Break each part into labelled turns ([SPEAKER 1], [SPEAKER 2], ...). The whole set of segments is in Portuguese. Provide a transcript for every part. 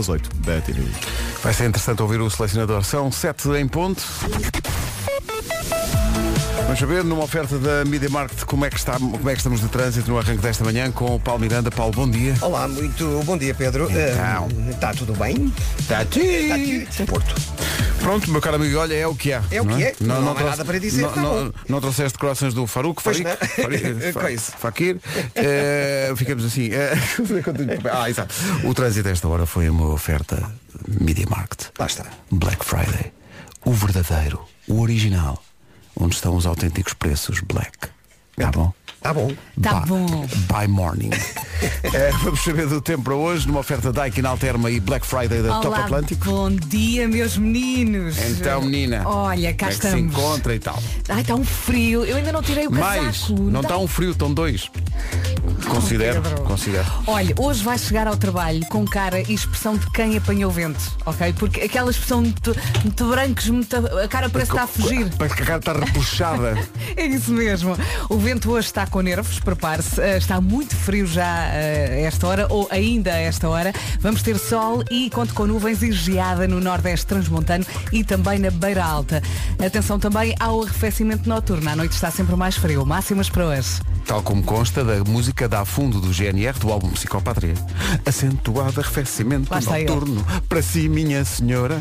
[SPEAKER 1] às 8 da TV.
[SPEAKER 2] Vai ser interessante ouvir o selecionador. São 7 em ponto. Vamos saber, numa oferta da Media Market, como é, que está, como é que estamos de trânsito no arranque desta manhã com o Paulo Miranda. Paulo, bom dia.
[SPEAKER 3] Olá, muito bom dia, Pedro. Eh,
[SPEAKER 2] Então.
[SPEAKER 3] Está tudo bem?
[SPEAKER 2] Está
[SPEAKER 3] Está tudo. Porto.
[SPEAKER 2] Pronto, meu caro amigo, olha, é o que há.
[SPEAKER 3] É o que é. Não há
[SPEAKER 2] trouxe-
[SPEAKER 3] nada para dizer,
[SPEAKER 2] Não,
[SPEAKER 3] tá
[SPEAKER 2] não-
[SPEAKER 3] bom.
[SPEAKER 2] não trouxeste croissants do Faruco,
[SPEAKER 3] Pois
[SPEAKER 2] Farik,
[SPEAKER 3] não.
[SPEAKER 2] Farik, Fa-
[SPEAKER 3] Coisa.
[SPEAKER 2] Fakir. Eh, ficamos assim. eh, ah, exato. O trânsito a esta hora foi uma oferta Media Market.
[SPEAKER 3] Lá está.
[SPEAKER 2] Black Friday. O verdadeiro, o original, onde estão os autênticos preços black. Tá bom?
[SPEAKER 3] Está bom.
[SPEAKER 4] Tá
[SPEAKER 2] By-
[SPEAKER 4] bom.
[SPEAKER 2] By morning. Eh, vamos saber do tempo para hoje, numa oferta Daikin Alterma e Black Friday da Top
[SPEAKER 4] Olá,
[SPEAKER 2] Atlântico.
[SPEAKER 4] bom dia, meus meninos.
[SPEAKER 2] Então, menina.
[SPEAKER 4] Olha, cá
[SPEAKER 2] como é que
[SPEAKER 4] estamos.
[SPEAKER 2] se encontra e tal.
[SPEAKER 4] Ai, está um frio. Eu ainda não tirei o casaco.
[SPEAKER 2] Mais, não está um frio, estão dois. Considero,
[SPEAKER 4] Pedro.
[SPEAKER 2] considero.
[SPEAKER 4] Olha, hoje vai chegar ao trabalho com cara e expressão de quem apanhou vento, ok? Porque aquela expressão muito, muito brancos, muito, a cara parece que está tá a fugir.
[SPEAKER 2] Parece que a cara está repuxada.
[SPEAKER 4] É isso mesmo. O vento hoje está com nervos, prepare-se. Eh, Está muito frio já eh, a esta hora, ou ainda a esta hora. Vamos ter sol e conto com nuvens e geada no Nordeste Transmontano e também na Beira Alta. Atenção também ao arrefecimento noturno. À noite está sempre mais frio. Máximas para hoje.
[SPEAKER 2] Tal como consta da música da fundo do GNR do álbum Psicopatria. Acentuado arrefecimento
[SPEAKER 4] Lá está ele.
[SPEAKER 2] noturno. Para si, minha senhora.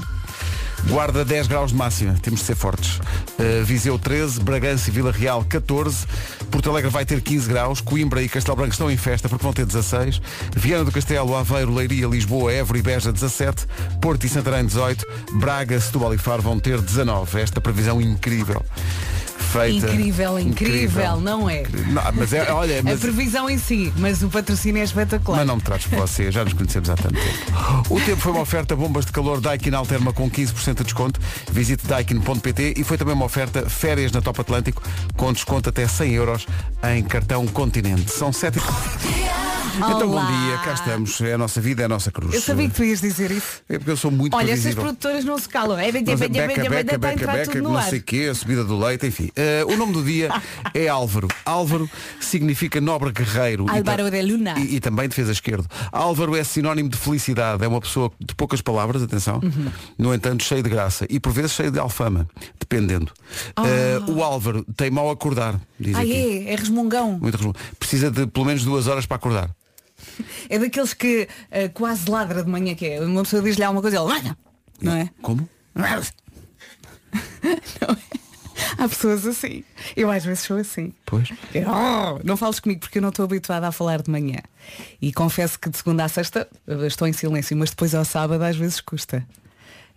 [SPEAKER 2] Guarda 10 graus de máxima, temos de ser fortes. Uh, Viseu 13, Bragança e Vila Real 14, Porto Alegre vai ter 15 graus, Coimbra e Castelo Branco estão em festa porque vão ter 16, Viana do Castelo, Aveiro, Leiria, Lisboa, Évora e Beja 17, Porto e Santarém 18, Braga, Setúbal e Faro vão ter 19. Esta previsão incrível. Feita.
[SPEAKER 4] Incrível, incrível, não é?
[SPEAKER 2] Não, mas é, olha,
[SPEAKER 4] A
[SPEAKER 2] mas,
[SPEAKER 4] previsão em si, mas o patrocínio é espetacular.
[SPEAKER 2] mas não me trates por você, já nos conhecemos há tanto tempo. O tempo foi uma oferta bombas de calor Daikin Alterma com 15% de desconto. Visite daikin.pt e foi também uma oferta férias na Top Atlântico com desconto até 100 euros em cartão Continente. São 7 Então bom
[SPEAKER 4] Olá.
[SPEAKER 2] dia, cá estamos. É a nossa vida, é a nossa cruz.
[SPEAKER 4] Eu sabia que tu ias dizer isso.
[SPEAKER 2] É porque eu sou muito
[SPEAKER 4] Olha, essas
[SPEAKER 2] previsível.
[SPEAKER 4] produtoras não se calam. É
[SPEAKER 2] Nós é beca, beca,
[SPEAKER 4] para
[SPEAKER 2] beca,
[SPEAKER 4] entrar
[SPEAKER 2] beca,
[SPEAKER 4] tudo tá no
[SPEAKER 2] não
[SPEAKER 4] ar.
[SPEAKER 2] sei o quê, a subida do leite, enfim. Eh, o nome do dia é Álvaro. Álvaro significa nobre guerreiro. e
[SPEAKER 4] Álvaro
[SPEAKER 2] ta-
[SPEAKER 4] de Luna.
[SPEAKER 2] E, e também defesa esquerdo. Álvaro é sinónimo de felicidade. É uma pessoa de poucas palavras, atenção.
[SPEAKER 4] Uhum.
[SPEAKER 2] No entanto, cheio de graça. E por vezes cheio de alfama, dependendo. Eh, o Álvaro tem mal a acordar, diz
[SPEAKER 4] Ah,
[SPEAKER 2] aqui.
[SPEAKER 4] é? É resmungão.
[SPEAKER 2] Muito resumo. Precisa de pelo menos duas horas para acordar.
[SPEAKER 4] É daqueles que eh, quase ladra de manhã que é. Uma pessoa diz-lhe alguma coisa, ele "Olha", não é?
[SPEAKER 2] Como?
[SPEAKER 4] Há pessoas assim. Eu às vezes sou assim.
[SPEAKER 2] Pois.
[SPEAKER 4] É, "Oh", não fales comigo porque eu não estou habituada a falar de manhã. E confesso que de segunda à sexta eh, estou em silêncio, mas depois ao sábado às vezes custa.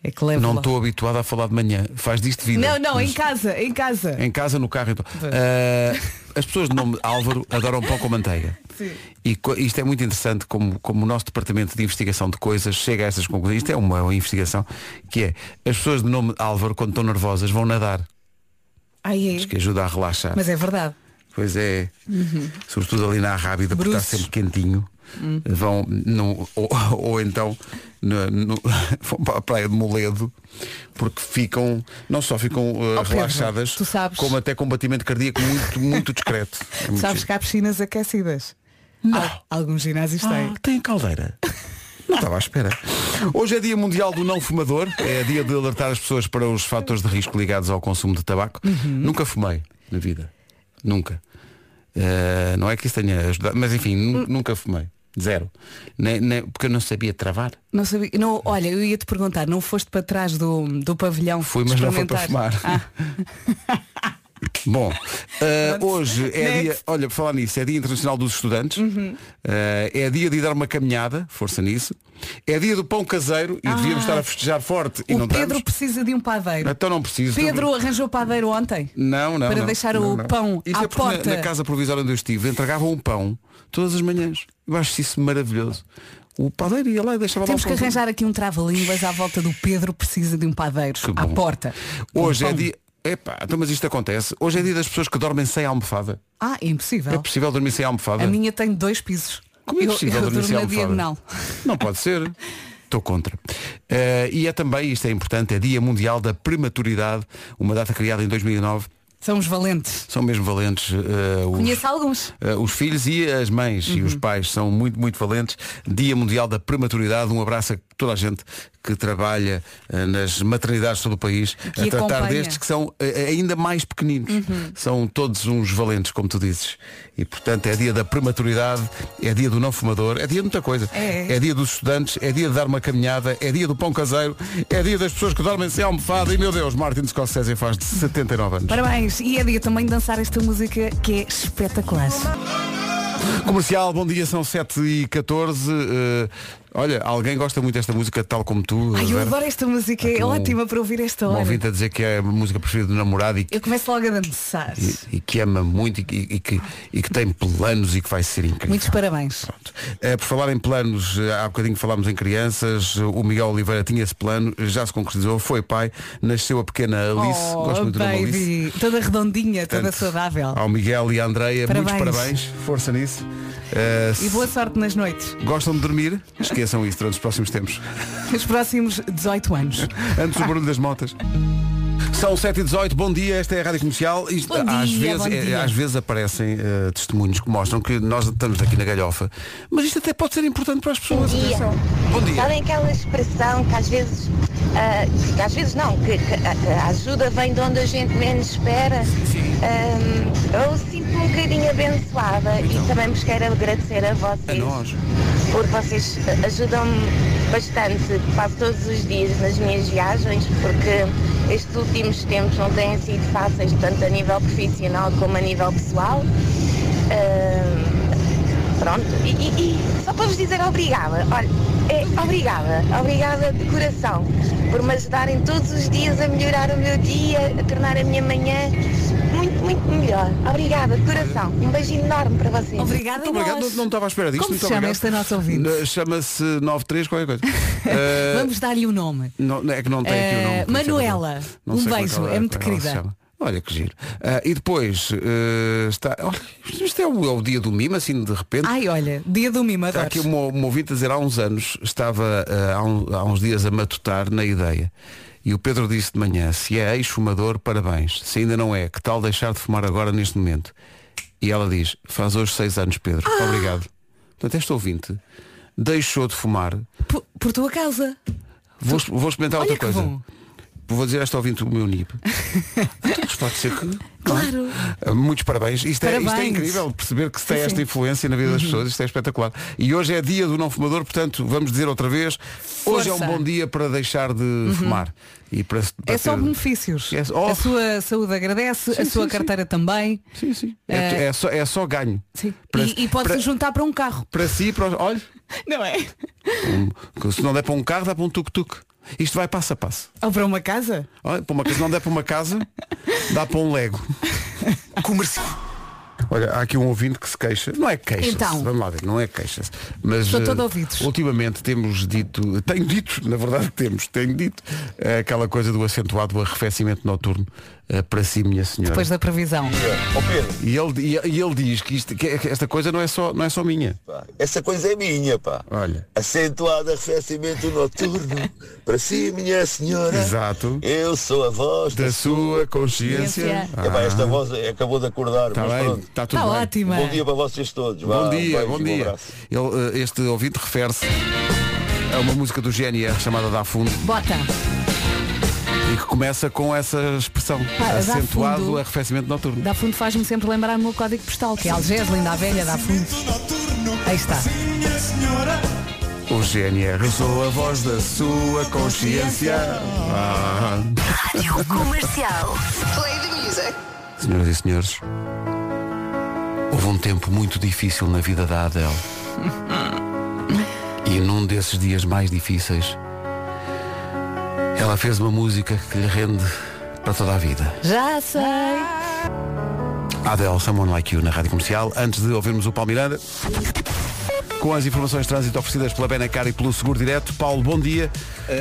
[SPEAKER 4] É que levo
[SPEAKER 2] Não
[SPEAKER 4] logo.
[SPEAKER 2] estou habituado a falar de manhã. Faz disto vida.
[SPEAKER 4] Não, não,
[SPEAKER 2] Mas-
[SPEAKER 4] em casa, em casa.
[SPEAKER 2] Em casa, no carro. Então.
[SPEAKER 4] Pois.
[SPEAKER 2] Ah, as pessoas de nome Álvaro adoram pão com manteiga.
[SPEAKER 4] Sim.
[SPEAKER 2] E co- isto é muito interessante como, como o nosso departamento de investigação de coisas chega a estas conclusões. Isto é uma, uma investigação que é as pessoas de nome Álvaro, quando estão nervosas, vão nadar.
[SPEAKER 4] Ai,
[SPEAKER 2] Diz
[SPEAKER 4] é.
[SPEAKER 2] que ajuda a relaxar.
[SPEAKER 4] Mas é verdade.
[SPEAKER 2] Pois é. Sobretudo ali na Rábida, porque está
[SPEAKER 4] Bruços.
[SPEAKER 2] sempre quentinho. Vão, não, ou, ou então no- no- vão para a praia de Moledo porque ficam, não só ficam uh,
[SPEAKER 4] Oh, Pedro,
[SPEAKER 2] relaxadas,
[SPEAKER 4] tu sabes.
[SPEAKER 2] como até com batimento cardíaco muito, muito discreto. É muito
[SPEAKER 4] Sabes
[SPEAKER 2] giro.
[SPEAKER 4] que há piscinas aquecidas. Al- alguns ginásios têm.
[SPEAKER 2] Ah, tem caldeira. Não estava à espera. Hoje é dia mundial do não fumador. É dia de alertar as pessoas para os fatores de risco ligados ao consumo de tabaco.
[SPEAKER 4] Uhum.
[SPEAKER 2] Nunca fumei na vida. Nunca. Eh, não é que isso tenha ajudado, mas enfim,
[SPEAKER 4] Hum.
[SPEAKER 2] nu- nunca fumei. Zero. Nem, nem- porque eu não sabia travar.
[SPEAKER 4] Não sabia. Não, olha, eu ia te perguntar, não foste para trás do, do pavilhão?
[SPEAKER 2] Fui, mas não foi para
[SPEAKER 4] experimentar? Ah.
[SPEAKER 2] fumar. Bom, eh,
[SPEAKER 4] Pronto.
[SPEAKER 2] hoje é
[SPEAKER 4] Next. Uhum.
[SPEAKER 2] dia, olha, por falar nisso, é dia internacional dos estudantes, Eh, é dia de dar uma caminhada, força nisso, é dia do pão caseiro e devíamos estar a festejar forte e
[SPEAKER 4] Ah. O
[SPEAKER 2] não
[SPEAKER 4] Pedro
[SPEAKER 2] estamos.
[SPEAKER 4] precisa de um padeiro.
[SPEAKER 2] Então não preciso.
[SPEAKER 4] Pedro arranjou padeiro ontem.
[SPEAKER 2] Não, não.
[SPEAKER 4] para
[SPEAKER 2] não,
[SPEAKER 4] deixar
[SPEAKER 2] não,
[SPEAKER 4] o
[SPEAKER 2] não.
[SPEAKER 4] pão
[SPEAKER 2] Isto
[SPEAKER 4] à
[SPEAKER 2] é porque na-
[SPEAKER 4] porta.
[SPEAKER 2] Na, casa provisória onde eu estive, entregavam um pão todas as manhãs. Eu acho isso maravilhoso. O padeiro ia lá e deixava
[SPEAKER 4] Temos que
[SPEAKER 2] lá um pãozinho.
[SPEAKER 4] arranjar aqui um trava-línguas à volta do Pedro precisa de um padeiro
[SPEAKER 2] Que
[SPEAKER 4] à
[SPEAKER 2] bom.
[SPEAKER 4] porta.
[SPEAKER 2] Hoje
[SPEAKER 4] Um
[SPEAKER 2] é
[SPEAKER 4] pão.
[SPEAKER 2] dia. Epá, então mas isto acontece. Hoje é dia das pessoas que dormem sem almofada.
[SPEAKER 4] Ah, é impossível.
[SPEAKER 2] É possível dormir sem almofada?
[SPEAKER 4] A minha tem dois pisos.
[SPEAKER 2] Como é
[SPEAKER 4] eu,
[SPEAKER 2] possível
[SPEAKER 4] eu
[SPEAKER 2] dormir
[SPEAKER 4] durmo
[SPEAKER 2] sem
[SPEAKER 4] na
[SPEAKER 2] almofada?
[SPEAKER 4] diagonal.
[SPEAKER 2] Não pode ser. Estou contra. Eh, e é também, isto é importante, é Dia Mundial da Prematuridade, uma data criada em 2009.
[SPEAKER 4] São os valentes.
[SPEAKER 2] São mesmo valentes eh, os,
[SPEAKER 4] Conheço alguns.
[SPEAKER 2] eh, os
[SPEAKER 4] Uhum.
[SPEAKER 2] filhos e as mães e os pais são muito, muito valentes. Dia Mundial da Prematuridade. Um abraço a toda a gente que trabalha eh, nas maternidades de todo o país a
[SPEAKER 4] Que
[SPEAKER 2] tratar
[SPEAKER 4] acompanha. Uhum.
[SPEAKER 2] destes que são eh, ainda mais pequeninos.
[SPEAKER 5] Uhum.
[SPEAKER 2] São todos uns valentes, como tu dizes. E portanto é dia da prematuridade, é dia do não fumador, é dia de muita coisa.
[SPEAKER 4] É.
[SPEAKER 2] dia dos estudantes, é dia de dar uma caminhada, é dia do pão caseiro, é dia das pessoas que dormem sem almofada e meu Deus, Martin Scorsese faz de 79 anos.
[SPEAKER 4] Parabéns. E é dia também de dançar esta música que é espetacular.
[SPEAKER 2] Comercial, bom dia, são 7 e 14 eh, Olha, alguém gosta muito desta música tal como tu
[SPEAKER 4] Ai, eu
[SPEAKER 2] Vera?
[SPEAKER 4] adoro esta música. É
[SPEAKER 2] Aquilo-
[SPEAKER 4] ótima para ouvir esta
[SPEAKER 2] Uma
[SPEAKER 4] hora.
[SPEAKER 2] ouvinte a dizer que é a música preferida do namorado e que,
[SPEAKER 4] Eu começo logo a dançar.
[SPEAKER 2] e que ama muito e, que- e que, e que tem planos e que vai ser incrível
[SPEAKER 4] Muitos parabéns.
[SPEAKER 2] Pronto. Eh, por falar em planos, eh, há bocadinho falámos em crianças, eh, o Miguel Oliveira tinha esse plano, já se concretizou, foi pai, nasceu a pequena Alice,
[SPEAKER 4] Oh,
[SPEAKER 2] gosto muito do nome Alice.
[SPEAKER 4] baby. Toda redondinha, toda
[SPEAKER 2] Portanto, oh,
[SPEAKER 4] saudável.
[SPEAKER 2] Ao Miguel e à Andreia, muitos
[SPEAKER 4] Parabéns.
[SPEAKER 2] parabéns, força nisso. Eh,
[SPEAKER 4] E boa sorte nas noites.
[SPEAKER 2] Gostam de dormir? Esqueçam isso durante os próximos tempos.
[SPEAKER 4] Nos próximos 18 anos.
[SPEAKER 2] Antes o barulho das motas. São 7 e 18 bom dia, esta é a Rádio Comercial. Isto,
[SPEAKER 4] Bom dia,
[SPEAKER 2] às, vezes,
[SPEAKER 4] bom
[SPEAKER 2] é,
[SPEAKER 4] dia.
[SPEAKER 2] às vezes aparecem eh, testemunhos que mostram que nós estamos aqui na galhofa, mas isto até pode ser importante para as pessoas.
[SPEAKER 1] Bom dia.
[SPEAKER 2] atenção. Bom dia.
[SPEAKER 1] Sabem aquela expressão que às vezes, ah, que às vezes não, que, que a- que a ajuda vem de onde a gente menos espera? Ah, eu sinto-me um bocadinho abençoada e também vos quero agradecer a
[SPEAKER 2] Então. A
[SPEAKER 1] vocês,
[SPEAKER 2] nós.
[SPEAKER 1] porque vocês ajudam-me bastante, quase todos os dias nas minhas viagens, porque estes últimos tempos não têm sido fáceis, tanto a nível profissional como a nível pessoal. Ah, Pronto, e, e- e só para vos dizer obrigada, olha, é obrigada, obrigada de coração por me ajudarem todos os dias a melhorar o meu dia, a tornar a minha manhã muito, muito melhor. Obrigada de coração, um beijinho enorme para vocês.
[SPEAKER 4] Obrigada
[SPEAKER 2] Muito
[SPEAKER 4] a
[SPEAKER 2] obrigado, não,
[SPEAKER 4] nós.
[SPEAKER 2] não estava à espera disto.
[SPEAKER 4] Como
[SPEAKER 2] muito
[SPEAKER 4] se chama
[SPEAKER 2] obrigado.
[SPEAKER 4] esta nossa ouvinte?
[SPEAKER 2] Eh, Chama-se 93, qualquer coisa. Eh,
[SPEAKER 4] Vamos dar-lhe o nome.
[SPEAKER 2] não, é que não tem aqui o nome.
[SPEAKER 4] Eh,
[SPEAKER 2] por isso é que eu-
[SPEAKER 4] Manuela,
[SPEAKER 2] não
[SPEAKER 4] um
[SPEAKER 2] sei como
[SPEAKER 4] beijo,
[SPEAKER 2] que ela-
[SPEAKER 4] é muito
[SPEAKER 2] como ela se
[SPEAKER 4] querida.
[SPEAKER 2] chama. Olha que giro. Ah, e depois eh, está. Olha, isto é o, é o dia do mimo, assim de repente.
[SPEAKER 4] Ai, olha, dia do mimo,
[SPEAKER 2] Está
[SPEAKER 4] adoro.
[SPEAKER 2] aqui uma, uma ouvinte a dizer há uns anos, estava eh, há, um- há uns dias a matutar na ideia. E o Pedro disse de manhã, se é ex-fumador, parabéns. Se ainda não é, que tal deixar de fumar agora neste momento? E ela diz, faz hoje seis anos, Pedro.
[SPEAKER 4] Ah!
[SPEAKER 2] Obrigado. Portanto, esta ouvinte deixou de fumar.
[SPEAKER 4] Por, por tua causa.
[SPEAKER 2] Vou, vou experimentar
[SPEAKER 4] Olha
[SPEAKER 2] outra
[SPEAKER 4] que
[SPEAKER 2] coisa.
[SPEAKER 4] bom.
[SPEAKER 2] Vou dizer a esta ouvinte o meu NIP. Então, mas pode ser que.
[SPEAKER 4] Claro.
[SPEAKER 2] Ah, Muitos parabéns. Isto, é- isto É,
[SPEAKER 4] Parabéns.
[SPEAKER 2] incrível, perceber que se tem
[SPEAKER 4] Sim. Uhum.
[SPEAKER 2] esta influência na vida das pessoas, isto é espetacular. E hoje é dia do não fumador, portanto, vamos dizer outra vez, hoje é um
[SPEAKER 4] Força. Uhum.
[SPEAKER 2] bom dia para deixar de fumar. E para, para
[SPEAKER 4] É só
[SPEAKER 2] ter-
[SPEAKER 4] benefícios.
[SPEAKER 2] É- oh.
[SPEAKER 4] A sua saúde agradece, a
[SPEAKER 2] Sim,
[SPEAKER 4] sua
[SPEAKER 2] sim,
[SPEAKER 4] carteira também.
[SPEAKER 2] Sim, sim. É, é só, é só ganho.
[SPEAKER 4] Sim.
[SPEAKER 2] Para,
[SPEAKER 4] e e pode-se
[SPEAKER 2] para,
[SPEAKER 4] juntar para um carro.
[SPEAKER 2] para si, para os. Olha,
[SPEAKER 4] Não é?
[SPEAKER 2] que se não der para um carro, dá para um tuk-tuk. Isto vai passo a passo.
[SPEAKER 4] Ou para uma casa?
[SPEAKER 2] Olha, para uma, casa- se não der para uma casa, dá para um Lego.
[SPEAKER 3] Comercial.
[SPEAKER 2] Olha, há aqui um ouvinte que se queixa. Não é queixa.
[SPEAKER 4] Então.
[SPEAKER 2] Vamos lá ver, não é queixa. Mas
[SPEAKER 4] Estou
[SPEAKER 2] eh,
[SPEAKER 4] todo ouvidos.
[SPEAKER 2] ultimamente temos dito, tenho dito, na verdade temos, tenho dito, eh, aquela coisa do acentuado arrefecimento noturno eh, para si, minha senhora.
[SPEAKER 4] Depois da previsão.
[SPEAKER 6] Ó Pedro,
[SPEAKER 2] E ele, e- e ele diz que, isto- que esta coisa não é só, não é só minha.
[SPEAKER 6] pá, essa coisa é minha, pá.
[SPEAKER 2] Olha.
[SPEAKER 6] Acentuado arrefecimento noturno, para si, minha senhora.
[SPEAKER 2] Exato.
[SPEAKER 6] Eu sou a voz da,
[SPEAKER 2] Da sua consciência.
[SPEAKER 4] Consciência.
[SPEAKER 6] É pá, esta voz acabou de acordar,
[SPEAKER 2] Está
[SPEAKER 6] mas
[SPEAKER 2] bem,
[SPEAKER 6] pronto.
[SPEAKER 2] está tudo
[SPEAKER 4] Está
[SPEAKER 2] bem.
[SPEAKER 4] Tá ótima.
[SPEAKER 6] Tá Bom dia para vocês todos. Vá,
[SPEAKER 2] Bom
[SPEAKER 6] um
[SPEAKER 2] dia,
[SPEAKER 6] beijo,
[SPEAKER 2] bom
[SPEAKER 6] um
[SPEAKER 2] dia.
[SPEAKER 6] abraço.
[SPEAKER 2] Ele, eh, este ouvinte refere-se a uma música do GNR chamada Dá Fundo.
[SPEAKER 4] Bota.
[SPEAKER 2] E que começa com essa expressão
[SPEAKER 4] Pá, dá
[SPEAKER 2] acentuado
[SPEAKER 4] fundo.
[SPEAKER 2] arrefecimento noturno.
[SPEAKER 4] Dá fundo faz-me sempre lembrar o meu código postal, que é Algés, linda a velha, dá fundo. Aí está.
[SPEAKER 2] O GNR sou a voz da sua consciência. Ah. Senhoras e senhores, houve um tempo muito difícil na vida da Adele. E num desses dias mais difíceis, ela fez uma música que lhe rende para toda a vida.
[SPEAKER 4] Já sei.
[SPEAKER 2] Adele, Someone Like You na Rádio Comercial, antes de ouvirmos o Paulo Miranda. Com as informações de trânsito oferecidas pela Benacar e pelo Seguro Direto, Paulo, bom dia.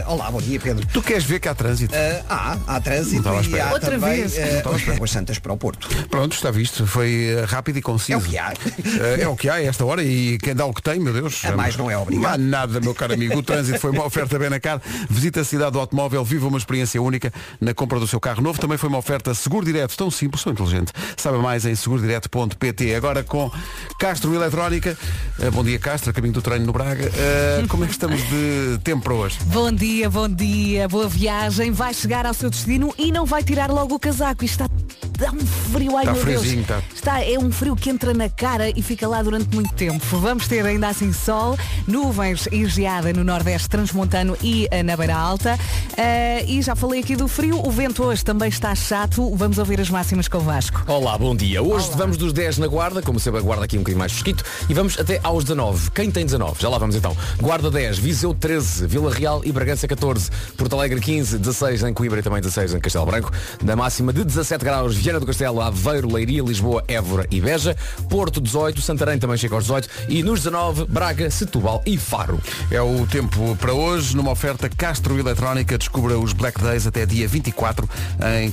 [SPEAKER 3] Ah, olá, bom dia, Pedro.
[SPEAKER 2] Tu queres ver que há trânsito?
[SPEAKER 3] Ah, há, há
[SPEAKER 2] Não
[SPEAKER 3] trânsito
[SPEAKER 2] estava à
[SPEAKER 3] e
[SPEAKER 2] espera.
[SPEAKER 3] há
[SPEAKER 4] Outra
[SPEAKER 3] também
[SPEAKER 4] vez.
[SPEAKER 3] ah,
[SPEAKER 2] Não estava à espera.
[SPEAKER 3] Águas Santas para o Porto.
[SPEAKER 2] Pronto, está visto. Foi eh, rápido e
[SPEAKER 3] É
[SPEAKER 2] conciso.
[SPEAKER 3] o que há.
[SPEAKER 2] Eh, é o que há a esta hora e quem dá o que tem, meu Deus.
[SPEAKER 3] A mais não é obrigado.
[SPEAKER 2] Mas nada, meu caro amigo. O trânsito foi uma oferta Benacar. Visita a cidade do automóvel, viva uma experiência única na compra do seu carro novo. Também foi uma oferta Seguro Direto, tão simples, tão inteligente. Saiba mais em segurodireto.pt. Agora com Castro Eletrónica. Eh, Bom dia, Castro. Castro, a caminho do treino no Braga. Uh, como é que estamos de tempo para hoje?
[SPEAKER 4] Bom dia, bom dia, boa viagem. Vai chegar ao seu destino e não vai tirar logo o casaco. Isto está dá um frio, ai
[SPEAKER 5] Tá
[SPEAKER 2] Está
[SPEAKER 4] meu Deus.
[SPEAKER 2] friozinho, está.
[SPEAKER 4] Está, é um frio que entra na cara e fica lá durante muito tempo. Vamos ter ainda assim sol, nuvens e geada no Nordeste Transmontano e eh, na Beira Alta. Eh, e já falei aqui do frio, o vento hoje também está chato. Vamos ouvir as máximas com o Vasco.
[SPEAKER 5] Olá, bom dia. Hoje vamos dos 10 na guarda, como sempre a guarda aqui um bocadinho mais fresquito, e vamos até aos 19. Quem tem 19? Já lá vamos então. Guarda 10, Viseu 13, Vila Real e Bragança 14, Porto Alegre 15, 16 em Coimbra e também 16 em Castelo Branco. Na máxima de 17 graus, Viana do Castelo, Aveiro, Leiria, Lisboa, Évora e Beja. Porto 18, Santarém também chega aos 18 e nos 19, Braga, Setúbal e Faro.
[SPEAKER 2] É o tempo para hoje, numa oferta Castro Eletrónica. Descubra os Black Days até dia 24 em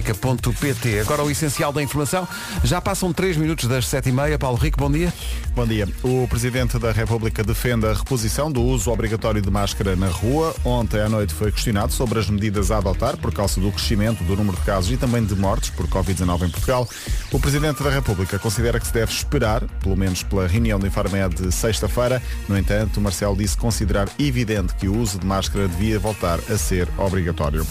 [SPEAKER 2] castroeletrónica.pt. Agora o essencial da informação. Já passam 3 minutos das 7h30. Paulo Rico, bom dia.
[SPEAKER 7] Bom dia. O Presidente da República defende a reposição do uso obrigatório de máscara na rua. Ontem à noite foi questionado sobre as medidas a adotar por causa do crescimento do número de casos e também de mortes por Covid-19 em Portugal. O Presidente da República considera que se deve esperar, pelo menos pela reunião do Infarmed de sexta-feira. No entanto, Marcelo disse considerar evidente que o uso de máscara devia voltar a ser obrigatório.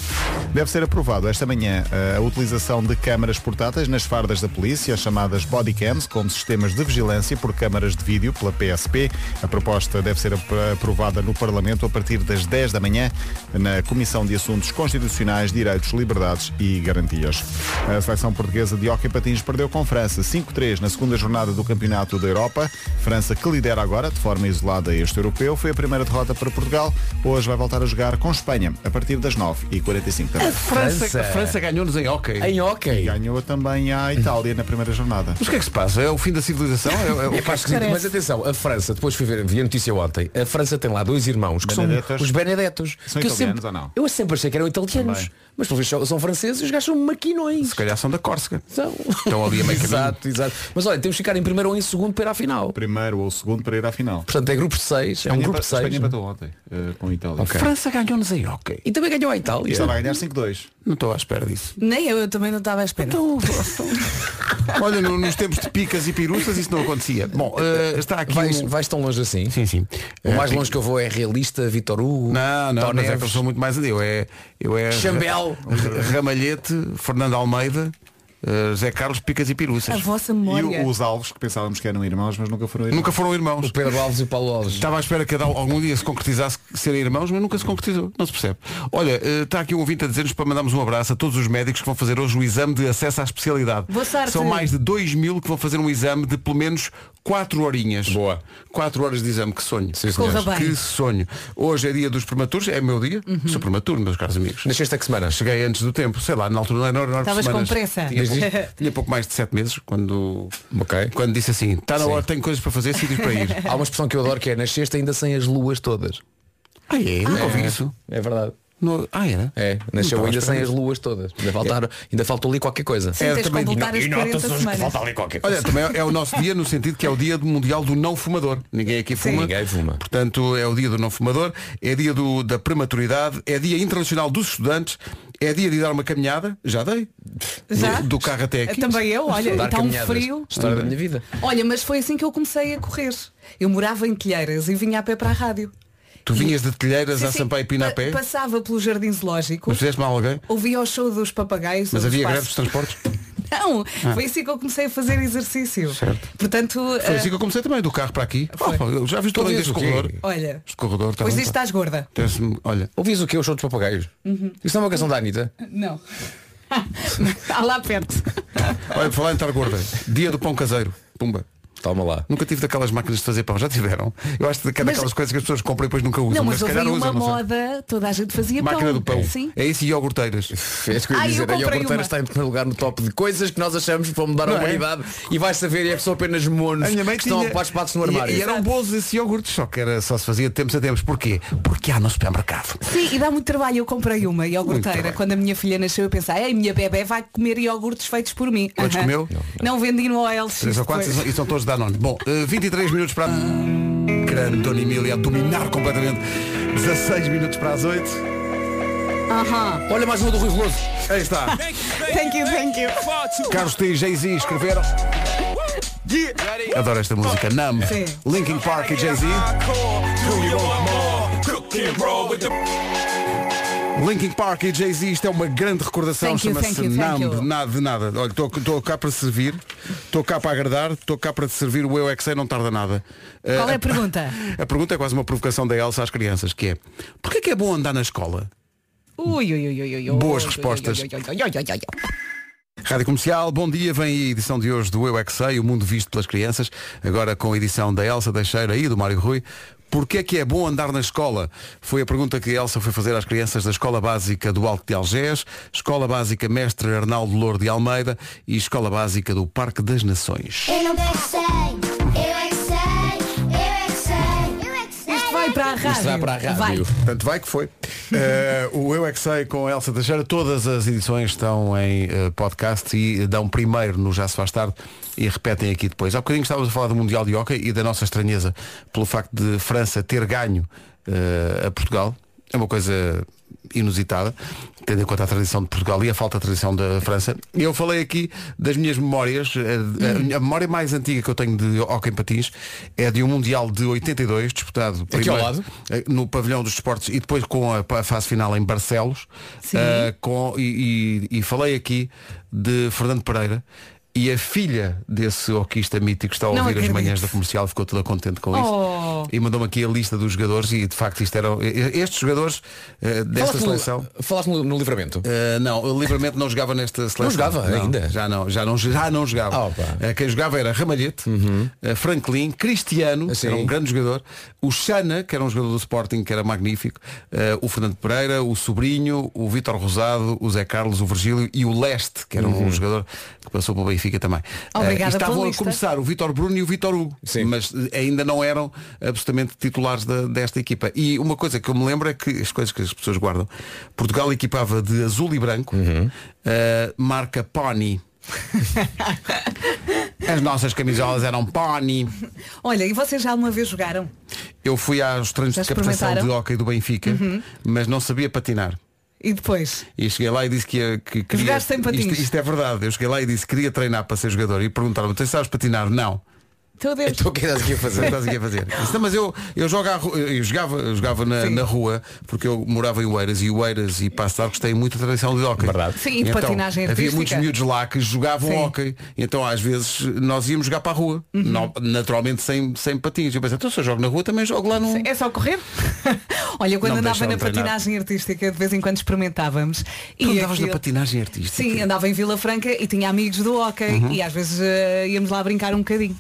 [SPEAKER 7] Deve ser aprovado esta manhã eh, a utilização de câmaras portáteis nas fardas da polícia, as chamadas bodycams, como sistemas de vigilância por câmaras de vídeo pela PSP. A proposta deve ser ap- aprovada no Parlamento a partir das 10 da manhã na Comissão de Assuntos Constitucionais, Direitos, Liberdades e Garantias. A seleção portuguesa de hóquei em patins perdeu com França 5-3 na segunda jornada do Campeonato da Europa. França que lidera agora de forma isolada este europeu foi a primeira derrota para Portugal. Hoje vai voltar a jogar com Espanha a partir das 9h45 da noite.
[SPEAKER 5] França.
[SPEAKER 2] a França ganhou-nos em hockey.
[SPEAKER 5] Em hockey.
[SPEAKER 7] Ganhou também a Itália na primeira jornada.
[SPEAKER 2] Mas o que é que se passa? É o fim da civilização? É, é o
[SPEAKER 5] É pá, esquisito, mas atenção, a França, depois fui ver, vi a notícia ontem, a França tem lá dois irmãos que são
[SPEAKER 7] Benedettos.
[SPEAKER 5] os Benedettos.
[SPEAKER 7] São
[SPEAKER 5] que eu
[SPEAKER 7] italianos
[SPEAKER 5] sempre-
[SPEAKER 7] ou não?
[SPEAKER 5] Eu sempre achei que eram italianos,
[SPEAKER 7] Também.
[SPEAKER 5] mas pelo visto são- são franceses e os gajos são maquinões.
[SPEAKER 2] Se calhar são da Córsega.
[SPEAKER 5] São.
[SPEAKER 2] Estão ali a meio caminho.
[SPEAKER 5] exato, exato. Mas olha, temos que ficar em primeiro ou em segundo para ir à final.
[SPEAKER 7] Primeiro ou segundo para ir à final.
[SPEAKER 5] Portanto, é grupo de seis, é um grupo de
[SPEAKER 7] Espanha
[SPEAKER 5] seis.
[SPEAKER 7] empatou ontem eh, com a Itália.
[SPEAKER 5] Ok.
[SPEAKER 2] França ganhou-nos em hockey.
[SPEAKER 5] E também ganhou a Itália.
[SPEAKER 7] Estava a ganhar 5-2.
[SPEAKER 2] Não estou à espera disso.
[SPEAKER 4] Nem eu, eu também não estava à espera.
[SPEAKER 5] Então,
[SPEAKER 2] Olha, no- nos tempos de picas e piruças isso não acontecia. Bom, eh, está aqui.
[SPEAKER 5] Vais,
[SPEAKER 2] um-
[SPEAKER 5] vais tão longe assim?
[SPEAKER 2] Sim, sim.
[SPEAKER 5] O mais
[SPEAKER 2] Eh,
[SPEAKER 5] longe que eu vou é realista, Vitor Hugo,
[SPEAKER 2] Não, não,
[SPEAKER 5] Tó
[SPEAKER 2] mas é que eu
[SPEAKER 5] Neves.
[SPEAKER 2] sou muito mais ali. Eu é, eu é
[SPEAKER 5] Chambel.
[SPEAKER 2] Ra- Ramalhete, Fernando Almeida, eh, Zé Carlos, Picas e
[SPEAKER 4] A
[SPEAKER 2] Piruças.
[SPEAKER 4] vossa
[SPEAKER 7] E
[SPEAKER 4] memória.
[SPEAKER 7] o- os alvos que pensávamos que eram irmãos, mas nunca foram irmãos.
[SPEAKER 2] Nunca foram irmãos.
[SPEAKER 5] o Pedro Alves e o Paulo Alves.
[SPEAKER 2] Estava à espera que algum dia se concretizasse serem irmãos, mas nunca se concretizou. Não se percebe. Olha, eh, está aqui um ouvinte a dizer-nos para mandarmos um abraço a todos os médicos que vão fazer hoje o exame de acesso à especialidade.
[SPEAKER 4] Boa sorte.
[SPEAKER 2] São mais de 2 mil que vão fazer um exame de pelo menos 4 horinhas.
[SPEAKER 5] Boa.
[SPEAKER 2] 4 horas de exame, que sonho.
[SPEAKER 5] Sim,
[SPEAKER 4] Corra
[SPEAKER 5] senhores.
[SPEAKER 4] bem. Uhum.
[SPEAKER 2] Que sonho. Hoje é dia dos prematuros, é meu dia. Sou prematuro, meus caros amigos.
[SPEAKER 5] Nasceste a que semana?
[SPEAKER 2] Cheguei antes do tempo, sei lá, na altura não era hora de
[SPEAKER 4] Estavas
[SPEAKER 2] semanas.
[SPEAKER 4] com pressa.
[SPEAKER 2] Tinha,
[SPEAKER 4] Mas
[SPEAKER 2] pouco- tinha pouco mais de 7 meses quando,
[SPEAKER 5] Ok.
[SPEAKER 2] quando disse assim, está na
[SPEAKER 5] Sim.
[SPEAKER 2] hora, tenho coisas para fazer, sítios para ir.
[SPEAKER 5] Há uma expressão que eu adoro que é nasceste ainda sem as luas todas.
[SPEAKER 2] ah, é? Nunca ouvi isso.
[SPEAKER 5] É verdade.
[SPEAKER 2] No- Ah, era?
[SPEAKER 5] É, nasceu
[SPEAKER 2] Não estava
[SPEAKER 5] ainda
[SPEAKER 2] à
[SPEAKER 5] sem
[SPEAKER 2] espera
[SPEAKER 5] as luas todas. Ainda, faltaram, ainda faltou ali qualquer coisa.
[SPEAKER 4] Sim,
[SPEAKER 2] É,
[SPEAKER 4] tens de
[SPEAKER 2] também-
[SPEAKER 4] completar as 40 semanas.
[SPEAKER 2] Olha, também é o nosso dia no sentido que é o dia do mundial do não fumador. Ninguém aqui fuma.
[SPEAKER 5] Ninguém fuma.
[SPEAKER 2] Portanto, é o dia do não fumador, é dia do- da prematuridade, é dia internacional dos estudantes, é dia de dar uma caminhada, já dei,
[SPEAKER 4] Já?
[SPEAKER 2] do, do carro até aqui.
[SPEAKER 4] Também eu, olha,
[SPEAKER 5] Dar
[SPEAKER 4] está um
[SPEAKER 5] caminhadas.
[SPEAKER 4] frio.
[SPEAKER 5] História da minha vida.
[SPEAKER 4] Olha, mas foi assim que eu comecei a correr. Eu morava em Telheiras e vinha a pé para a rádio.
[SPEAKER 2] Tu vinhas de telheiras
[SPEAKER 4] Sim,
[SPEAKER 2] a
[SPEAKER 4] sim.
[SPEAKER 2] Sampaio Pina a
[SPEAKER 4] Pa-
[SPEAKER 2] pé,
[SPEAKER 4] Passava pelo Jardim Zoológico,
[SPEAKER 2] mas fizeste mal a alguém?
[SPEAKER 4] ouvia o show dos papagaios.
[SPEAKER 2] Mas
[SPEAKER 4] dos
[SPEAKER 2] havia greves de
[SPEAKER 4] pássaros.
[SPEAKER 2] transportes?
[SPEAKER 4] Não, foi assim que eu comecei a fazer exercício.
[SPEAKER 2] Certo.
[SPEAKER 4] Portanto,
[SPEAKER 2] Foi
[SPEAKER 4] eh,
[SPEAKER 2] assim que eu comecei também, do carro para aqui.
[SPEAKER 4] Foi.
[SPEAKER 2] Oh, já viste o tamanho
[SPEAKER 5] Talvez
[SPEAKER 2] deste
[SPEAKER 5] o quê?
[SPEAKER 2] corredor?
[SPEAKER 4] olha,
[SPEAKER 2] Este corredor tá está
[SPEAKER 4] pois
[SPEAKER 2] bem,
[SPEAKER 4] diz que
[SPEAKER 2] pá.
[SPEAKER 4] estás gorda. Uhum.
[SPEAKER 2] Parece-me- Olha,
[SPEAKER 5] Ouvis o que? O show dos papagaios? Isso não é uma canção da Anitta?
[SPEAKER 4] Não. Está lá perto.
[SPEAKER 2] olha, por falar em estar gorda, dia do pão caseiro. Pumba.
[SPEAKER 5] Toma lá.
[SPEAKER 2] Nunca tive daquelas máquinas de fazer pão, já tiveram. Eu acho que é
[SPEAKER 4] Mas-
[SPEAKER 2] daquelas coisas que as pessoas compram e depois nunca usam.
[SPEAKER 4] Não, mas,
[SPEAKER 2] se
[SPEAKER 4] houve
[SPEAKER 2] calhar
[SPEAKER 4] aí uma
[SPEAKER 2] usam, não sei.
[SPEAKER 4] moda, toda a gente fazia
[SPEAKER 2] Máquina
[SPEAKER 4] pão.
[SPEAKER 2] do pão.
[SPEAKER 4] Sim.
[SPEAKER 2] É isso e iogurteiras.
[SPEAKER 5] É isso que eu ia
[SPEAKER 4] Ah, eu
[SPEAKER 5] dizer. a
[SPEAKER 4] comprei uma.
[SPEAKER 5] iogurteira está em primeiro lugar no top de coisas que nós achamos para mudar a
[SPEAKER 2] Não é?
[SPEAKER 5] humanidade e vais saber e é só apenas monos que estão ocupados patos no armário.
[SPEAKER 2] E, um e eram bolos esses iogurtes, só que era, só se fazia de tempos a tempos. Porquê? Porque há no supermercado.
[SPEAKER 4] Sim, e dá muito trabalho. Eu comprei uma iogurteira.
[SPEAKER 2] trabalho.
[SPEAKER 4] Quando a minha filha nasceu, eu pensei, ei, minha bebé vai comer iogurtes feitos por mim.
[SPEAKER 2] Quantos
[SPEAKER 4] Aham.
[SPEAKER 2] comeu?
[SPEAKER 4] Não, vendi no OLX.
[SPEAKER 2] Três ou quatro
[SPEAKER 4] depois.
[SPEAKER 2] e são todos da Danone. Bom, eh, 23 minutos para. Grande Dona Emília a dominar completamente. 16 minutos para as 8.
[SPEAKER 4] Aham.
[SPEAKER 5] Olha mais uma do Rui Veloso.
[SPEAKER 2] Aí está.
[SPEAKER 4] Thank you, thank you.
[SPEAKER 2] Carlos T e Jay-Z escreveram. Adoro esta música. Numb,
[SPEAKER 4] Sim.
[SPEAKER 2] Linkin Park e Jay-Z. Linkin Park e Jay-Z, isto é uma grande recordação,
[SPEAKER 4] Thank you,
[SPEAKER 2] chama-se
[SPEAKER 4] thank you, thank
[SPEAKER 2] Numb,
[SPEAKER 4] you.
[SPEAKER 2] nada de nada. Olha, estou cá para servir, estou cá para agradar, estou cá para te servir, o eu é que sei, não tarda nada. Eh,
[SPEAKER 4] Qual é a pergunta?
[SPEAKER 2] A pergunta é quase uma provocação da Elsa às crianças, que é, porquê que é bom andar na escola?
[SPEAKER 4] Ui, ui, ui, ui, ui, ui,
[SPEAKER 2] Boas
[SPEAKER 4] ui,
[SPEAKER 2] respostas.
[SPEAKER 4] ui, ui, ui, ui, ui, ui, ui.
[SPEAKER 2] Rádio Comercial, bom dia, vem aí a edição de hoje do Eu é Que Sei, o mundo visto pelas crianças, agora com a edição da Elsa Teixeira e do Mário Rui. Porquê é que é bom andar na escola? Foi a pergunta que a Elsa foi fazer às crianças da Escola Básica do Alto de Algés, Escola Básica Mestre Arnaldo Louro de Almeida e Escola Básica do Parque das Nações.
[SPEAKER 8] Eu não quero sei, eu é que sei, eu é que sei, eu é que sei.
[SPEAKER 4] Isto vai para a rádio.
[SPEAKER 5] Isto vai para a rádio.
[SPEAKER 4] Vai.
[SPEAKER 2] Tanto vai que foi. Eh, o Eu é que sei com a Elsa Teixeira, todas as edições estão em eh, podcast e dão primeiro no Já se faz tarde e repetem aqui depois. Há bocadinho estávamos a falar do Mundial de Hockey e da nossa estranheza pelo facto de França ter ganho eh, a Portugal. É uma coisa inusitada, tendo em conta a tradição de Portugal e a falta de tradição da França. E Eu falei aqui das minhas memórias,
[SPEAKER 4] Hum.
[SPEAKER 2] eh, a, a memória mais antiga que eu tenho de hockey em patins é de um Mundial de 82, disputado
[SPEAKER 5] Aqui ao lado?
[SPEAKER 2] eh, no pavilhão dos esportes e depois com a, a fase final em Barcelos
[SPEAKER 4] Sim.
[SPEAKER 2] eh, com, e, e- e falei aqui de Fernando Pereira e a filha desse hoquista mítico que está a
[SPEAKER 4] Não
[SPEAKER 2] ouvir as
[SPEAKER 4] acredito.
[SPEAKER 2] manhãs da comercial ficou toda contente com isto
[SPEAKER 4] Oh.
[SPEAKER 2] e mandou-me aqui a lista dos jogadores e de facto isto eram e- estes jogadores eh, desta
[SPEAKER 5] Falaste no-
[SPEAKER 2] seleção
[SPEAKER 5] Falaste no, no livramento.
[SPEAKER 2] eh, não, eu livremente não jogava nesta seleção.
[SPEAKER 5] jogava ainda?
[SPEAKER 2] Já não, já não, já não jogava.
[SPEAKER 5] Ah, opa. Uhum.
[SPEAKER 2] Eh, quem jogava era Ramalhete, eh, Franklin, Cristiano, que
[SPEAKER 5] Sim.
[SPEAKER 2] era um grande jogador, o Xana, que era um jogador do Sporting, que era magnífico, eh, o Fernando Pereira, o Sobrinho, o Vítor Rosado, o Zé Carlos, o Virgílio e o Leste, que era
[SPEAKER 5] Uhum.
[SPEAKER 2] um jogador que passou pelo Benfica também. Eh,
[SPEAKER 4] Ah, Obrigada
[SPEAKER 2] e estavam
[SPEAKER 4] pela
[SPEAKER 2] a
[SPEAKER 4] lista.
[SPEAKER 2] começar o Vítor Bruno e o Vítor Hugo,
[SPEAKER 5] Sim.
[SPEAKER 2] mas eh, ainda não eram absolutamente titulares da- desta equipa. E uma coisa que eu me lembro é que as coisas que as pessoas guardam, Portugal equipava de azul e branco, eh, marca Pony. As nossas camisolas eram Pony.
[SPEAKER 4] Olha, e vocês já alguma vez jogaram?
[SPEAKER 2] Eu fui aos treinos
[SPEAKER 4] Já
[SPEAKER 2] de captação de
[SPEAKER 4] experimentaram? Uhum.
[SPEAKER 2] hóquei do Benfica, mas não sabia patinar.
[SPEAKER 4] E depois?
[SPEAKER 2] E cheguei lá e disse que, ia- que queria.
[SPEAKER 4] Jogaste sem patins.
[SPEAKER 2] Isto, isto é verdade. Eu cheguei lá e disse que queria treinar para ser jogador. E perguntaram-me, tu sabes patinar? Não.
[SPEAKER 4] Teu Deus.
[SPEAKER 5] Então o que é que estás aqui a
[SPEAKER 2] Não
[SPEAKER 5] fazer?
[SPEAKER 2] estás aqui a fazer. Disse, "Não, mas eu, eu, jogo à ru- eu jogava, eu jogava na, na rua porque eu morava em Oeiras e Oeiras e Passo de Arcos têm muita tradição de hóquei.
[SPEAKER 5] Verdade.
[SPEAKER 4] Sim, e de patinagem
[SPEAKER 2] Havia
[SPEAKER 4] artística.
[SPEAKER 2] muitos miúdos lá que jogavam
[SPEAKER 4] Sim. Uhum.
[SPEAKER 2] hóquei. Então às vezes nós íamos jogar para a rua. No- naturalmente sem, sem patins. Eu pensei, então se eu jogo na rua também jogo lá no.
[SPEAKER 4] É só correr? Olha, quando
[SPEAKER 2] Não me
[SPEAKER 4] andava
[SPEAKER 2] deixaram
[SPEAKER 4] na
[SPEAKER 2] treinar.
[SPEAKER 4] patinagem artística, de vez em quando experimentávamos. E
[SPEAKER 2] Tu andavas na
[SPEAKER 4] aquilo-
[SPEAKER 2] patinagem artística. Uhum.
[SPEAKER 4] Sim, andava em Vila Franca e tinha amigos do hockey e às vezes eh, íamos lá brincar um bocadinho.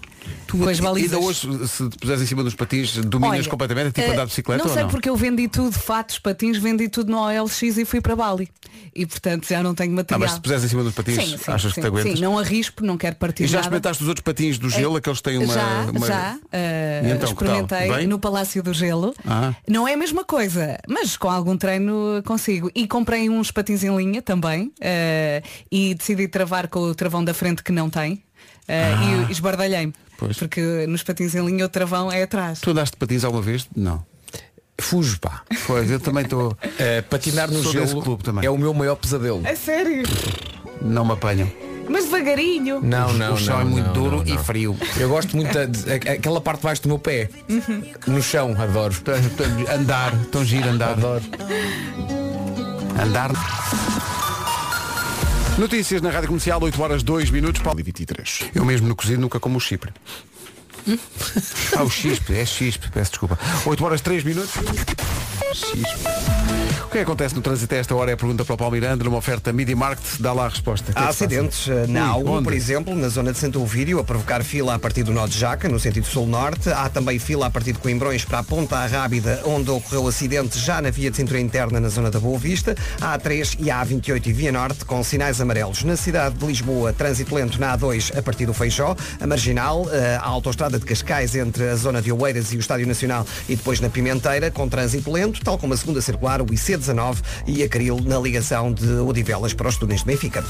[SPEAKER 4] com as balizas.
[SPEAKER 2] Ainda hoje, se te puseres em cima dos patins, dominas
[SPEAKER 4] Olha,
[SPEAKER 2] completamente, é tipo
[SPEAKER 4] eh,
[SPEAKER 2] andar de bicicleta
[SPEAKER 4] Não
[SPEAKER 2] ou
[SPEAKER 4] sei
[SPEAKER 2] não?
[SPEAKER 4] porque eu vendi tudo, fatos, patins, vendi tudo no OLX e fui para Bali. E portanto já não tenho
[SPEAKER 2] Não,
[SPEAKER 4] material.
[SPEAKER 2] Ah, mas se te puseres em cima dos patins,
[SPEAKER 4] Sim, sim,
[SPEAKER 2] achas
[SPEAKER 4] sim,
[SPEAKER 2] que te aguentas?
[SPEAKER 4] Sim, não arrisco, não quero partir
[SPEAKER 2] E
[SPEAKER 4] nada.
[SPEAKER 2] já
[SPEAKER 4] Eh,
[SPEAKER 2] experimentaste os outros patins do gelo, aqueles que têm uma.
[SPEAKER 4] já,
[SPEAKER 2] uma-
[SPEAKER 4] já eh,
[SPEAKER 2] E então, que tal?
[SPEAKER 4] experimentei
[SPEAKER 2] Bem?
[SPEAKER 4] no Palácio do Gelo.
[SPEAKER 2] Ah.
[SPEAKER 4] Não é a mesma coisa, mas com algum treino consigo. E comprei uns patins em linha também eh, e decidi travar com o travão da frente que não tem. eh, E esbardalhei-me.
[SPEAKER 2] Ah. Pois.
[SPEAKER 4] Porque nos patins em linha o travão é atrás.
[SPEAKER 2] Tu andaste de patins alguma vez? Não.
[SPEAKER 5] Fujo, pá.
[SPEAKER 2] Pois, eu também estou.
[SPEAKER 5] Eh, patinar no
[SPEAKER 2] Sou desse
[SPEAKER 5] gelo
[SPEAKER 2] clube também.
[SPEAKER 5] é o meu maior pesadelo.
[SPEAKER 4] A sério?
[SPEAKER 2] Não me apanham.
[SPEAKER 4] Mas devagarinho.
[SPEAKER 5] Não, não,
[SPEAKER 2] o chão
[SPEAKER 5] não,
[SPEAKER 2] é muito
[SPEAKER 5] não,
[SPEAKER 2] duro
[SPEAKER 5] não,
[SPEAKER 2] e
[SPEAKER 5] não.
[SPEAKER 2] frio.
[SPEAKER 5] Eu gosto muito da, de- a- aquela parte de baixo do meu pé.
[SPEAKER 4] Uhum.
[SPEAKER 5] No chão, adoro.
[SPEAKER 2] Andar, tão giro andar.
[SPEAKER 5] Adoro.
[SPEAKER 2] Andar. Notícias na Rádio Comercial, 8 horas 2 minutos. Paulo-
[SPEAKER 7] 23.
[SPEAKER 2] Eu mesmo no cozido nunca como o chipre. Ah, o chispe, é chispe, peço desculpa. 8 horas 3 minutos. Chispe. O que é que acontece no trânsito a esta hora é a pergunta para o Paulo Miranda, numa oferta Media Market, dá lá a resposta. O que é
[SPEAKER 3] Há
[SPEAKER 2] que se passa?
[SPEAKER 3] acidentes eh, na
[SPEAKER 2] Ui,
[SPEAKER 3] A1,
[SPEAKER 2] onde?
[SPEAKER 3] por exemplo, na zona de Santo Ovídio, a provocar fila a partir do nó de Jaca, no sentido sul-norte. Há também fila a partir de Coimbrões para a Ponta Rábida, onde ocorreu acidente já na via de cintura interna na zona da Boa Vista. A A3 e a A28 e Via Norte com sinais amarelos. Na cidade de Lisboa, trânsito lento na A2 a partir do Feijó, a Marginal, eh, a Autostrada de Cascais entre a zona de Oeiras e o Estádio Nacional e depois na Pimenteira, com trânsito lento. 24, tal como a segunda circular, o IC19 e a Caril na ligação de Odivelas para os túneis de Benfica.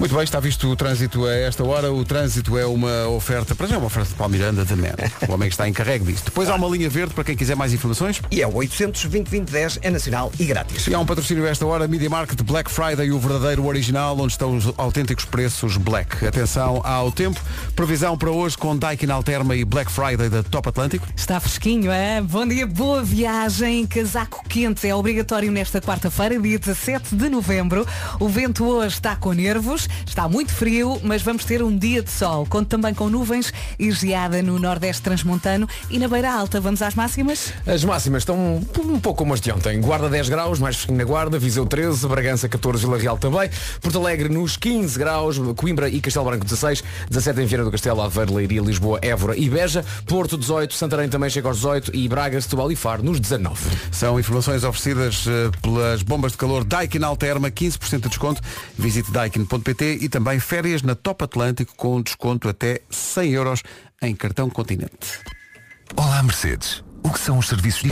[SPEAKER 2] Muito bem, está visto o trânsito a esta hora. O trânsito é uma oferta, para já é uma oferta de Paulo Miranda de Man, o homem que está encarregue disto. Depois há uma linha verde para quem quiser mais informações.
[SPEAKER 3] E é o 800 20 20 10, é nacional e grátis.
[SPEAKER 2] E há um patrocínio a esta hora, Media Market Black Friday, o verdadeiro original, onde estão os autênticos preços black. Atenção ao tempo. Previsão para hoje com Daikin Alterma e Black Friday da Top Atlântico.
[SPEAKER 4] Está fresquinho, é? Bom dia, boa viagem. Casaco quente é obrigatório nesta quarta-feira, dia 17 de novembro. O vento hoje está com nervos, está muito frio, mas vamos ter um dia de sol. Conto também com nuvens e geada no Nordeste Transmontano e na Beira Alta. Vamos às máximas?
[SPEAKER 5] As máximas estão um um pouco como as de ontem. Guarda 10 graus, mais fresquinho na Guarda, Viseu 13, Bragança 14, Vila Real também, Porto Alegre nos 15 graus, Coimbra e Castelo Branco 16, 17 em Vieira do Castelo, Aveiro, Leiria, Lisboa, Évora e Beja, Porto 18, Santarém também chega aos 18 e Braga, Setúbal e Faro nos 19.
[SPEAKER 2] São informações oferecidas eh, pelas bombas de calor Daikin Alterma, 15% de desconto. Visite daikin.pt e também férias na Top Atlântico com um desconto até 100 euros em cartão continente.
[SPEAKER 9] Olá, Mercedes. O que são os serviços de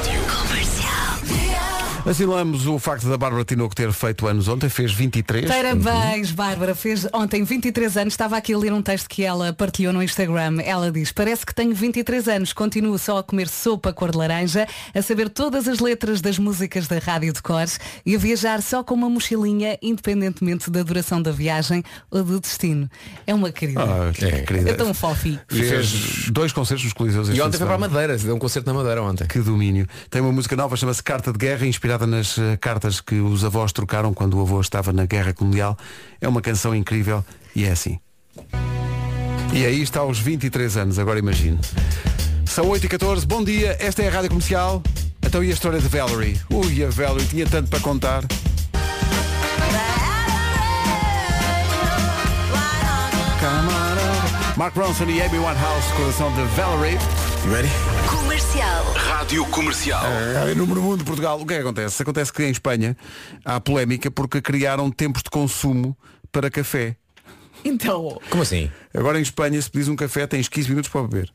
[SPEAKER 2] Assinalamos o facto da Bárbara Tinoco ter feito anos ontem, fez 23.
[SPEAKER 4] Parabéns, Bárbara. Fez ontem 23 anos. Estava aqui a ler um texto que ela partilhou no Instagram. Ela diz, parece que tenho 23 anos, continuo só a comer sopa cor de laranja, a saber todas as letras das músicas da Rádio de Cores e a viajar só com uma mochilinha, independentemente da duração da viagem ou do destino. É uma querida.
[SPEAKER 2] Ah, que
[SPEAKER 5] É.
[SPEAKER 2] querida.
[SPEAKER 4] é tão fofinho.
[SPEAKER 2] Fez dois concertos nos Coliseus.
[SPEAKER 5] E
[SPEAKER 2] este
[SPEAKER 5] ontem
[SPEAKER 2] fim
[SPEAKER 5] foi
[SPEAKER 2] de
[SPEAKER 5] para a
[SPEAKER 2] semana.
[SPEAKER 5] Madeira, deu um concerto na Madeira ontem.
[SPEAKER 2] Que domínio. Tem uma música nova, chama-se Carta de Guerra, inspirada nas eh, cartas que os avós trocaram quando o avô estava na guerra colonial. É uma canção incrível e é assim. E aí está aos 23 anos, agora imagino. São 8 e 14 bom dia, esta é a Rádio Comercial. Então e a história de Valerie? Ui, a Valerie tinha tanto para contar. Mark Ronson e Amy Winehouse, coração de Valerie.
[SPEAKER 9] Rádio Comercial.
[SPEAKER 2] Ah, número 1 de Portugal. O que é que acontece? Acontece que em Espanha há polémica porque criaram tempos de consumo para café.
[SPEAKER 4] Então,
[SPEAKER 5] Como assim?
[SPEAKER 2] Agora em Espanha, se pedis um café, tens 15 minutos para beber.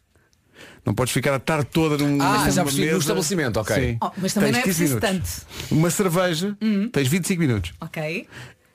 [SPEAKER 2] Não podes ficar a tarde toda num
[SPEAKER 5] Ah,
[SPEAKER 2] numa
[SPEAKER 5] já percebi,
[SPEAKER 2] mesa.
[SPEAKER 5] no estabelecimento, ok.
[SPEAKER 2] Sim.
[SPEAKER 4] Oh, mas também
[SPEAKER 2] Tens
[SPEAKER 4] não é
[SPEAKER 2] 15
[SPEAKER 4] preciso Hum.
[SPEAKER 2] minutos. Uma cerveja, tens 25 minutos.
[SPEAKER 4] ok.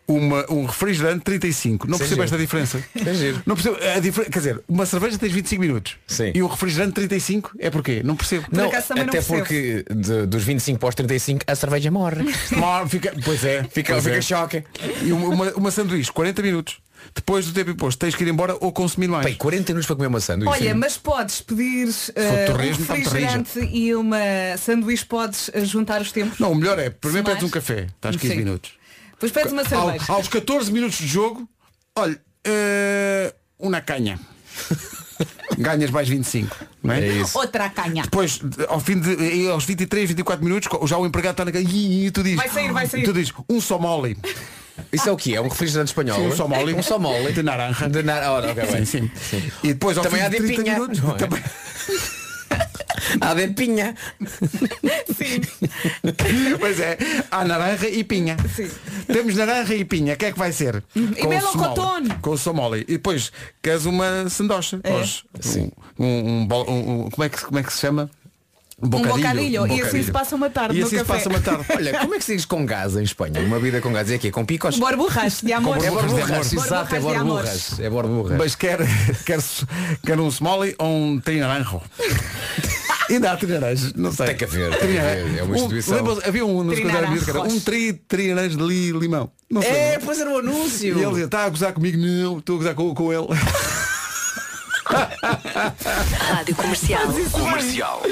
[SPEAKER 2] Uma, um refrigerante, 35. Não
[SPEAKER 5] giro.
[SPEAKER 2] percebo esta diferença.
[SPEAKER 5] É giro.
[SPEAKER 2] Não percebo, a diferença, quer dizer, uma cerveja tens 25 minutos.
[SPEAKER 5] Sim.
[SPEAKER 2] E um refrigerante, 35. É porquê? Não percebo.
[SPEAKER 5] Não,
[SPEAKER 4] acaso também não
[SPEAKER 5] até
[SPEAKER 4] percebo.
[SPEAKER 5] porque de- dos 25 para os 35 a cerveja morre.
[SPEAKER 2] Mar, fica, pois é.
[SPEAKER 5] Fica,
[SPEAKER 2] pois
[SPEAKER 5] fica
[SPEAKER 2] é.
[SPEAKER 5] choque.
[SPEAKER 2] E uma, uma, uma sanduíche, 40 minutos. Depois do tempo imposto, tens que ir embora ou consumir mais.
[SPEAKER 5] Pai, 40 minutos para comer uma sanduíche.
[SPEAKER 4] Olha, mas podes pedir eh,
[SPEAKER 2] torresmo,
[SPEAKER 4] um
[SPEAKER 2] está
[SPEAKER 4] refrigerante e uma sanduíche, podes eh, juntar os tempos.
[SPEAKER 2] Não, o melhor é, primeiro
[SPEAKER 4] Mais?
[SPEAKER 2] pedes um café, estás 15
[SPEAKER 4] Sim.
[SPEAKER 2] minutos.
[SPEAKER 4] Depois pedes uma
[SPEAKER 2] Ao-
[SPEAKER 4] cerveja.
[SPEAKER 2] aos 14 minutos de jogo, olha, eh, uma canha. Ganhas mais 25. Não é?
[SPEAKER 5] É isso.
[SPEAKER 4] Outra canha.
[SPEAKER 2] Depois, ao fim de, e aos 23, 24 minutos, já o empregado está na canha e tu dizes,
[SPEAKER 4] Vai sair, vai sair.
[SPEAKER 2] tu dizes, um só mole.
[SPEAKER 5] Isso é o quê? É um refrigerante espanhol?
[SPEAKER 2] Sim, um só mole.
[SPEAKER 5] Um só mole.
[SPEAKER 2] De naranja.
[SPEAKER 5] De nar... Ora, ok, bem.
[SPEAKER 2] Sim, sim. E depois ao
[SPEAKER 5] Também
[SPEAKER 2] fim
[SPEAKER 5] há
[SPEAKER 2] de
[SPEAKER 5] de
[SPEAKER 2] 30
[SPEAKER 5] pinha.
[SPEAKER 2] minutos,
[SPEAKER 5] não é?
[SPEAKER 2] também-
[SPEAKER 5] Há de pinha.
[SPEAKER 2] Pois é, há naranja e pinha.
[SPEAKER 4] Sim.
[SPEAKER 2] Temos naranja e pinha, o que é que vai ser?
[SPEAKER 5] Uhum.
[SPEAKER 4] E
[SPEAKER 2] o
[SPEAKER 4] melocotone.
[SPEAKER 2] somole. Com o somole. E depois queres uma sandocha.
[SPEAKER 5] É.
[SPEAKER 2] Hoje. Um, um, bol- um- um- como, é que, como é que se chama?
[SPEAKER 4] Um bocadilho. E assim se passa uma tarde
[SPEAKER 2] E
[SPEAKER 4] no
[SPEAKER 2] assim se
[SPEAKER 4] café.
[SPEAKER 2] passa uma tarde.
[SPEAKER 5] Olha, como é que se diz com gás em Espanha? Uma bebida com gás. É aqui, com picos?
[SPEAKER 4] Borburras de amor.
[SPEAKER 2] Com
[SPEAKER 5] É
[SPEAKER 2] borburras
[SPEAKER 5] borburras,
[SPEAKER 2] de amor.
[SPEAKER 5] exato, é
[SPEAKER 4] Borburras de amor.
[SPEAKER 5] borburras. É borburras.
[SPEAKER 2] Mas quer, quer, quer um smolly ou um trinaranjo? Ainda há trinaranjo, não sei.
[SPEAKER 5] Tem que haver, tem que
[SPEAKER 2] Trinaranjo.
[SPEAKER 5] haver, é uma
[SPEAKER 2] Um-
[SPEAKER 5] instituição.
[SPEAKER 2] lembra-se, havia um no secundário
[SPEAKER 4] Trinaranjos.
[SPEAKER 2] que era um tri, trinaranjo de li- limão. Não sei.
[SPEAKER 5] É, pois era um
[SPEAKER 2] E ele
[SPEAKER 5] anúncio.
[SPEAKER 2] dizia, está a gozar comigo? Não, estou a gozar com, com ele.
[SPEAKER 9] Comercial.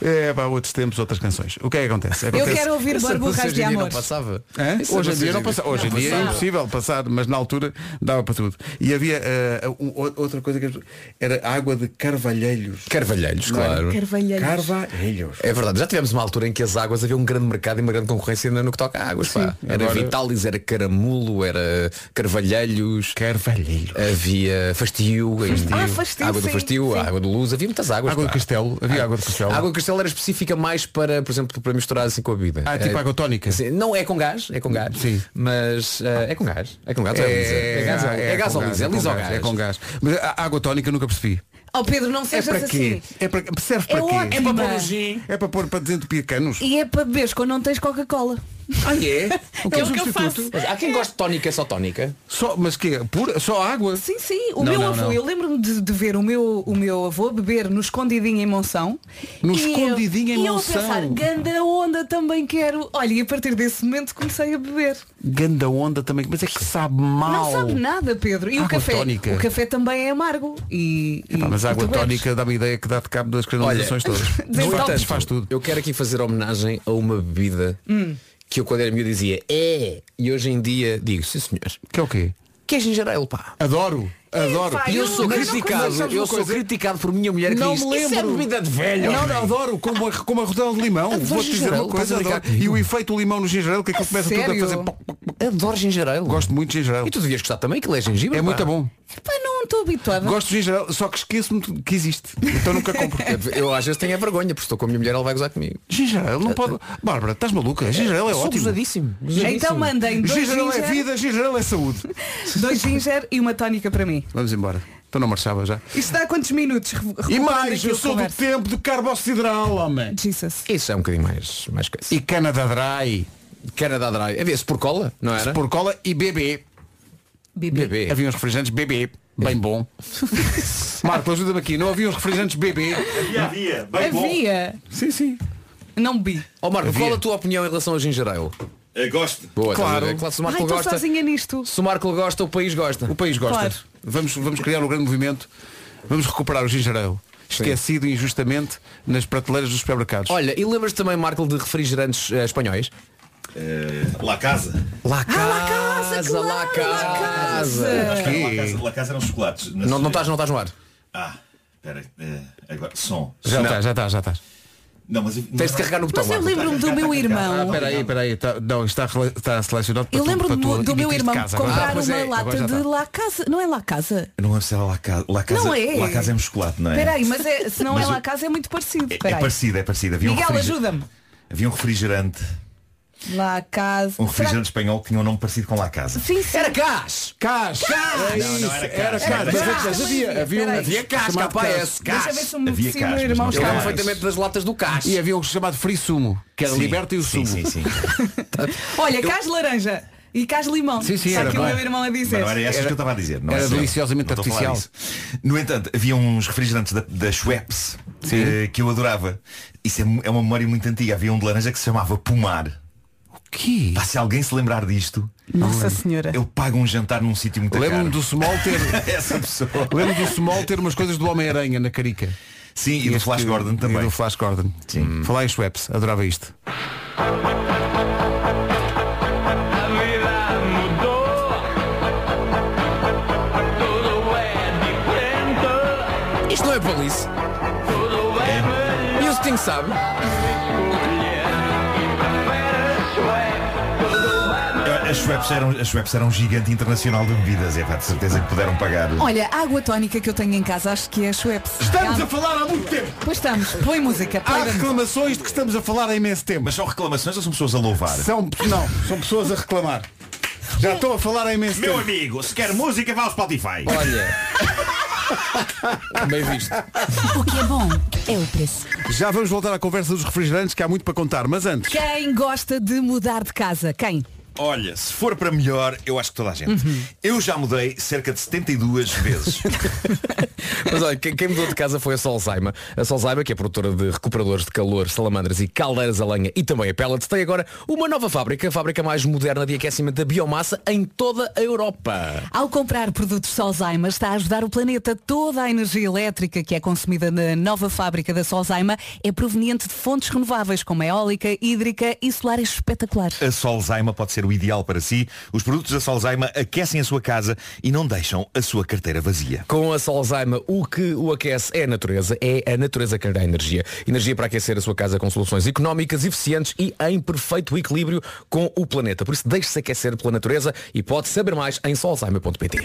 [SPEAKER 2] É para outros tempos, outras canções. O que é que acontece?
[SPEAKER 4] Eu
[SPEAKER 2] acontece...
[SPEAKER 4] quero ouvir
[SPEAKER 5] Essa
[SPEAKER 4] borburras de
[SPEAKER 5] passageira
[SPEAKER 4] amor.
[SPEAKER 5] Não passava.
[SPEAKER 2] Hã?
[SPEAKER 5] Essa
[SPEAKER 2] Hoje em dia
[SPEAKER 5] passageira-
[SPEAKER 2] não passa, hoje em dia é impossível passar, mas na altura dava para tudo. E havia eh, um- o- outra coisa que as pessoas- era água de carvalhelhos.
[SPEAKER 5] Carvalheiros, claro.
[SPEAKER 4] Carvalheiros.
[SPEAKER 2] Carvalhelhos.
[SPEAKER 5] É verdade, já tivemos uma altura em que as águas havia um grande mercado e uma grande concorrência ainda no que toca a águas. pá. Era
[SPEAKER 2] agora-
[SPEAKER 5] Vitalis, era Caramulo, era Carvalheiros.
[SPEAKER 2] Carvalhelhos.
[SPEAKER 5] Havia Fastio, ainda.
[SPEAKER 4] Ah, Fastio,
[SPEAKER 5] água do
[SPEAKER 4] sim,
[SPEAKER 5] Fastio,
[SPEAKER 4] sim.
[SPEAKER 5] água de Luz, havia muitas águas.
[SPEAKER 2] Água do
[SPEAKER 5] pá. Ah,
[SPEAKER 2] Castelo, havia água do Castelo.
[SPEAKER 5] A água do Castelo era específica mais para, por exemplo, para misturar assim com a bebida.
[SPEAKER 2] Ah, tipo
[SPEAKER 5] É-
[SPEAKER 2] água tónica.
[SPEAKER 5] Sim, não é com gás, é com gás.
[SPEAKER 2] Sim.
[SPEAKER 5] Mas eh, é com gás. É com gás, ou é, lisa? é, gás, ou- é, gás
[SPEAKER 2] com
[SPEAKER 5] ou lisa, é lisa ou gás.
[SPEAKER 2] É com gás. Mas a a água tónica eu nunca percebi.
[SPEAKER 4] Oh Pedro, não
[SPEAKER 2] É
[SPEAKER 4] sejas
[SPEAKER 2] para quê?
[SPEAKER 4] assim.
[SPEAKER 2] É para... Serve
[SPEAKER 4] É
[SPEAKER 2] para quê?
[SPEAKER 4] ótima.
[SPEAKER 2] É para- É para pôr para desentupir canos?
[SPEAKER 4] E é para beberes quando não tens Coca-Cola.
[SPEAKER 5] Ah, é?
[SPEAKER 4] O que é o que eu faço?
[SPEAKER 5] Mas há quem gosta de tónica só tónica.
[SPEAKER 2] Só, mas quê? Pura? Só água?
[SPEAKER 4] Sim, sim. O
[SPEAKER 5] Não,
[SPEAKER 4] meu
[SPEAKER 5] não,
[SPEAKER 4] avô,
[SPEAKER 5] não.
[SPEAKER 4] eu lembro-me de, de ver o meu, o meu avô beber no escondidinho em Monção.
[SPEAKER 2] No
[SPEAKER 4] E eu-
[SPEAKER 2] escondidinho em
[SPEAKER 4] e eu a
[SPEAKER 2] Monção.
[SPEAKER 4] pensar, ganda onda também quero. Olha, e a partir desse momento comecei a beber.
[SPEAKER 2] Ganda onda também, mas é que sabe mal.
[SPEAKER 4] Não sabe nada, Pedro. E o
[SPEAKER 2] Água
[SPEAKER 4] café?
[SPEAKER 2] tónica.
[SPEAKER 4] O café também é amargo. E, e-
[SPEAKER 2] Pá, mas
[SPEAKER 4] e
[SPEAKER 2] a água
[SPEAKER 4] tu bebes.
[SPEAKER 2] tónica dá-me ideia que dá-te cabo das canalizações todas. Desfaz,
[SPEAKER 5] Portanto,
[SPEAKER 2] faz tudo.
[SPEAKER 5] Eu quero aqui fazer homenagem a uma bebida que eu quando era miúdo dizia é. E hoje em dia digo, sim senhor.
[SPEAKER 2] Que é o quê?
[SPEAKER 5] Que é ginger ale, pá.
[SPEAKER 2] Adoro, adoro.
[SPEAKER 4] É, pá,
[SPEAKER 5] E eu sou
[SPEAKER 4] não
[SPEAKER 2] Mas
[SPEAKER 5] criticado,
[SPEAKER 2] sabes
[SPEAKER 5] eu
[SPEAKER 2] uma
[SPEAKER 5] sou
[SPEAKER 2] coisa?
[SPEAKER 5] criticado por minha mulher que
[SPEAKER 2] Não
[SPEAKER 5] diz,
[SPEAKER 2] me
[SPEAKER 5] "Isso é
[SPEAKER 2] lembro."
[SPEAKER 5] bebida de velho.
[SPEAKER 2] Não, não, adoro, como a, como a rodela de limão.
[SPEAKER 5] Adoro
[SPEAKER 2] Vou-te dizer
[SPEAKER 5] ginger
[SPEAKER 2] uma
[SPEAKER 5] ale,
[SPEAKER 2] coisa,
[SPEAKER 5] estás a
[SPEAKER 2] adoro.
[SPEAKER 5] brincar?
[SPEAKER 2] E o efeito limão no ginger ale, que aquilo
[SPEAKER 4] A
[SPEAKER 2] começa tudo a
[SPEAKER 4] sério?
[SPEAKER 2] fazer... poc, poc, poc.
[SPEAKER 5] Adoro ginger ale.
[SPEAKER 2] Gosto muito de ginger ale.
[SPEAKER 5] E tu devias gostar também, que ele é gengibre.
[SPEAKER 2] É
[SPEAKER 5] pá.
[SPEAKER 2] muito bom.
[SPEAKER 4] Pá, não estou habituada.
[SPEAKER 2] Gosto de ginger ale, só que esqueço-me que existe. Então nunca compro.
[SPEAKER 5] É, Eu às vezes tenho a vergonha, porque estou com a minha mulher, ela vai gozar comigo.
[SPEAKER 2] Ginger ale não pode... Bárbara, estás maluca? Ginger ale é
[SPEAKER 5] Sou
[SPEAKER 2] ótimo.
[SPEAKER 5] gozadíssimo.
[SPEAKER 4] Então mandem dois
[SPEAKER 2] Ginger ale é
[SPEAKER 4] ginger,
[SPEAKER 2] vida, ginger ale é saúde.
[SPEAKER 4] dois ginger e uma tónica para mim.
[SPEAKER 2] Vamos embora. Então não marchava já.
[SPEAKER 4] Isto dá quantos minutos? Re-
[SPEAKER 2] E
[SPEAKER 4] recuperando
[SPEAKER 2] mais,
[SPEAKER 4] aqui
[SPEAKER 2] eu
[SPEAKER 4] a
[SPEAKER 2] sou do
[SPEAKER 4] conversa.
[SPEAKER 2] tempo de carbocidral, homem.
[SPEAKER 4] Jesus.
[SPEAKER 5] Isso é um bocadinho mais, mais coisa.
[SPEAKER 2] E Canada Dry.
[SPEAKER 5] Canadá Dry. Havia por cola, não era?
[SPEAKER 2] Por cola e bebê.
[SPEAKER 4] Bebê.
[SPEAKER 5] Bebê.
[SPEAKER 2] Havia uns refrigerantes bebê.
[SPEAKER 5] É.
[SPEAKER 2] Bem bom. Marco, ajuda-me aqui. Não havia uns refrigerantes bebê.
[SPEAKER 4] Havia.
[SPEAKER 2] Sim, sim.
[SPEAKER 4] Não bebi.
[SPEAKER 5] Ó Oh, Marco,
[SPEAKER 2] Havia.
[SPEAKER 5] qual a tua opinião em relação ao ginger ale?
[SPEAKER 6] Gosto.
[SPEAKER 5] Boa, estás a
[SPEAKER 2] Claro.
[SPEAKER 5] ver? claro É se
[SPEAKER 4] Ai, então
[SPEAKER 5] o Marco
[SPEAKER 4] estou
[SPEAKER 5] gosta,
[SPEAKER 4] sozinha nisto.
[SPEAKER 5] se o Marco gosta, o país gosta.
[SPEAKER 2] O país gosta.
[SPEAKER 4] Claro.
[SPEAKER 2] Vamos, vamos criar um grande movimento. Vamos recuperar o ginger ale. Esquecido injustamente nas prateleiras dos supermercados.
[SPEAKER 5] Olha, e lembras também, Marco, de refrigerantes eh, espanhóis?
[SPEAKER 6] Eh, La Casa.
[SPEAKER 5] Lá casa,
[SPEAKER 4] claro,
[SPEAKER 5] lá casa. é
[SPEAKER 2] Aqui.
[SPEAKER 6] La Casa eram chocolates.
[SPEAKER 5] Não, não estás, não estás no ar.
[SPEAKER 6] Ah, espera. agora, É som.
[SPEAKER 2] Já estás, já estás, já tá. estás.
[SPEAKER 6] Não, mas... Não,
[SPEAKER 5] Tens de carregar no botão.
[SPEAKER 4] Mas eu
[SPEAKER 5] Marco.
[SPEAKER 4] lembro-me do meu irmão.
[SPEAKER 2] Espera aí, espera aí. Tá- não, isto está, rela- está selecionado para
[SPEAKER 4] Eu
[SPEAKER 2] tu-
[SPEAKER 4] lembro-me
[SPEAKER 2] para tu
[SPEAKER 4] do, do meu
[SPEAKER 2] emitir de
[SPEAKER 4] irmão
[SPEAKER 2] casa agora.
[SPEAKER 4] comprar
[SPEAKER 2] Ah, pois
[SPEAKER 4] uma
[SPEAKER 2] é, agora já
[SPEAKER 4] lata de
[SPEAKER 2] está.
[SPEAKER 4] La Casa. Não é La Casa?
[SPEAKER 6] Não é se era La Casa. La Casa,
[SPEAKER 4] Não é.
[SPEAKER 6] La Casa é um chocolate, não é?
[SPEAKER 4] Espera aí, mas é- se não é
[SPEAKER 6] Mas o-
[SPEAKER 4] La Casa é muito parecido.
[SPEAKER 6] É,
[SPEAKER 4] Espera
[SPEAKER 6] é
[SPEAKER 4] aí.
[SPEAKER 6] parecido, é parecido. Havia um
[SPEAKER 4] Miguel,
[SPEAKER 6] refriger-
[SPEAKER 4] ajuda-me.
[SPEAKER 6] Havia um refrigerante,
[SPEAKER 4] La Casa.
[SPEAKER 6] um
[SPEAKER 4] Será-
[SPEAKER 6] refrigerante espanhol que tinha um nome parecido com La Casa.
[SPEAKER 4] Sim, sim.
[SPEAKER 5] Era cás!
[SPEAKER 2] Cás! É
[SPEAKER 6] Não,
[SPEAKER 2] isso,
[SPEAKER 6] não era
[SPEAKER 2] Era
[SPEAKER 6] Cás.
[SPEAKER 2] Cás!
[SPEAKER 6] Era
[SPEAKER 2] Mas é
[SPEAKER 6] Cás.
[SPEAKER 2] antes havia, havia, um-
[SPEAKER 4] Peraí.
[SPEAKER 2] havia Cás,
[SPEAKER 5] Chamado
[SPEAKER 2] KS.
[SPEAKER 4] Deixa ver se me
[SPEAKER 6] Havia
[SPEAKER 4] beneficio do
[SPEAKER 6] Cas,
[SPEAKER 4] meu irmão
[SPEAKER 6] mas não Cás.
[SPEAKER 5] Eu lembro
[SPEAKER 4] Carlos.
[SPEAKER 5] perfeitamente das latas do cás.
[SPEAKER 2] E havia um chamado Free Sumo, que era
[SPEAKER 6] Sim,
[SPEAKER 2] liberta e o
[SPEAKER 6] sim,
[SPEAKER 2] sumo.
[SPEAKER 6] Sim, sim,
[SPEAKER 4] Olha, Cas laranja e Cas limão.
[SPEAKER 2] Sim, sim,
[SPEAKER 4] Está
[SPEAKER 2] era
[SPEAKER 4] aqui o
[SPEAKER 2] bom.
[SPEAKER 4] meu irmão é a dizer.
[SPEAKER 6] Mas não era essas que eu estava a dizer. Não
[SPEAKER 2] Era
[SPEAKER 6] é essa.
[SPEAKER 2] deliciosamente
[SPEAKER 6] Não estou a falar
[SPEAKER 2] artificial.
[SPEAKER 6] disso. No entanto, havia uns refrigerantes da, da Schweppes eh, que eu adorava. Isso é, mu- é uma memória muito antiga. Havia um de laranja que se chamava Pumar.
[SPEAKER 2] Que?
[SPEAKER 6] Pá, se alguém se lembrar disto,
[SPEAKER 4] Nossa Senhora.
[SPEAKER 6] eu pago um jantar num sítio muito
[SPEAKER 2] Lembro-me
[SPEAKER 6] caro.
[SPEAKER 2] do Small ter.
[SPEAKER 6] Essa pessoa.
[SPEAKER 2] Lembro do Small ter umas coisas do Homem-Aranha na carica.
[SPEAKER 6] Sim, e, do
[SPEAKER 2] Este-
[SPEAKER 6] Flash Gordon
[SPEAKER 2] E
[SPEAKER 6] também.
[SPEAKER 2] do Flash Gordon. Sim. Falar em Schweppes, adorava isto.
[SPEAKER 5] Isto não é police.
[SPEAKER 6] É.
[SPEAKER 5] E o Sting sabe.
[SPEAKER 6] Eh, As Schweppes eram, as Schweppes eram um gigante internacional de bebidas. É pá, de certeza que puderam pagar.
[SPEAKER 4] Olha, a água tónica que eu tenho em casa acho que é a Schweppes.
[SPEAKER 2] Estamos
[SPEAKER 4] Ah,
[SPEAKER 2] a falar há muito tempo. Ah!
[SPEAKER 4] Pois estamos. Põe música.
[SPEAKER 2] Há
[SPEAKER 4] Play da música.
[SPEAKER 2] reclamações de que estamos a falar há imenso tempo.
[SPEAKER 6] Mas são reclamações ou são pessoas a louvar?
[SPEAKER 2] São, não, são pessoas a reclamar. Já estou a falar há imenso tempo.
[SPEAKER 6] amigo, se quer música, vá ao Spotify.
[SPEAKER 5] Olha. Bem visto.
[SPEAKER 10] O que é bom é o preço.
[SPEAKER 2] Já vamos voltar à conversa dos refrigerantes, que há muito para contar. Mas antes,
[SPEAKER 4] Quem gosta de mudar de casa? Quem?
[SPEAKER 6] Olha, se for para melhor, eu acho que toda a gente.
[SPEAKER 5] Uhum.
[SPEAKER 6] Eu já mudei cerca de 72 vezes.
[SPEAKER 5] Mas olha, quem quem mudou de casa foi a Solzaima. A Solzaima, que é produtora de recuperadores de calor, salamandras e caldeiras a lenha e também a pellets, tem agora uma nova fábrica, a fábrica mais moderna de aquecimento da biomassa em toda a Europa.
[SPEAKER 4] Ao comprar produtos Solzaima, está a ajudar o planeta. Toda a energia elétrica que é consumida na nova fábrica da Solzaima é proveniente de fontes renováveis, como a eólica, hídrica e solar É espetacular.
[SPEAKER 6] A Solzaima pode ser o ideal para si. Os produtos da Solzaima aquecem a sua casa e não deixam a sua carteira vazia.
[SPEAKER 5] Com a Solzaima, o que o aquece é a natureza, é a natureza que lhe dá energia. Energia para aquecer a sua casa com soluções económicas, eficientes e em perfeito equilíbrio com o planeta. Por isso, deixe-se aquecer pela natureza e pode saber mais em solzaima.pt.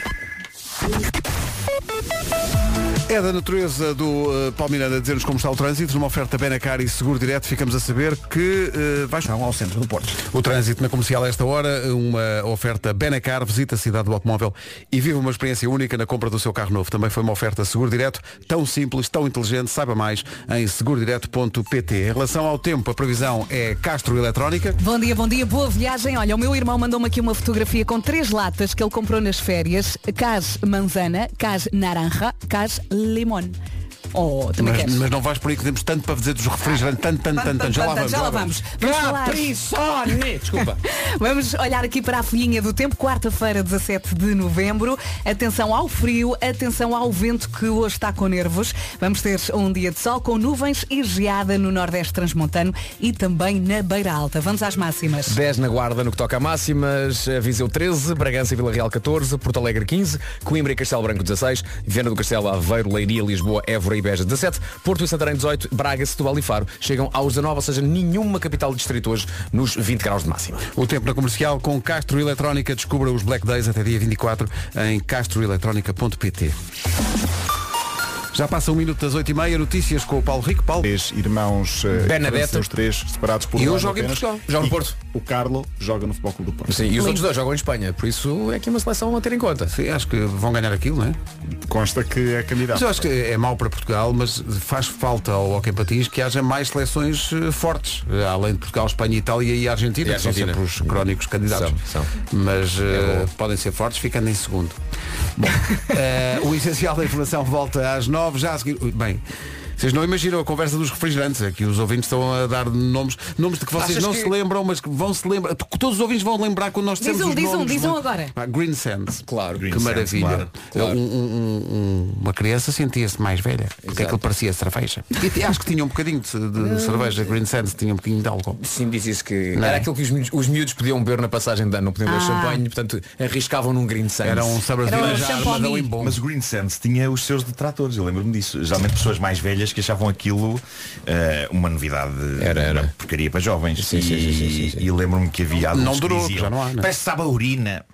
[SPEAKER 2] É da natureza do uh, Paulo Miranda dizer-nos como está o trânsito. Numa oferta Benacar e Seguro Direto, ficamos a saber que uh, vai
[SPEAKER 3] um ao centro do Porto.
[SPEAKER 2] O trânsito na comercial a esta hora, uma oferta Benacar, visita a cidade do automóvel e vive uma experiência única na compra do seu carro novo. Também foi uma oferta Seguro Direto, tão simples, tão inteligente, saiba mais em segurodireto.pt. Em relação ao tempo, a previsão é Castro Eletrónica.
[SPEAKER 4] Bom dia, bom dia, boa viagem. Olha, o meu irmão mandou-me aqui uma fotografia com três latas que ele comprou nas férias. Cas manzana, cas naranja, cas limón. Oh, também
[SPEAKER 2] Mas,
[SPEAKER 4] queres?
[SPEAKER 2] mas não vais por aí que temos tanto para dizer dos refrigerantes, tanto, tanto, tanto, tanto. Já lá vamos.
[SPEAKER 4] Já lá vamos. Vamos falar.
[SPEAKER 5] Caprichone! Desculpa.
[SPEAKER 4] Vamos olhar aqui para a folhinha do tempo, quarta-feira, 17 de novembro. Atenção ao frio, atenção ao vento que hoje está com nervos. Vamos ter um dia de sol com nuvens e geada no Nordeste Transmontano e também na Beira Alta. Vamos às máximas.
[SPEAKER 5] 10 na guarda no que toca a máximas, eh, Viseu 13, Bragança e Vila Real 14, Porto Alegre 15, Coimbra e Castelo Branco 16, Viana do Castelo, Aveiro, Leiria, Lisboa, Évora e Beja 17, Porto e Santarém 18, Braga, Setúbal e Faro chegam aos 19, ou seja, nenhuma capital de distrito hoje nos 20 graus de máxima.
[SPEAKER 2] O tempo na comercial com Castro Eletrónica. Descubra os Black Days até dia 24 em castroeletronica.pt. Já passa um minuto das 8h30, notícias com o Paulo Rico. Paulo.
[SPEAKER 7] Três irmãos eh,
[SPEAKER 5] Bernadette.
[SPEAKER 7] que foram os três separados por
[SPEAKER 5] E
[SPEAKER 7] um
[SPEAKER 5] um
[SPEAKER 7] ano
[SPEAKER 5] joga em
[SPEAKER 7] apenas.
[SPEAKER 5] Portugal, joga no
[SPEAKER 7] E
[SPEAKER 5] Porto.
[SPEAKER 7] O Carlo joga no Futebol Clube do Porto.
[SPEAKER 5] Sim, e os outros dois jogam em Espanha, por isso é aqui uma seleção a ter em conta.
[SPEAKER 2] Sim, acho que vão ganhar aquilo, não é?
[SPEAKER 7] Consta que é candidato.
[SPEAKER 2] Mas eu acho que é mau para Portugal, mas faz falta ao Hockey Patins que haja mais seleções eh, fortes, eh, além de Portugal, Espanha, Itália e Argentina,
[SPEAKER 5] E a
[SPEAKER 2] que são
[SPEAKER 5] Argentina.
[SPEAKER 2] sempre os crónicos candidatos.
[SPEAKER 5] São, É são.
[SPEAKER 2] Mas eh, podem ser fortes ficando em segundo. Bom, eh, o essencial da informação volta às nove, já a seguir. Bem. Vocês não imaginam a conversa dos refrigerantes, aqui os ouvintes estão a dar nomes, nomes de que vocês
[SPEAKER 5] Achas
[SPEAKER 2] não
[SPEAKER 5] que-
[SPEAKER 2] se lembram, mas que vão se lembrar, porque todos os ouvintes vão lembrar quando nós
[SPEAKER 4] Diz
[SPEAKER 2] temos
[SPEAKER 4] um,
[SPEAKER 2] os
[SPEAKER 4] diz um,
[SPEAKER 2] nomes
[SPEAKER 4] diz
[SPEAKER 2] do-
[SPEAKER 4] um agora.
[SPEAKER 2] Ah, Green Sands.
[SPEAKER 5] Claro.
[SPEAKER 2] Que
[SPEAKER 5] Green Sands,
[SPEAKER 2] maravilha.
[SPEAKER 5] claro, claro.
[SPEAKER 2] Um- um- um- uma criança sentia-se mais velha. Porque é que
[SPEAKER 5] Exato.
[SPEAKER 2] ele parecia cerveja. E te- acho que tinha um bocadinho de, de cerveja. Green Sands tinha um bocadinho de álcool.
[SPEAKER 5] Sim, dizia-se que
[SPEAKER 2] é?
[SPEAKER 5] era aquilo que os miúdos, os miúdos podiam beber na passagem de ano, não podiam beber
[SPEAKER 4] Ah.
[SPEAKER 5] champanhe, portanto arriscavam num green sands.
[SPEAKER 2] Era um
[SPEAKER 4] Era
[SPEAKER 2] sabrasvila
[SPEAKER 4] um
[SPEAKER 2] já
[SPEAKER 5] é
[SPEAKER 4] champanhe.
[SPEAKER 2] armadão em bom.
[SPEAKER 6] Mas o Green Sands tinha os seus detratores, eu lembro-me disso. Geralmente pessoas mais velhas que achavam aquilo eh, uma novidade,
[SPEAKER 5] Era, era.
[SPEAKER 6] uma porcaria para jovens.
[SPEAKER 5] Sim,
[SPEAKER 6] e
[SPEAKER 5] sim, sim, sim, sim.
[SPEAKER 6] e lembro-me que havia adultos que
[SPEAKER 2] durou,
[SPEAKER 6] diziam,
[SPEAKER 2] já não há, não é?
[SPEAKER 6] Parece que sabe a urina.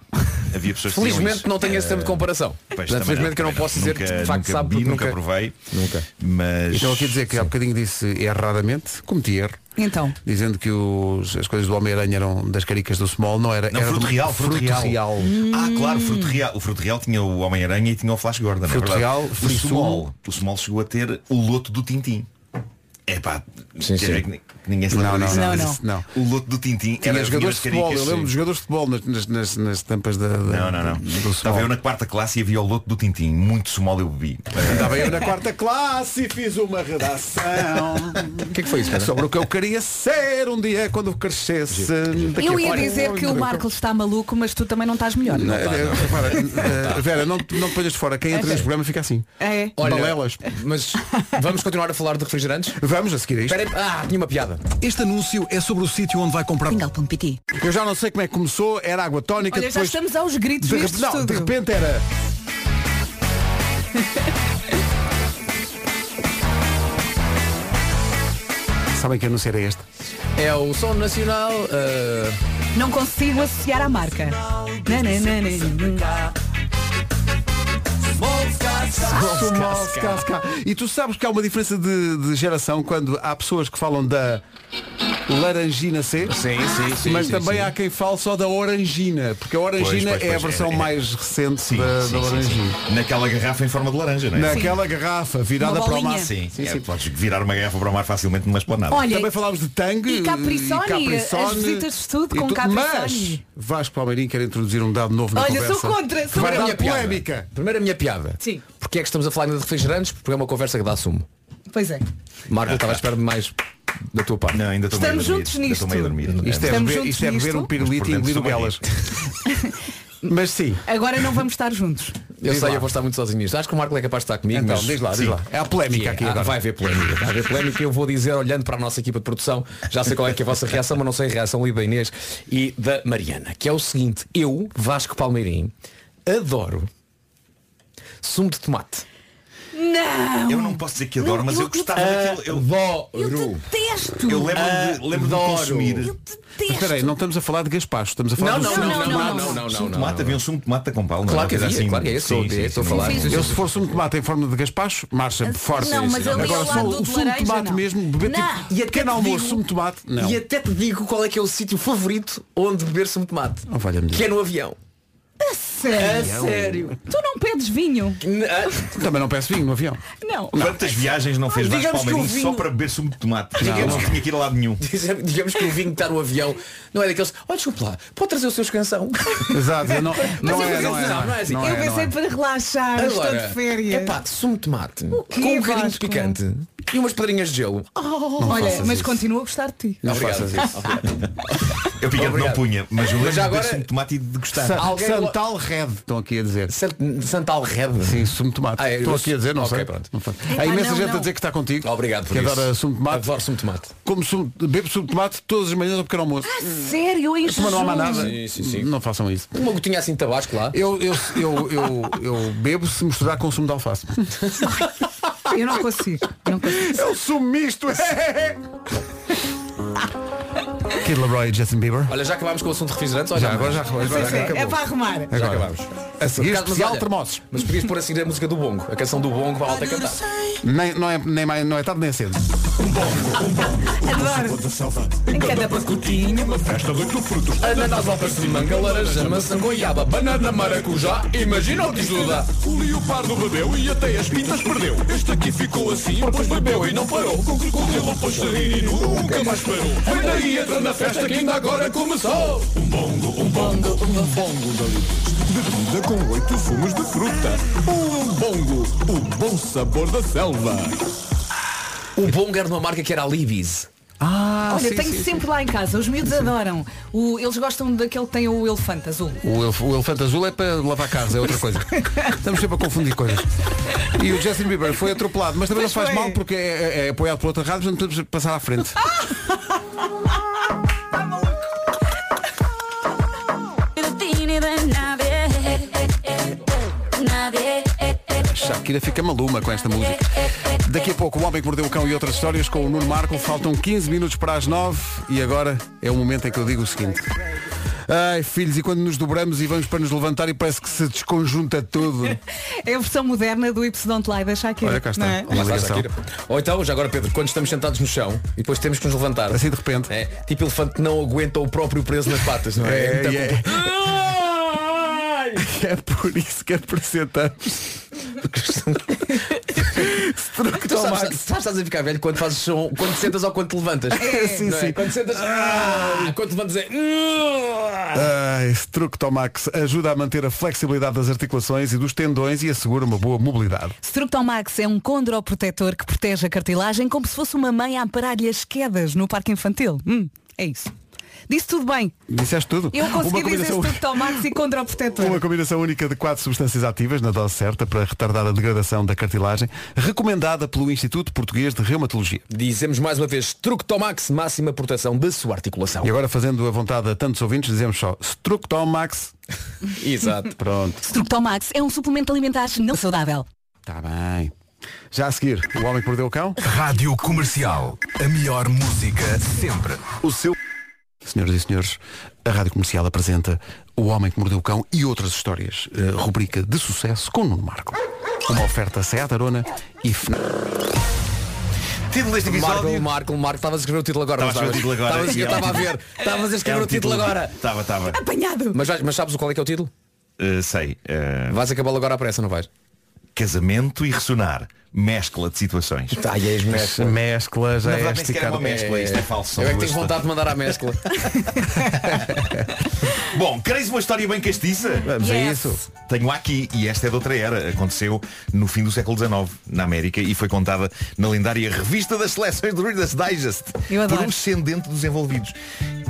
[SPEAKER 6] Havia pessoas que diziam
[SPEAKER 5] Felizmente
[SPEAKER 6] isso. Eh,
[SPEAKER 5] não tenho esse tempo de comparação.
[SPEAKER 6] Pois,
[SPEAKER 5] Portanto,
[SPEAKER 6] também
[SPEAKER 5] felizmente que eu não
[SPEAKER 6] também
[SPEAKER 5] posso dizer que de facto
[SPEAKER 6] nunca
[SPEAKER 5] sabe
[SPEAKER 6] vi,
[SPEAKER 5] porque
[SPEAKER 6] nunca provei.
[SPEAKER 5] Nunca.
[SPEAKER 6] Mas
[SPEAKER 2] Então aqui a dizer que há bocadinho disse erradamente, cometi erro.
[SPEAKER 4] Então.
[SPEAKER 2] Dizendo que os- as coisas do Homem-Aranha eram das caricas do Small, não era.
[SPEAKER 6] Não,
[SPEAKER 2] era
[SPEAKER 6] fruto
[SPEAKER 2] do-
[SPEAKER 6] real, fruto, real.
[SPEAKER 2] real.
[SPEAKER 4] Hum.
[SPEAKER 6] Ah, claro, fruto real. O fruto real tinha o Homem-Aranha e tinha o Flash Gordon. é
[SPEAKER 2] Fruto
[SPEAKER 6] verdade.
[SPEAKER 2] real,
[SPEAKER 6] o
[SPEAKER 2] Free
[SPEAKER 6] Small. O Small chegou a ter o loto do Tintim. É pá,
[SPEAKER 5] Sim, sim.
[SPEAKER 6] ninguém se
[SPEAKER 2] Não,
[SPEAKER 6] lembra
[SPEAKER 2] não,
[SPEAKER 6] disso.
[SPEAKER 2] não,
[SPEAKER 4] Não,
[SPEAKER 2] isso não.
[SPEAKER 6] O loto do Tintim
[SPEAKER 2] Tinha
[SPEAKER 6] era
[SPEAKER 2] jogadores de
[SPEAKER 6] as minhas
[SPEAKER 2] futebol, eu
[SPEAKER 6] caricas,
[SPEAKER 2] lembro de
[SPEAKER 6] sim.
[SPEAKER 2] jogadores de futebol nas, nas, nas, nas tampas da, da-
[SPEAKER 6] Não, não, não.
[SPEAKER 2] do
[SPEAKER 6] Estava
[SPEAKER 2] Small.
[SPEAKER 6] eu na quarta classe e havia o loto do Tintim. Muito Small eu bebi.
[SPEAKER 2] Estava eu na quarta classe e Ah, fiz uma redação.
[SPEAKER 5] O que é que foi isso? cara?
[SPEAKER 2] Sobre o que eu queria ser um dia quando crescesse. Daqui a
[SPEAKER 4] Eu ia
[SPEAKER 2] pouco-
[SPEAKER 4] dizer que o Marcos está maluco, mas tu também não estás melhor.
[SPEAKER 2] Não, é, repara, eh, Vera, não, não te ponhas de fora. Quem entra neste programa fica assim.
[SPEAKER 4] É.
[SPEAKER 5] Olha,
[SPEAKER 2] Balelas.
[SPEAKER 5] Mas vamos continuar a falar de refrigerantes?
[SPEAKER 2] Vamos a seguir a isto.
[SPEAKER 5] Espera aí. Ah, tinha uma piada.
[SPEAKER 9] Este anúncio é sobre o sítio onde vai comprar.
[SPEAKER 10] Pingal.pt
[SPEAKER 2] Eu já não sei como é que começou, era água tónica,
[SPEAKER 4] Olha, já
[SPEAKER 2] depois.
[SPEAKER 4] estamos aos gritos
[SPEAKER 2] de,
[SPEAKER 4] neste
[SPEAKER 2] rep- não, de
[SPEAKER 4] estúdio.
[SPEAKER 2] repente era. Sabem que anúncio era este?
[SPEAKER 5] É o som nacional. ah,
[SPEAKER 4] Não consigo associar à marca. Né, Nananana.
[SPEAKER 2] Small Ska, Ska. E tu sabes que há uma diferença de, de geração quando há pessoas que falam da larangina C,
[SPEAKER 5] Sim, sim, sim,
[SPEAKER 2] mas
[SPEAKER 5] sim,
[SPEAKER 2] também
[SPEAKER 5] sim.
[SPEAKER 2] há quem fale só da orangina, porque a orangina
[SPEAKER 6] Pois, pois,
[SPEAKER 2] é a
[SPEAKER 6] pois,
[SPEAKER 2] versão
[SPEAKER 6] é, é.
[SPEAKER 2] mais recente
[SPEAKER 6] Sim,
[SPEAKER 2] da,
[SPEAKER 6] sim,
[SPEAKER 2] da
[SPEAKER 6] sim, sim.
[SPEAKER 2] orangina.
[SPEAKER 6] Naquela garrafa em forma de laranja, não é?
[SPEAKER 2] Naquela garrafa virada
[SPEAKER 4] Uma
[SPEAKER 2] para o
[SPEAKER 4] bolinha.
[SPEAKER 2] mar.
[SPEAKER 6] Sim,
[SPEAKER 2] sim,
[SPEAKER 6] é,
[SPEAKER 2] sim.
[SPEAKER 6] podes virar uma garrafa para o mar facilmente numa esplanada.
[SPEAKER 4] Olha,
[SPEAKER 2] Também falámos de tangue
[SPEAKER 4] e Caprissone,
[SPEAKER 2] e Caprissone,
[SPEAKER 4] as visitas de estudo
[SPEAKER 2] e
[SPEAKER 4] com
[SPEAKER 2] tudo.
[SPEAKER 4] Caprissone.
[SPEAKER 2] Mas Vasco Palmeirinho quer introduzir um dado novo na
[SPEAKER 4] Olha,
[SPEAKER 2] conversa.
[SPEAKER 4] sou contra, sou
[SPEAKER 2] Vai
[SPEAKER 4] contra.
[SPEAKER 2] dar
[SPEAKER 4] Minha piada.
[SPEAKER 2] polémica.
[SPEAKER 5] Primeiro a minha piada.
[SPEAKER 4] Sim.
[SPEAKER 5] Porquê é que estamos a falar ainda de refrigerantes? Porque é uma conversa que dá sumo.
[SPEAKER 4] Pois é.
[SPEAKER 5] Marco, estava à espera de mais da tua parte.
[SPEAKER 6] Não, ainda estou meio
[SPEAKER 4] Estamos
[SPEAKER 6] a dormir.
[SPEAKER 4] juntos
[SPEAKER 6] Ainda estou meio a
[SPEAKER 4] nisto.
[SPEAKER 6] dormir.
[SPEAKER 2] Isto é,
[SPEAKER 4] Estamos
[SPEAKER 2] beber,
[SPEAKER 4] juntos
[SPEAKER 2] isto é beber
[SPEAKER 4] nisto?
[SPEAKER 2] um
[SPEAKER 6] Mas
[SPEAKER 2] pirulito
[SPEAKER 6] por
[SPEAKER 2] e
[SPEAKER 6] dentro
[SPEAKER 2] engolir o
[SPEAKER 6] estou meio
[SPEAKER 2] belas. Mas sim,
[SPEAKER 4] Agora não vamos estar juntos.
[SPEAKER 5] Eu
[SPEAKER 2] Diz
[SPEAKER 5] sei,
[SPEAKER 2] lá.
[SPEAKER 5] eu vou estar muito sozinho nisto. Acho que o Marco é capaz de estar comigo,
[SPEAKER 2] então,
[SPEAKER 5] mas...
[SPEAKER 2] diz lá, diz
[SPEAKER 5] Sim.
[SPEAKER 2] lá. É a polémica
[SPEAKER 5] Ah,
[SPEAKER 2] aqui agora.
[SPEAKER 5] Vai haver polémica, vai haver polémica. Eu vou dizer, olhando para a nossa equipa de produção, já sei qual é que é a vossa reação, mas não sei a reação ali da Inês e da Mariana, que é o seguinte, eu, Vasco Palmeirim, adoro sumo de tomate.
[SPEAKER 6] Não! Eu não posso dizer que adoro,
[SPEAKER 10] Ah, um. Não,
[SPEAKER 6] mas
[SPEAKER 10] eu
[SPEAKER 6] eu gostava
[SPEAKER 10] adoro.
[SPEAKER 6] daquilo.
[SPEAKER 5] Ah, Oh,
[SPEAKER 6] Eu,
[SPEAKER 10] Eu detesto.
[SPEAKER 6] eu lembro
[SPEAKER 2] Ah,
[SPEAKER 6] de, lembro de consumir.
[SPEAKER 2] Mas espera aí, não estamos a falar de gaspacho, estamos a falar
[SPEAKER 5] Não,
[SPEAKER 2] de
[SPEAKER 5] não,
[SPEAKER 2] sumo
[SPEAKER 5] não,
[SPEAKER 2] de
[SPEAKER 5] não,
[SPEAKER 2] tomate.
[SPEAKER 5] não, não,
[SPEAKER 6] Sumo
[SPEAKER 5] não,
[SPEAKER 6] de
[SPEAKER 5] não,
[SPEAKER 6] tomate,
[SPEAKER 5] não.
[SPEAKER 6] havia um sumo de tomate com palma.
[SPEAKER 5] Claro que
[SPEAKER 6] uma coisa assim,
[SPEAKER 5] havia, claro que é esse,
[SPEAKER 6] Sim,
[SPEAKER 5] eu-
[SPEAKER 6] sim,
[SPEAKER 5] estou a
[SPEAKER 6] sim,
[SPEAKER 5] falar.
[SPEAKER 6] sim.
[SPEAKER 5] Sim, sim.
[SPEAKER 2] Eu se for sumo de tomate em forma de gaspacho, marcha forte.
[SPEAKER 10] Não, mas ali
[SPEAKER 2] Agora
[SPEAKER 10] ao
[SPEAKER 2] só
[SPEAKER 10] lado
[SPEAKER 2] o
[SPEAKER 10] do
[SPEAKER 2] sumo de
[SPEAKER 10] laranja,
[SPEAKER 2] tomate
[SPEAKER 10] não.
[SPEAKER 2] mesmo, beber
[SPEAKER 10] Não.
[SPEAKER 2] tipo pequeno almoço, sumo de tomate, não.
[SPEAKER 5] E até te digo qual é que é o sítio favorito onde beber sumo de tomate.
[SPEAKER 2] Oh, valha-me Deus.
[SPEAKER 5] que é no avião. A
[SPEAKER 2] É
[SPEAKER 4] Sério?
[SPEAKER 5] sério.
[SPEAKER 4] Tu não pedes vinho?
[SPEAKER 5] N- ah,
[SPEAKER 2] Também não peço vinho no avião.
[SPEAKER 4] Não.
[SPEAKER 6] Quantas viagens não fez Vasco
[SPEAKER 5] Digamos que o
[SPEAKER 6] Palmeirinho só
[SPEAKER 5] vinho-
[SPEAKER 6] para beber sumo de tomate?
[SPEAKER 5] Não.
[SPEAKER 6] Digamos que tinha que ir a lado nenhum.
[SPEAKER 5] dizem- Digamos que o vinho que está no avião não é daqueles. Olha, desculpe lá, pode trazer o seu escanção.
[SPEAKER 2] Exato, eu não, não,
[SPEAKER 5] eu
[SPEAKER 2] é,
[SPEAKER 5] pensei-
[SPEAKER 2] não é,
[SPEAKER 5] não, não é assim.
[SPEAKER 4] eu
[SPEAKER 2] não é, não
[SPEAKER 4] pensei
[SPEAKER 2] é.
[SPEAKER 4] para relaxar, estou de férias.
[SPEAKER 5] é pá, sumo de tomate
[SPEAKER 4] quê,
[SPEAKER 5] com um bocadinho de
[SPEAKER 4] Vasco?
[SPEAKER 5] picante e umas pedrinhas de gelo.
[SPEAKER 4] Oh. Olha, mas continuo a gostar de ti.
[SPEAKER 2] Não
[SPEAKER 5] Obrigado.
[SPEAKER 2] faças isso.
[SPEAKER 6] Eu picante não
[SPEAKER 5] Obrigado.
[SPEAKER 6] punha, mas eu lembro
[SPEAKER 5] já
[SPEAKER 6] de
[SPEAKER 5] agora-
[SPEAKER 6] beber sumo de tomate e de gostar.
[SPEAKER 2] Sa-
[SPEAKER 5] Alguém-
[SPEAKER 2] Santal Red, estão aqui a dizer.
[SPEAKER 5] Sant- Santal Red.
[SPEAKER 2] Sim, sumo de tomate.
[SPEAKER 5] Ah, é,
[SPEAKER 2] Estou
[SPEAKER 5] eu-
[SPEAKER 2] aqui a dizer, não
[SPEAKER 5] Ok,
[SPEAKER 2] sei.
[SPEAKER 5] pronto.
[SPEAKER 2] Não faço.
[SPEAKER 4] Ah,
[SPEAKER 2] Há imensa
[SPEAKER 4] não,
[SPEAKER 2] gente
[SPEAKER 4] não.
[SPEAKER 2] a dizer que está contigo.
[SPEAKER 5] Obrigado por
[SPEAKER 2] que
[SPEAKER 5] isso.
[SPEAKER 2] adora sumo de tomate.
[SPEAKER 5] Adoro sumo de tomate.
[SPEAKER 2] Como sumo, bebo sumo de tomate todas as manhãs ao pequeno almoço.
[SPEAKER 4] Ah, Sério, em
[SPEAKER 2] Mas não há mais
[SPEAKER 4] jejum?
[SPEAKER 2] nada.
[SPEAKER 5] Sim, sim, sim.
[SPEAKER 2] Não façam isso.
[SPEAKER 5] Uma gotinha assim de tabasco lá.
[SPEAKER 2] Eu, eu, eu, eu, eu bebo se misturar com sumo de alface.
[SPEAKER 4] Eu não consigo. Não consigo. É,
[SPEAKER 2] É o sumo misto. Kid Leroy e Justin Bieber.
[SPEAKER 5] Olha, já acabámos com o assunto de refrigerantes.
[SPEAKER 2] Já, agora já acabou. Agora,
[SPEAKER 4] É,
[SPEAKER 2] acabou.
[SPEAKER 4] para arrumar.
[SPEAKER 5] Já
[SPEAKER 2] Agora.
[SPEAKER 5] acabámos.
[SPEAKER 2] A seguir,
[SPEAKER 5] Por acaso, mas
[SPEAKER 2] especial
[SPEAKER 5] olha,
[SPEAKER 2] termoços.
[SPEAKER 5] Mas podias pôr assim a música do Bongo, a canção do Bongo para a alta cantar.
[SPEAKER 2] Nem, não, é, nem, mais- não é tarde nem é cedo.
[SPEAKER 4] Em cada pacotinho.
[SPEAKER 5] Ananás, altas de manga, laranja, maçã, goiaba, banana, maracujá, imagina o que ajuda.
[SPEAKER 9] O leopardo bebeu e até as pintas perdeu. Este aqui ficou assim, pois bebeu e não parou. Com crocodilo, passarinho e nunca mais parou. Vem daí, entra na festa que ainda agora começou. Um bongo, um bongo, um bongo da bebida com oito sumos de fruta. Um bongo, o bom sabor da selva.
[SPEAKER 5] O Bongo era de uma marca que era a Libis.
[SPEAKER 2] Ah,
[SPEAKER 4] Olha,
[SPEAKER 2] sim,
[SPEAKER 4] tenho
[SPEAKER 2] sim,
[SPEAKER 4] sempre lá em casa. Os miúdos adoram. O- eles gostam daquele que tem o elefante azul.
[SPEAKER 2] O, elef- o elefante azul é para lavar carros, é outra coisa. Estamos sempre a confundir coisas. E o Justin Bieber foi atropelado, mas também
[SPEAKER 4] Pois
[SPEAKER 2] não faz
[SPEAKER 4] foi.
[SPEAKER 2] mal porque é, é- é apoiado por outra rádio, portanto podemos passar à frente. Shakira fica maluma com esta música. Daqui a pouco o Homem que Mordeu o Cão e outras histórias com o Nuno Marco. Faltam 15 minutos para as 9 e agora é o momento em que eu digo o seguinte. Ai, filhos, e quando nos dobramos e vamos para nos levantar e parece que se desconjunta tudo.
[SPEAKER 4] É a versão moderna do Ips Don't Lie da Shakira.
[SPEAKER 2] Olha, cá está.
[SPEAKER 4] não é?
[SPEAKER 2] Uma
[SPEAKER 5] Lá está a
[SPEAKER 2] ligação.
[SPEAKER 5] Shakira. Ou então, já agora Pedro, quando estamos sentados no chão e depois temos que nos levantar.
[SPEAKER 2] Assim de repente.
[SPEAKER 5] É, tipo elefante que não aguenta o próprio preso nas patas, não é?
[SPEAKER 2] É,
[SPEAKER 5] Então,
[SPEAKER 2] é. É por isso que apresentamos Truque
[SPEAKER 5] Tu
[SPEAKER 2] ao
[SPEAKER 5] sabes,
[SPEAKER 2] Max.
[SPEAKER 5] sabes, que estás a ficar velho quando fazes som, quando te sentas ou quando te levantas.
[SPEAKER 2] sim,
[SPEAKER 5] Não é?
[SPEAKER 2] sim.
[SPEAKER 5] Quando sentas. Ah, quando te levantas é. "Ah".
[SPEAKER 2] Ai, esse truque Tomax ajuda a manter a flexibilidade das articulações e dos tendões e assegura uma boa mobilidade.
[SPEAKER 4] Structon Max é um condroprotetor que protege a cartilagem como se fosse uma mãe a amparar-lhe as quedas no parque infantil. Hum, é isso. Disse tudo bem.
[SPEAKER 2] Disseste tudo?
[SPEAKER 4] Eu consegui
[SPEAKER 2] uma
[SPEAKER 4] dizer
[SPEAKER 2] combinação,
[SPEAKER 4] Structon Max e
[SPEAKER 2] uma
[SPEAKER 4] condroprotetor.
[SPEAKER 2] combinação única de quatro substâncias ativas na dose certa para retardar a degradação da cartilagem, recomendada pelo Instituto Português de Reumatologia.
[SPEAKER 5] Dizemos mais uma vez, truque Tomax, máxima proteção da sua articulação.
[SPEAKER 2] E agora fazendo a vontade a tantos ouvintes, dizemos só Struc Tomax.
[SPEAKER 5] Exato.
[SPEAKER 2] Pronto.
[SPEAKER 4] Structon Max é um suplemento alimentar não saudável.
[SPEAKER 2] Está bem. Já a seguir, o homem que mordeu o cão.
[SPEAKER 9] Rádio Comercial. A melhor música sempre.
[SPEAKER 2] O seu. Senhoras e senhores, a Rádio Comercial apresenta O Homem que Mordeu o Cão e outras histórias. eh, rubrica de sucesso com Nuno Marco. Uma oferta Seat Arona e FNAC.
[SPEAKER 6] Título deste
[SPEAKER 5] Marco,
[SPEAKER 6] episódio.
[SPEAKER 5] Marco, Marco, estavas a escrever o título agora.
[SPEAKER 6] Estava a escrever o título agora. É um
[SPEAKER 5] Estavas, eu
[SPEAKER 6] E é um
[SPEAKER 5] estava a ver.
[SPEAKER 6] título-
[SPEAKER 5] Estavas a escrever o título agora.
[SPEAKER 6] Estava, estava.
[SPEAKER 4] Apanhado!
[SPEAKER 5] Mas, vais- mas sabes qual é que é o título?
[SPEAKER 6] Eh, sei. eh,
[SPEAKER 5] Vais acabá-lo agora à pressa, não vais?
[SPEAKER 6] casamento e ressonar. Mescla de situações.
[SPEAKER 5] Tá, e és mestre.
[SPEAKER 2] Mescla, já
[SPEAKER 6] Na
[SPEAKER 2] é
[SPEAKER 6] verdade, nem sequer é
[SPEAKER 2] esticado.
[SPEAKER 6] uma mescla, isto é falso. são
[SPEAKER 5] Eu é que
[SPEAKER 6] duas
[SPEAKER 5] tenho vontade de mandar à mescla.
[SPEAKER 6] histórias. Bom, queres uma história bem castiça?
[SPEAKER 2] Vamos a
[SPEAKER 4] Yes.
[SPEAKER 2] isso.
[SPEAKER 6] Tenho aqui, e esta é de outra era, aconteceu no fim do século XIX, na América, e foi contada na lendária revista das seleções do Reader's Digest,
[SPEAKER 4] Eu
[SPEAKER 6] por
[SPEAKER 4] adoro.
[SPEAKER 6] um descendente dos envolvidos.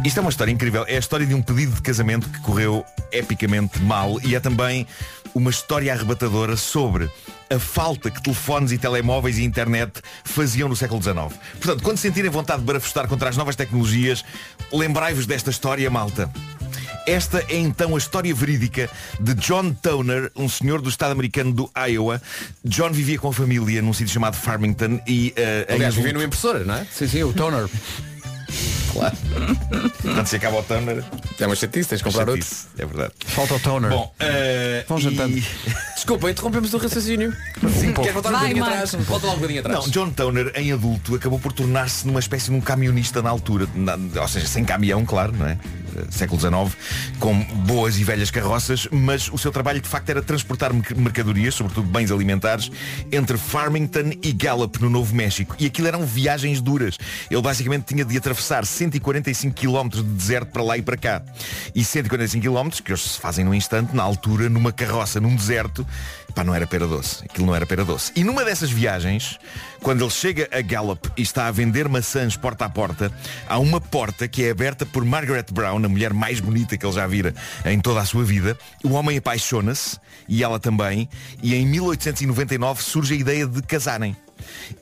[SPEAKER 6] Isto é uma história incrível, é a história de um pedido de casamento que correu epicamente mal, e é também uma história arrebatadora sobre a falta que telefones e telemóveis e internet faziam no século XIX. Portanto, quando sentirem vontade de barafustar contra as novas tecnologias, lembrai-vos desta história, malta. Esta é então a história verídica de John Toner, um senhor do estado americano do Iowa. John vivia com a família num sítio chamado Farmington e... Uh,
[SPEAKER 5] Aliás,
[SPEAKER 6] em
[SPEAKER 5] vivi numa impressora, não é?
[SPEAKER 2] Sim, sim, o toner.
[SPEAKER 6] claro. Quando se acaba o Toner,
[SPEAKER 5] É uma chatice, tens de comprar outro.
[SPEAKER 6] chatice, É verdade.
[SPEAKER 2] Falta o toner.
[SPEAKER 6] Bom, eh,
[SPEAKER 2] Vão jantando.
[SPEAKER 6] e-
[SPEAKER 5] Desculpa, interrompemos o raciocínio. Sim, queres voltar um
[SPEAKER 4] Vai,
[SPEAKER 5] bocadinho
[SPEAKER 4] Marco.
[SPEAKER 5] atrás? Volta lá um bocadinho atrás.
[SPEAKER 6] Não, John Toner, em adulto, acabou por tornar-se numa espécie de um camionista na altura, na- ou seja, sem caminhão, claro, não é? Eh, Século XIX, com boas e velhas carroças, mas o seu trabalho de facto era transportar merc- mercadorias, sobretudo bens alimentares, entre Farmington e Gallup, no Novo México. E aquilo eram viagens duras. Ele basicamente tinha de atravessar 145 km de deserto para lá e para cá. E 145 km, que hoje se fazem num instante, na altura, numa carroça, num deserto, Pá, não era pera doce. Aquilo não era pera doce. E numa dessas viagens, quando ele chega a Gallup e está a vender maçãs porta a porta, há uma porta que é aberta por Margaret Brown, a mulher mais bonita que ele já vira em toda a sua vida. O homem apaixona-se, e ela também, e em 1899 surge a ideia de casarem.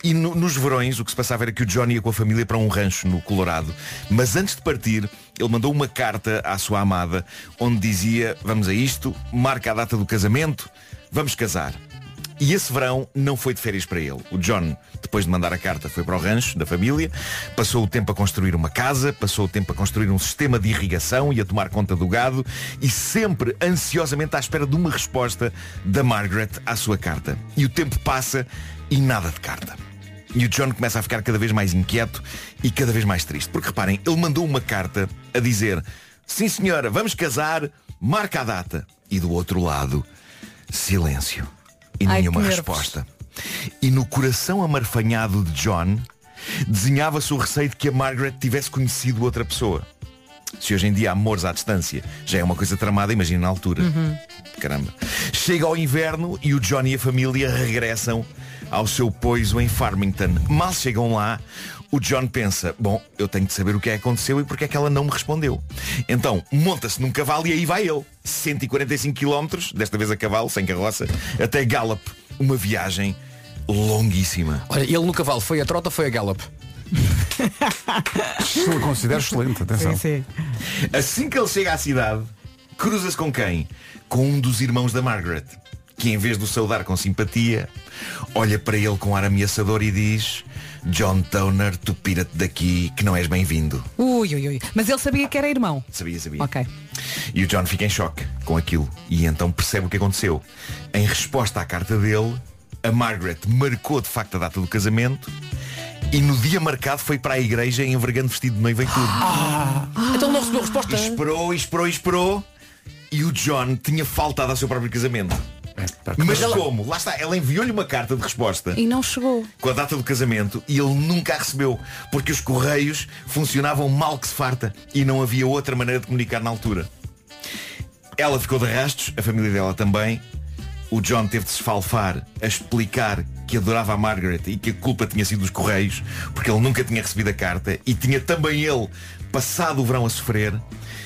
[SPEAKER 6] E no- nos verões o que se passava era que o John ia com a família para um rancho no Colorado. Mas antes de partir, ele mandou uma carta à sua amada onde dizia, vamos a isto, marca a data do casamento, vamos casar. E esse verão não foi de férias para ele. O John, depois de mandar a carta, foi para o rancho da família, passou o tempo a construir uma casa, passou o tempo a construir um sistema de irrigação e a tomar conta do gado e sempre ansiosamente à espera de uma resposta da Margaret à sua carta. E o tempo passa e nada de carta. E o John começa a ficar cada vez mais inquieto e cada vez mais triste. Porque reparem, ele mandou uma carta a dizer Sim senhora, vamos casar, marca a data. E do outro lado, silêncio. E
[SPEAKER 4] Ai,
[SPEAKER 6] nenhuma
[SPEAKER 4] que nervos.
[SPEAKER 6] resposta. E no coração amarfanhado de John, desenhava-se o receio de que a Margaret tivesse conhecido outra pessoa. Se hoje em dia há amores à distância já é uma coisa tramada, imagina na altura.
[SPEAKER 4] Uhum.
[SPEAKER 6] Caramba. Chega ao inverno e o John e a família regressam ao seu poiso em Farmington. Mal chegam lá, o John pensa, bom, eu tenho de saber o que é que aconteceu e porque é que ela não me respondeu. Então, monta-se num cavalo e aí vai ele. 145 km, desta vez a cavalo, sem carroça, até Gallup. Uma viagem longuíssima.
[SPEAKER 5] Olha, ele no cavalo foi a trota ou foi a Gallup?
[SPEAKER 2] Eu considero excelente, atenção.
[SPEAKER 4] Sim.
[SPEAKER 6] Assim que ele chega à cidade, cruza-se com quem? Com um dos irmãos da Margaret, que em vez de o saudar com simpatia, olha para ele com ar ameaçador e diz John Toner, tu pira-te daqui, que não és bem-vindo.
[SPEAKER 4] Ui, ui, ui. Mas ele sabia que era irmão.
[SPEAKER 6] Sabia, sabia.
[SPEAKER 4] Ok.
[SPEAKER 6] E o John fica em choque com aquilo e então percebe o que aconteceu. Em resposta à carta dele, a Margaret marcou de facto a data do casamento e no dia marcado foi para a igreja envergando vestido de noiva e tudo.
[SPEAKER 5] Então não recebeu resposta.
[SPEAKER 6] E esperou, e esperou, e esperou. E o John tinha faltado ao seu próprio casamento. Mas como? Lá está, ela enviou-lhe uma carta de resposta
[SPEAKER 10] E não chegou.
[SPEAKER 6] com a data do casamento e ele nunca a recebeu, porque os correios funcionavam mal que se farta e não havia outra maneira de comunicar na altura. Ela ficou de rastos, a família dela também. O John teve de se esfalfar a explicar que adorava a Margaret e que a culpa tinha sido dos Correios, porque ele nunca tinha recebido a carta e tinha também ele passado o verão a sofrer.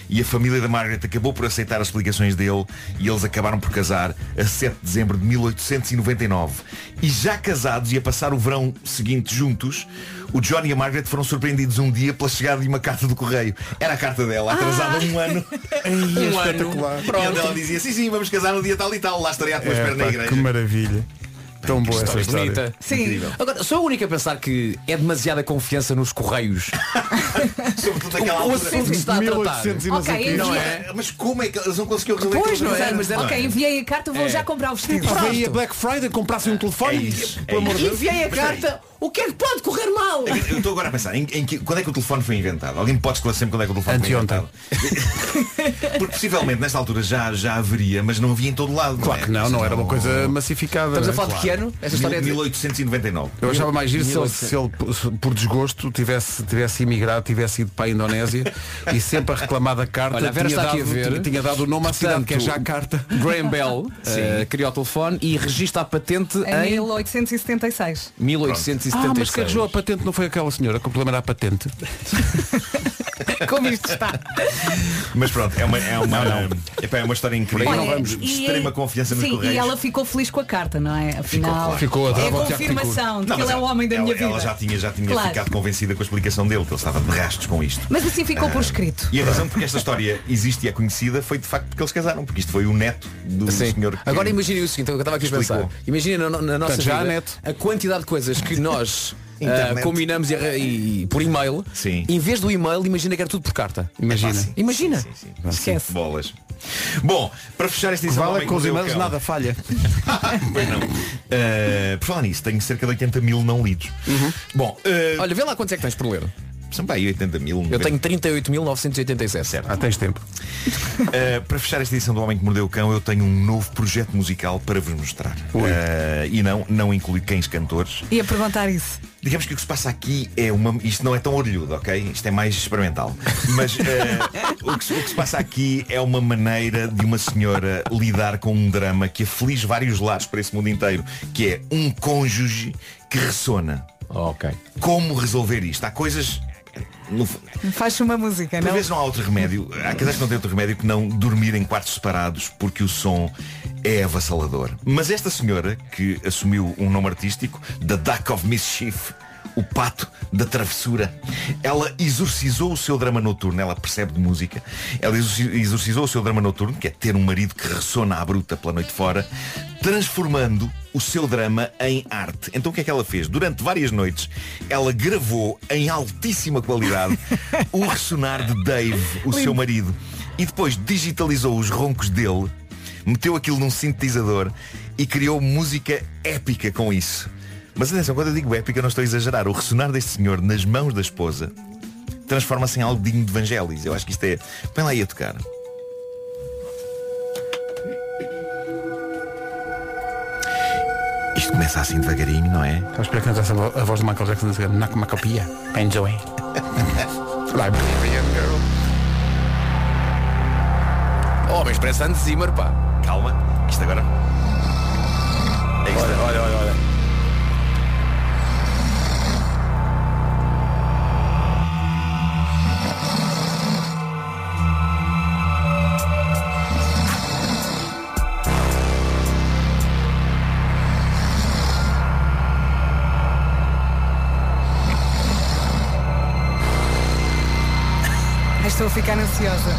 [SPEAKER 6] E a família da Margaret acabou por aceitar as explicações dele e eles acabaram por casar a 7 de dezembro de 1899. E já casados e a passar o verão seguinte juntos, o John e a Margaret foram surpreendidos um dia pela chegada de uma carta do correio. Era a carta dela, atrasada um ano.
[SPEAKER 5] Um
[SPEAKER 2] é espetacular.
[SPEAKER 5] ano.
[SPEAKER 6] E onde
[SPEAKER 5] Pronto.
[SPEAKER 6] ela dizia, sim, sim, vamos casar no dia tal e tal, lá estarei à tua espera na
[SPEAKER 2] É, pá,
[SPEAKER 6] igreja.
[SPEAKER 2] que maravilha. Tão boa essa
[SPEAKER 5] História
[SPEAKER 2] história.
[SPEAKER 5] bonita.
[SPEAKER 4] Sim.
[SPEAKER 6] Incrível.
[SPEAKER 5] Agora, sou a única a pensar que é demasiada confiança nos correios.
[SPEAKER 6] Sobretudo
[SPEAKER 5] O,
[SPEAKER 6] naquela
[SPEAKER 5] o
[SPEAKER 6] altura.
[SPEAKER 5] assunto que se está a tratar.
[SPEAKER 2] 1800 e não sei
[SPEAKER 4] Ok,
[SPEAKER 2] o quê.
[SPEAKER 4] eu-
[SPEAKER 6] Não é? Mas como é que eles não conseguiam resolver
[SPEAKER 4] Pois,
[SPEAKER 6] aquilo?
[SPEAKER 4] não é?
[SPEAKER 6] Mas
[SPEAKER 4] ok, enviei a carta, vou já comprar o vestido.
[SPEAKER 2] Pá, veio a
[SPEAKER 4] Pronto.
[SPEAKER 2] Black Friday, comprassem um
[SPEAKER 6] É
[SPEAKER 2] telefone
[SPEAKER 6] isso,
[SPEAKER 2] pelo
[SPEAKER 6] é
[SPEAKER 2] amor de
[SPEAKER 6] isso.
[SPEAKER 2] Deus.
[SPEAKER 4] Enviei a
[SPEAKER 6] Mas espera aí.
[SPEAKER 4] carta. O que é que pode correr mal?
[SPEAKER 6] Eu estou agora a pensar, em, em que- quando é que o telefone foi inventado? Alguém pode esclarecer-me quando é que o telefone
[SPEAKER 2] Anteontem.
[SPEAKER 6] foi inventado? Porque possivelmente nesta altura já, já haveria, mas não é? havia em todo lado.
[SPEAKER 2] Claro que não, não era uma coisa massificada.
[SPEAKER 5] Estamos a
[SPEAKER 2] não é?
[SPEAKER 5] falar de que ano? Essa história é de...
[SPEAKER 6] 1899.
[SPEAKER 2] Eu achava mais giro se ele, se ele, por desgosto, tivesse, tivesse imigrado, tivesse ido para a Indonésia e sempre a reclamar da carta
[SPEAKER 5] Olha, a Vera
[SPEAKER 2] tinha,
[SPEAKER 5] está
[SPEAKER 2] dado,
[SPEAKER 5] aqui a ver.
[SPEAKER 2] tinha- tinha dado o nome à cidade, que é
[SPEAKER 5] Portanto,
[SPEAKER 2] Jacarta.
[SPEAKER 5] Graham Bell eh, criou o telefone e registra a patente
[SPEAKER 4] Em
[SPEAKER 5] em
[SPEAKER 4] 1876.
[SPEAKER 5] 1876.
[SPEAKER 2] Ah, mas quem arranjou a patente não foi aquela senhora, que o problema era a patente.
[SPEAKER 4] Como isto está.
[SPEAKER 6] Mas pronto, é uma, é uma, Epá, é uma história incrível.
[SPEAKER 4] Olha,
[SPEAKER 6] de extrema confiança nos
[SPEAKER 4] sim,
[SPEAKER 6] correios.
[SPEAKER 4] E ela ficou feliz com a carta, não é? Afinal,
[SPEAKER 6] claro.
[SPEAKER 2] Ficou a
[SPEAKER 4] é a
[SPEAKER 2] o Tiago ficou.
[SPEAKER 4] confirmação de
[SPEAKER 6] Não,
[SPEAKER 4] que
[SPEAKER 6] mas
[SPEAKER 4] ele é o homem da
[SPEAKER 6] ela-
[SPEAKER 4] minha vida.
[SPEAKER 6] Ela já tinha, já tinha
[SPEAKER 4] Claro.
[SPEAKER 6] ficado convencida com a explicação dele, que ele estava de rastos com isto.
[SPEAKER 4] Mas assim ficou por escrito.
[SPEAKER 6] E a razão porque esta história existe e é conhecida foi de facto porque eles casaram, porque isto foi o neto do
[SPEAKER 5] Sim.
[SPEAKER 6] senhor. que-
[SPEAKER 5] Agora imaginem o seguinte, eu estava aqui a
[SPEAKER 6] Explicou.
[SPEAKER 5] pensar. Imaginem na, na nossa
[SPEAKER 2] Portanto, já há
[SPEAKER 5] vida,
[SPEAKER 2] net.
[SPEAKER 5] a quantidade de coisas que nós ah,
[SPEAKER 6] Internet.
[SPEAKER 5] combinamos e, e- por e-mail.
[SPEAKER 6] Sim.
[SPEAKER 5] Em vez do e-mail, imagina que era tudo por
[SPEAKER 2] É
[SPEAKER 5] carta.
[SPEAKER 2] Imagina.
[SPEAKER 6] Sim,
[SPEAKER 5] Imagina.
[SPEAKER 6] sim, sim, sim.
[SPEAKER 4] Esquece.
[SPEAKER 6] Bolas. Bom, para fechar esta edição do
[SPEAKER 2] Vale
[SPEAKER 6] Homem
[SPEAKER 2] com os
[SPEAKER 6] Mordeu o
[SPEAKER 2] e-mails
[SPEAKER 6] Cão.
[SPEAKER 2] nada falha.
[SPEAKER 6] Pois não. Uh, por falar nisso, tenho cerca de 80 mil não lidos. Bom, uh,
[SPEAKER 5] Uhum. Olha, vê lá quantos é que tens por ler.
[SPEAKER 6] são para aí 80 mil.
[SPEAKER 5] Eu tenho 38.987.
[SPEAKER 6] Certo.
[SPEAKER 2] Ah, tens tempo.
[SPEAKER 6] Uh, para fechar esta edição do Homem que Mordeu o Cão, eu tenho um novo projeto musical para vos mostrar. Uh, e não, não inclui cães cantores.
[SPEAKER 4] Ia perguntar isso.
[SPEAKER 6] Digamos que o que se passa aqui é uma. Isto não é tão orelhudo, ok? Isto é mais experimental. Mas eh, o, que, se- o que se passa aqui é uma maneira de uma senhora lidar com um drama que aflige vários lados para esse mundo inteiro, que é um cônjuge que ressona.
[SPEAKER 5] ok.
[SPEAKER 6] Como resolver isto? Há coisas. no fu-
[SPEAKER 4] Faz uma música,
[SPEAKER 6] por
[SPEAKER 4] não?
[SPEAKER 6] vezes não há outro remédio. Há casais que não têm outro remédio que não dormir em quartos separados porque o som é avassalador. Mas esta senhora, que assumiu um nome artístico, The Duck of Mischief, o pato da travessura, ela exorcizou o seu drama noturno, ela percebe de música, ela exorci- exorcizou o seu drama noturno, que é ter um marido que ressona à bruta pela noite fora, transformando o seu drama em arte. Então o que é que ela fez? Durante várias noites, ela gravou em altíssima qualidade o ressonar de Dave, o seu marido, e depois digitalizou os roncos dele, meteu aquilo num sintetizador e criou música épica com isso. Mas atenção, quando eu digo épica, não estou a exagerar. O ressonar deste senhor nas mãos da esposa transforma-se em algo digno de Vangelis. Eu acho que isto é. Põe lá aí a tocar. Isto começa assim devagarinho, não é?
[SPEAKER 2] Estava a esperar que cantasse a vo- a voz do Michael Jackson na segunda. Naco Macopia. Enjoy. Librarian Girl.
[SPEAKER 5] Oh, mas parece antes Zimmer, pá.
[SPEAKER 6] Calma, isto agora. É isto. Olha, olha, olha,
[SPEAKER 4] Ai, Estou a ficar ansiosa.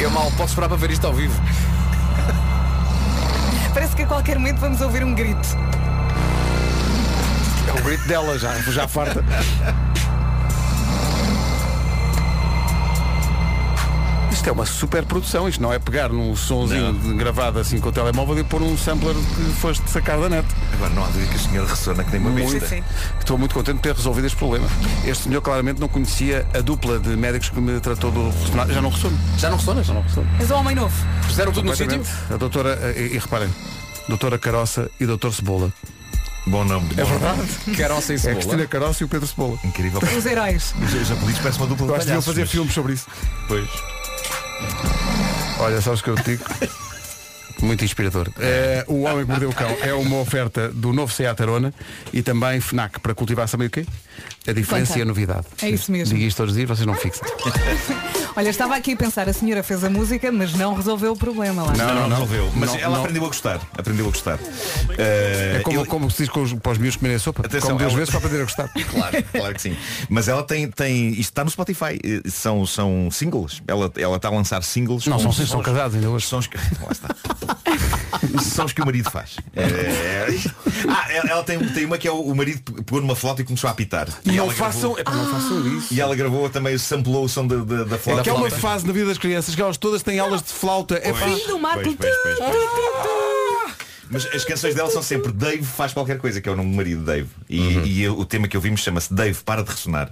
[SPEAKER 5] Eu mal posso esperar para ver isto ao vivo.
[SPEAKER 4] Parece que a qualquer momento vamos ouvir um grito.
[SPEAKER 2] É o grito dela, já, já farta. Isto é uma super produção, isto não é pegar num sonzinho de- gravado assim com o telemóvel e pôr um sampler que foste sacar da net.
[SPEAKER 6] Agora não há dúvida que o senhor ressona que nem uma besta.
[SPEAKER 2] Muito. Estou muito contente de ter resolvido este problema. Este senhor claramente não conhecia a dupla de médicos que me tratou do ressonar. Já não ressono.
[SPEAKER 5] Já não ressonas?
[SPEAKER 2] Já não ressono.
[SPEAKER 4] És o homem novo.
[SPEAKER 5] Fizeram tudo no sítio?
[SPEAKER 2] Completamente. A doutora, eh, e, e reparem, doutora Caroça e doutor Cebola.
[SPEAKER 6] Bom nome. É
[SPEAKER 5] Caroça e
[SPEAKER 2] É a
[SPEAKER 5] cebola.
[SPEAKER 2] Cristina Caroça e o Pedro Cebola.
[SPEAKER 6] Incrível.
[SPEAKER 4] Os heróis.
[SPEAKER 6] Os os apelidos parecem uma dupla de
[SPEAKER 2] Eu acho que deviam
[SPEAKER 6] palhaços,
[SPEAKER 2] fazer
[SPEAKER 6] mas-
[SPEAKER 2] filmes sobre isso.
[SPEAKER 6] Pois.
[SPEAKER 2] Olha, sabes o que eu te digo? Muito inspirador. É, o Homem que Mordeu o Cão é uma oferta do novo Seat Arona e também FNAC para cultivar, sabem o quê? A diferença
[SPEAKER 4] Conta.
[SPEAKER 2] e a novidade.
[SPEAKER 4] É isso mesmo.
[SPEAKER 2] Diga isto todos os dias, vocês não fixam.
[SPEAKER 4] Olha, estava aqui a pensar, a senhora fez a música, mas não resolveu o problema lá.
[SPEAKER 6] Não, não,
[SPEAKER 2] não.
[SPEAKER 6] resolveu. Mas
[SPEAKER 2] Não,
[SPEAKER 6] ela
[SPEAKER 2] não.
[SPEAKER 6] aprendeu a gostar. Aprendeu a gostar.
[SPEAKER 2] É
[SPEAKER 6] Eh,
[SPEAKER 2] como,
[SPEAKER 6] eu-
[SPEAKER 2] como se diz com os, para os miúdos comerem a sopa.
[SPEAKER 6] Atenção,
[SPEAKER 2] como duas
[SPEAKER 6] ela-
[SPEAKER 2] vezes para aprender a gostar.
[SPEAKER 6] Claro, claro que sim. Mas ela tem, tem isto está no Spotify. eh, São, são singles. Ela, ela está a lançar singles.
[SPEAKER 2] Não,
[SPEAKER 6] com
[SPEAKER 2] são, são
[SPEAKER 6] sons-
[SPEAKER 2] casados ainda hoje.
[SPEAKER 6] Sons que... Lá está. Sons que o marido faz. Eh, Ah, ela ela tem, tem uma que é o, o marido pegou numa flauta e começou a apitar. E
[SPEAKER 2] Não
[SPEAKER 6] ela
[SPEAKER 2] façam,
[SPEAKER 6] Gravou, Ah.
[SPEAKER 2] é, pá, não façam isso.
[SPEAKER 6] e ela gravou também, samplou o som da, da, da flauta.
[SPEAKER 2] Que é uma fase na vida das crianças que elas todas têm aulas de flauta. É pá.
[SPEAKER 4] Fim do Marco.
[SPEAKER 6] Pois, pois, pois, pois. Mas as canções dela são sempre Dave faz qualquer coisa, que é o nome do marido de Dave. E, e eu- o tema que ouvimos chama-se Dave para de ressonar.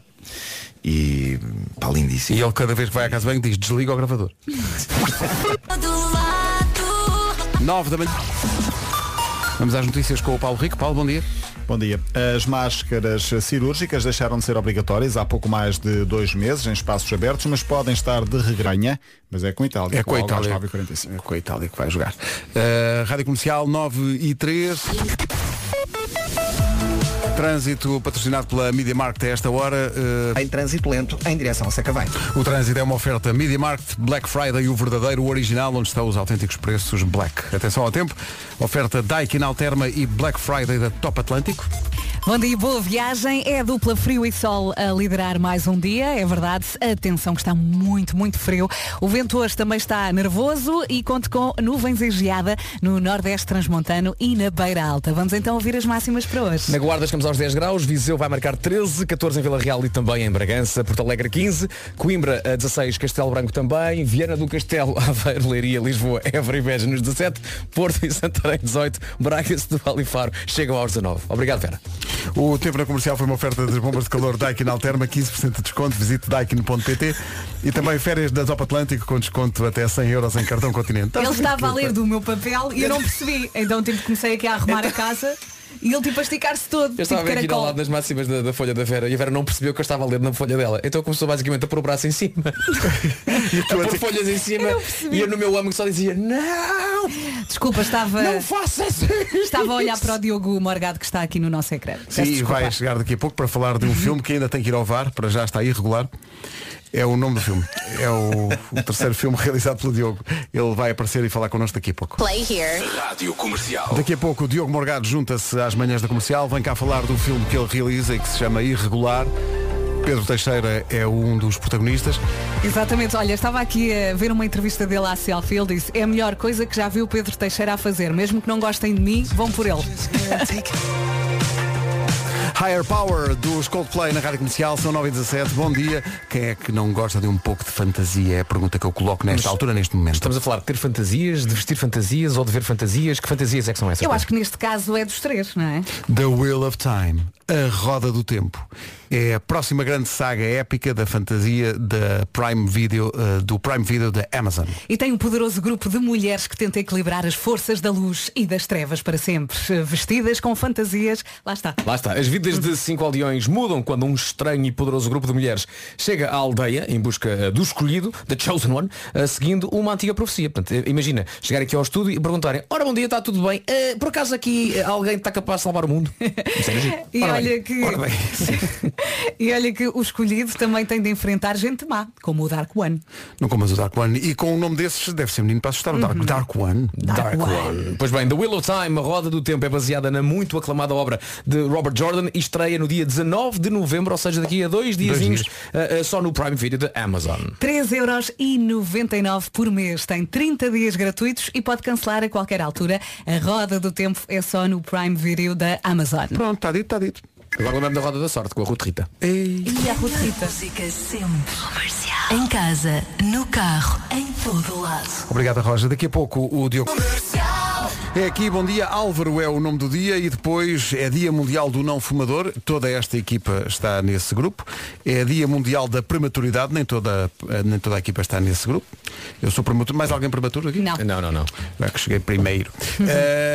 [SPEAKER 6] E pá, lindíssimo.
[SPEAKER 2] E ele cada vez que vai à casa de banho diz desliga o gravador.
[SPEAKER 10] Do lado.
[SPEAKER 2] 9 da manhã. Vamos às notícias com o Paulo Rico. Paulo, bom dia.
[SPEAKER 7] Bom dia. As máscaras cirúrgicas deixaram de ser obrigatórias há pouco mais de dois meses em espaços abertos, mas podem estar de regranha, mas é com a Itália.
[SPEAKER 2] É com a
[SPEAKER 7] Logo às
[SPEAKER 2] Itália.
[SPEAKER 7] 9h45.
[SPEAKER 2] É com a Itália que vai jogar. Uh, Rádio Comercial 9 e 3. Trânsito patrocinado pela Media Market a esta hora. eh,
[SPEAKER 3] Em trânsito lento, em direção a Sacavém.
[SPEAKER 2] O trânsito é uma oferta Media Market, Black Friday, o verdadeiro o original, onde estão os autênticos preços Black. Atenção ao tempo, oferta Daikin Alterma e Black Friday da Top Atlântico.
[SPEAKER 4] Bom dia, e boa viagem. É a dupla frio e sol a liderar mais um dia, é verdade. Atenção que está muito, muito frio. O vento hoje também está nervoso e conta com nuvens e geada no Nordeste Transmontano e na Beira Alta. Vamos então ouvir as máximas para hoje.
[SPEAKER 5] Na Guarda estamos aos 10 graus, Viseu vai marcar 13, 14 em Vila Real e também em Bragança, Porto Alegre 15, Coimbra a 16, Castelo Branco também, Viana do Castelo, Aveiro, Leiria, Lisboa, Évora e Beja nos 17, Porto e Santarém 18, Braga, Setúbal e Faro chegam aos 19. Obrigado, Vera.
[SPEAKER 4] Tipo
[SPEAKER 2] O tempo na comercial foi uma oferta das bombas de calor Daikin Alterma, 15% de desconto, visite daikin.pt e também férias da Top Atlântico com desconto até 100 euros em cartão continente.
[SPEAKER 4] Ele estava a ler do meu papel e eu não percebi. Então tipo, comecei aqui a arrumar a casa e ele tipo a esticar-se todo.
[SPEAKER 5] Então- Eu
[SPEAKER 4] tipo
[SPEAKER 5] estava aqui ao lado das máximas da, da folha da Vera e a Vera não percebeu que eu estava a ler na folha dela. Então começou basicamente a pôr o braço em cima. a pôr folhas em cima e eu no meu âmago só dizia não,
[SPEAKER 4] Desculpa, estava,
[SPEAKER 5] não faças
[SPEAKER 4] estava a olhar para o Diogo Morgado que está aqui no nosso ecrã. Peço
[SPEAKER 2] Sim,
[SPEAKER 4] desculpa.
[SPEAKER 2] vai chegar daqui a pouco para falar de um filme que ainda tem que ir ao VAR, para já está irregular. É o nome do filme. É o, o terceiro filme realizado pelo Diogo. Ele vai aparecer e falar connosco daqui a pouco.
[SPEAKER 10] Play here.
[SPEAKER 9] Rádio Comercial.
[SPEAKER 2] Daqui a pouco o Diogo Morgado junta-se às manhãs da comercial, vem cá falar do filme que ele realiza e que se chama Irregular. Pedro Teixeira é um dos protagonistas.
[SPEAKER 4] Exatamente, olha, estava aqui a ver uma entrevista dele à selfie, ele disse, é a melhor coisa que já viu Pedro Teixeira a fazer, mesmo que não gostem de mim, vão por ele.
[SPEAKER 2] Higher Power dos Coldplay na Rádio Comercial, são 9 e 17 Bom dia. Quem é que não gosta de um pouco de fantasia? É a pergunta que eu coloco nesta altura, neste momento.
[SPEAKER 5] Estamos a falar de ter fantasias, de vestir fantasias ou de ver fantasias. Que fantasias é que são essas?
[SPEAKER 4] Eu acho que neste caso é dos três, não é?
[SPEAKER 2] The Wheel of Time, a roda do tempo. É a próxima grande saga épica da fantasia da Prime Video, eh, do Prime Video da Amazon.
[SPEAKER 4] E tem um poderoso grupo de mulheres que tenta equilibrar as forças da luz e das trevas para sempre, vestidas com fantasias, lá está.
[SPEAKER 5] Lá está. As vidas de cinco aldeões mudam quando um estranho e poderoso grupo de mulheres chega à aldeia em busca eh, do escolhido, The Chosen One, eh, seguindo uma antiga profecia. Portanto, eh, imagina chegar aqui ao estúdio e perguntarem, "Oh, ora bom dia, está tudo bem? Eh, por acaso aqui eh, alguém está capaz de salvar o mundo? Isso era giro.
[SPEAKER 4] E
[SPEAKER 5] Ora bem.
[SPEAKER 4] olha, que,
[SPEAKER 5] Ora bem.
[SPEAKER 4] e olha que o escolhido também tem de enfrentar gente má, como o Dark One.
[SPEAKER 2] Não comas o Dark One. E com um nome desses deve ser menino para assustar. O Dark, Uhum. Dark One.
[SPEAKER 4] Dark One.
[SPEAKER 5] Pois bem, The Wheel of Time, a roda do tempo, é baseada na muito aclamada obra de Robert Jordan e estreia no dia 19 de novembro, ou seja, daqui a dois diazinhos, eh, eh, só no Prime Video da Amazon.
[SPEAKER 4] 3,99€ por mês. Tem 30 dias gratuitos e pode cancelar a qualquer altura. A roda do tempo é só no Prime Video da Amazon.
[SPEAKER 2] Pronto, está dito, está dito.
[SPEAKER 5] Agora lembrando da Roda da Sorte com a Ruth Rita.
[SPEAKER 4] E é a Ruth Rita.
[SPEAKER 10] Música sempre. Comercial. Em casa, no carro, em todo lado.
[SPEAKER 2] Obrigado, Roja. Daqui a pouco o Diogo. É aqui, bom dia. Álvaro é o nome do dia e depois é Dia Mundial do Não Fumador. Toda esta equipa está nesse grupo. É Dia Mundial da Prematuridade. Nem toda, eh, nem toda a equipa está nesse grupo. Eu sou prematuro. Mais alguém prematuro aqui?
[SPEAKER 4] Não.
[SPEAKER 5] Não, não, não.
[SPEAKER 2] É que cheguei primeiro.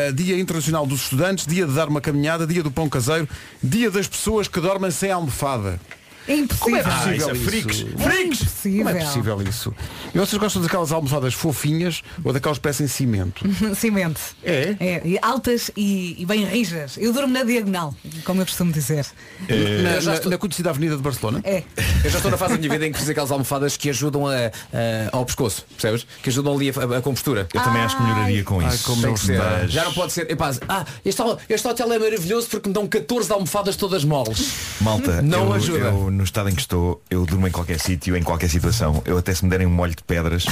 [SPEAKER 2] Uh, dia Internacional dos Estudantes, dia de dar uma caminhada, dia do pão caseiro, dia das pessoas que dormem sem almofada.
[SPEAKER 4] É impossível.
[SPEAKER 2] possível
[SPEAKER 6] isso é
[SPEAKER 2] isso?
[SPEAKER 6] freaks.
[SPEAKER 4] É impossível.
[SPEAKER 2] Como é possível isso? E vocês gostam daquelas almofadas fofinhas ou daquelas que parecem cimento?
[SPEAKER 4] Cimento.
[SPEAKER 2] É?
[SPEAKER 4] E altas e, e bem rijas. Eu durmo na diagonal, como eu costumo dizer.
[SPEAKER 2] É, Na, na- na conhecida Avenida de Barcelona?
[SPEAKER 4] É.
[SPEAKER 5] Eu já estou É. na fase da minha vida em que fiz aquelas almofadas que ajudam a, a- ao pescoço, percebes? Que ajudam ali a, a- a compostura.
[SPEAKER 6] Eu também acho que melhoraria com isso.
[SPEAKER 2] como não se dá.
[SPEAKER 6] Mas-
[SPEAKER 5] Já não pode ser. Epá, ah, este, ho- este hotel é maravilhoso porque me dão 14 almofadas todas moles.
[SPEAKER 6] Malta,
[SPEAKER 5] Hum? Não
[SPEAKER 6] eu,
[SPEAKER 5] ajuda.
[SPEAKER 6] eu, no estado em que estou, eu durmo em qualquer sítio, em qualquer situação. Eu até se me derem um molho de pedras,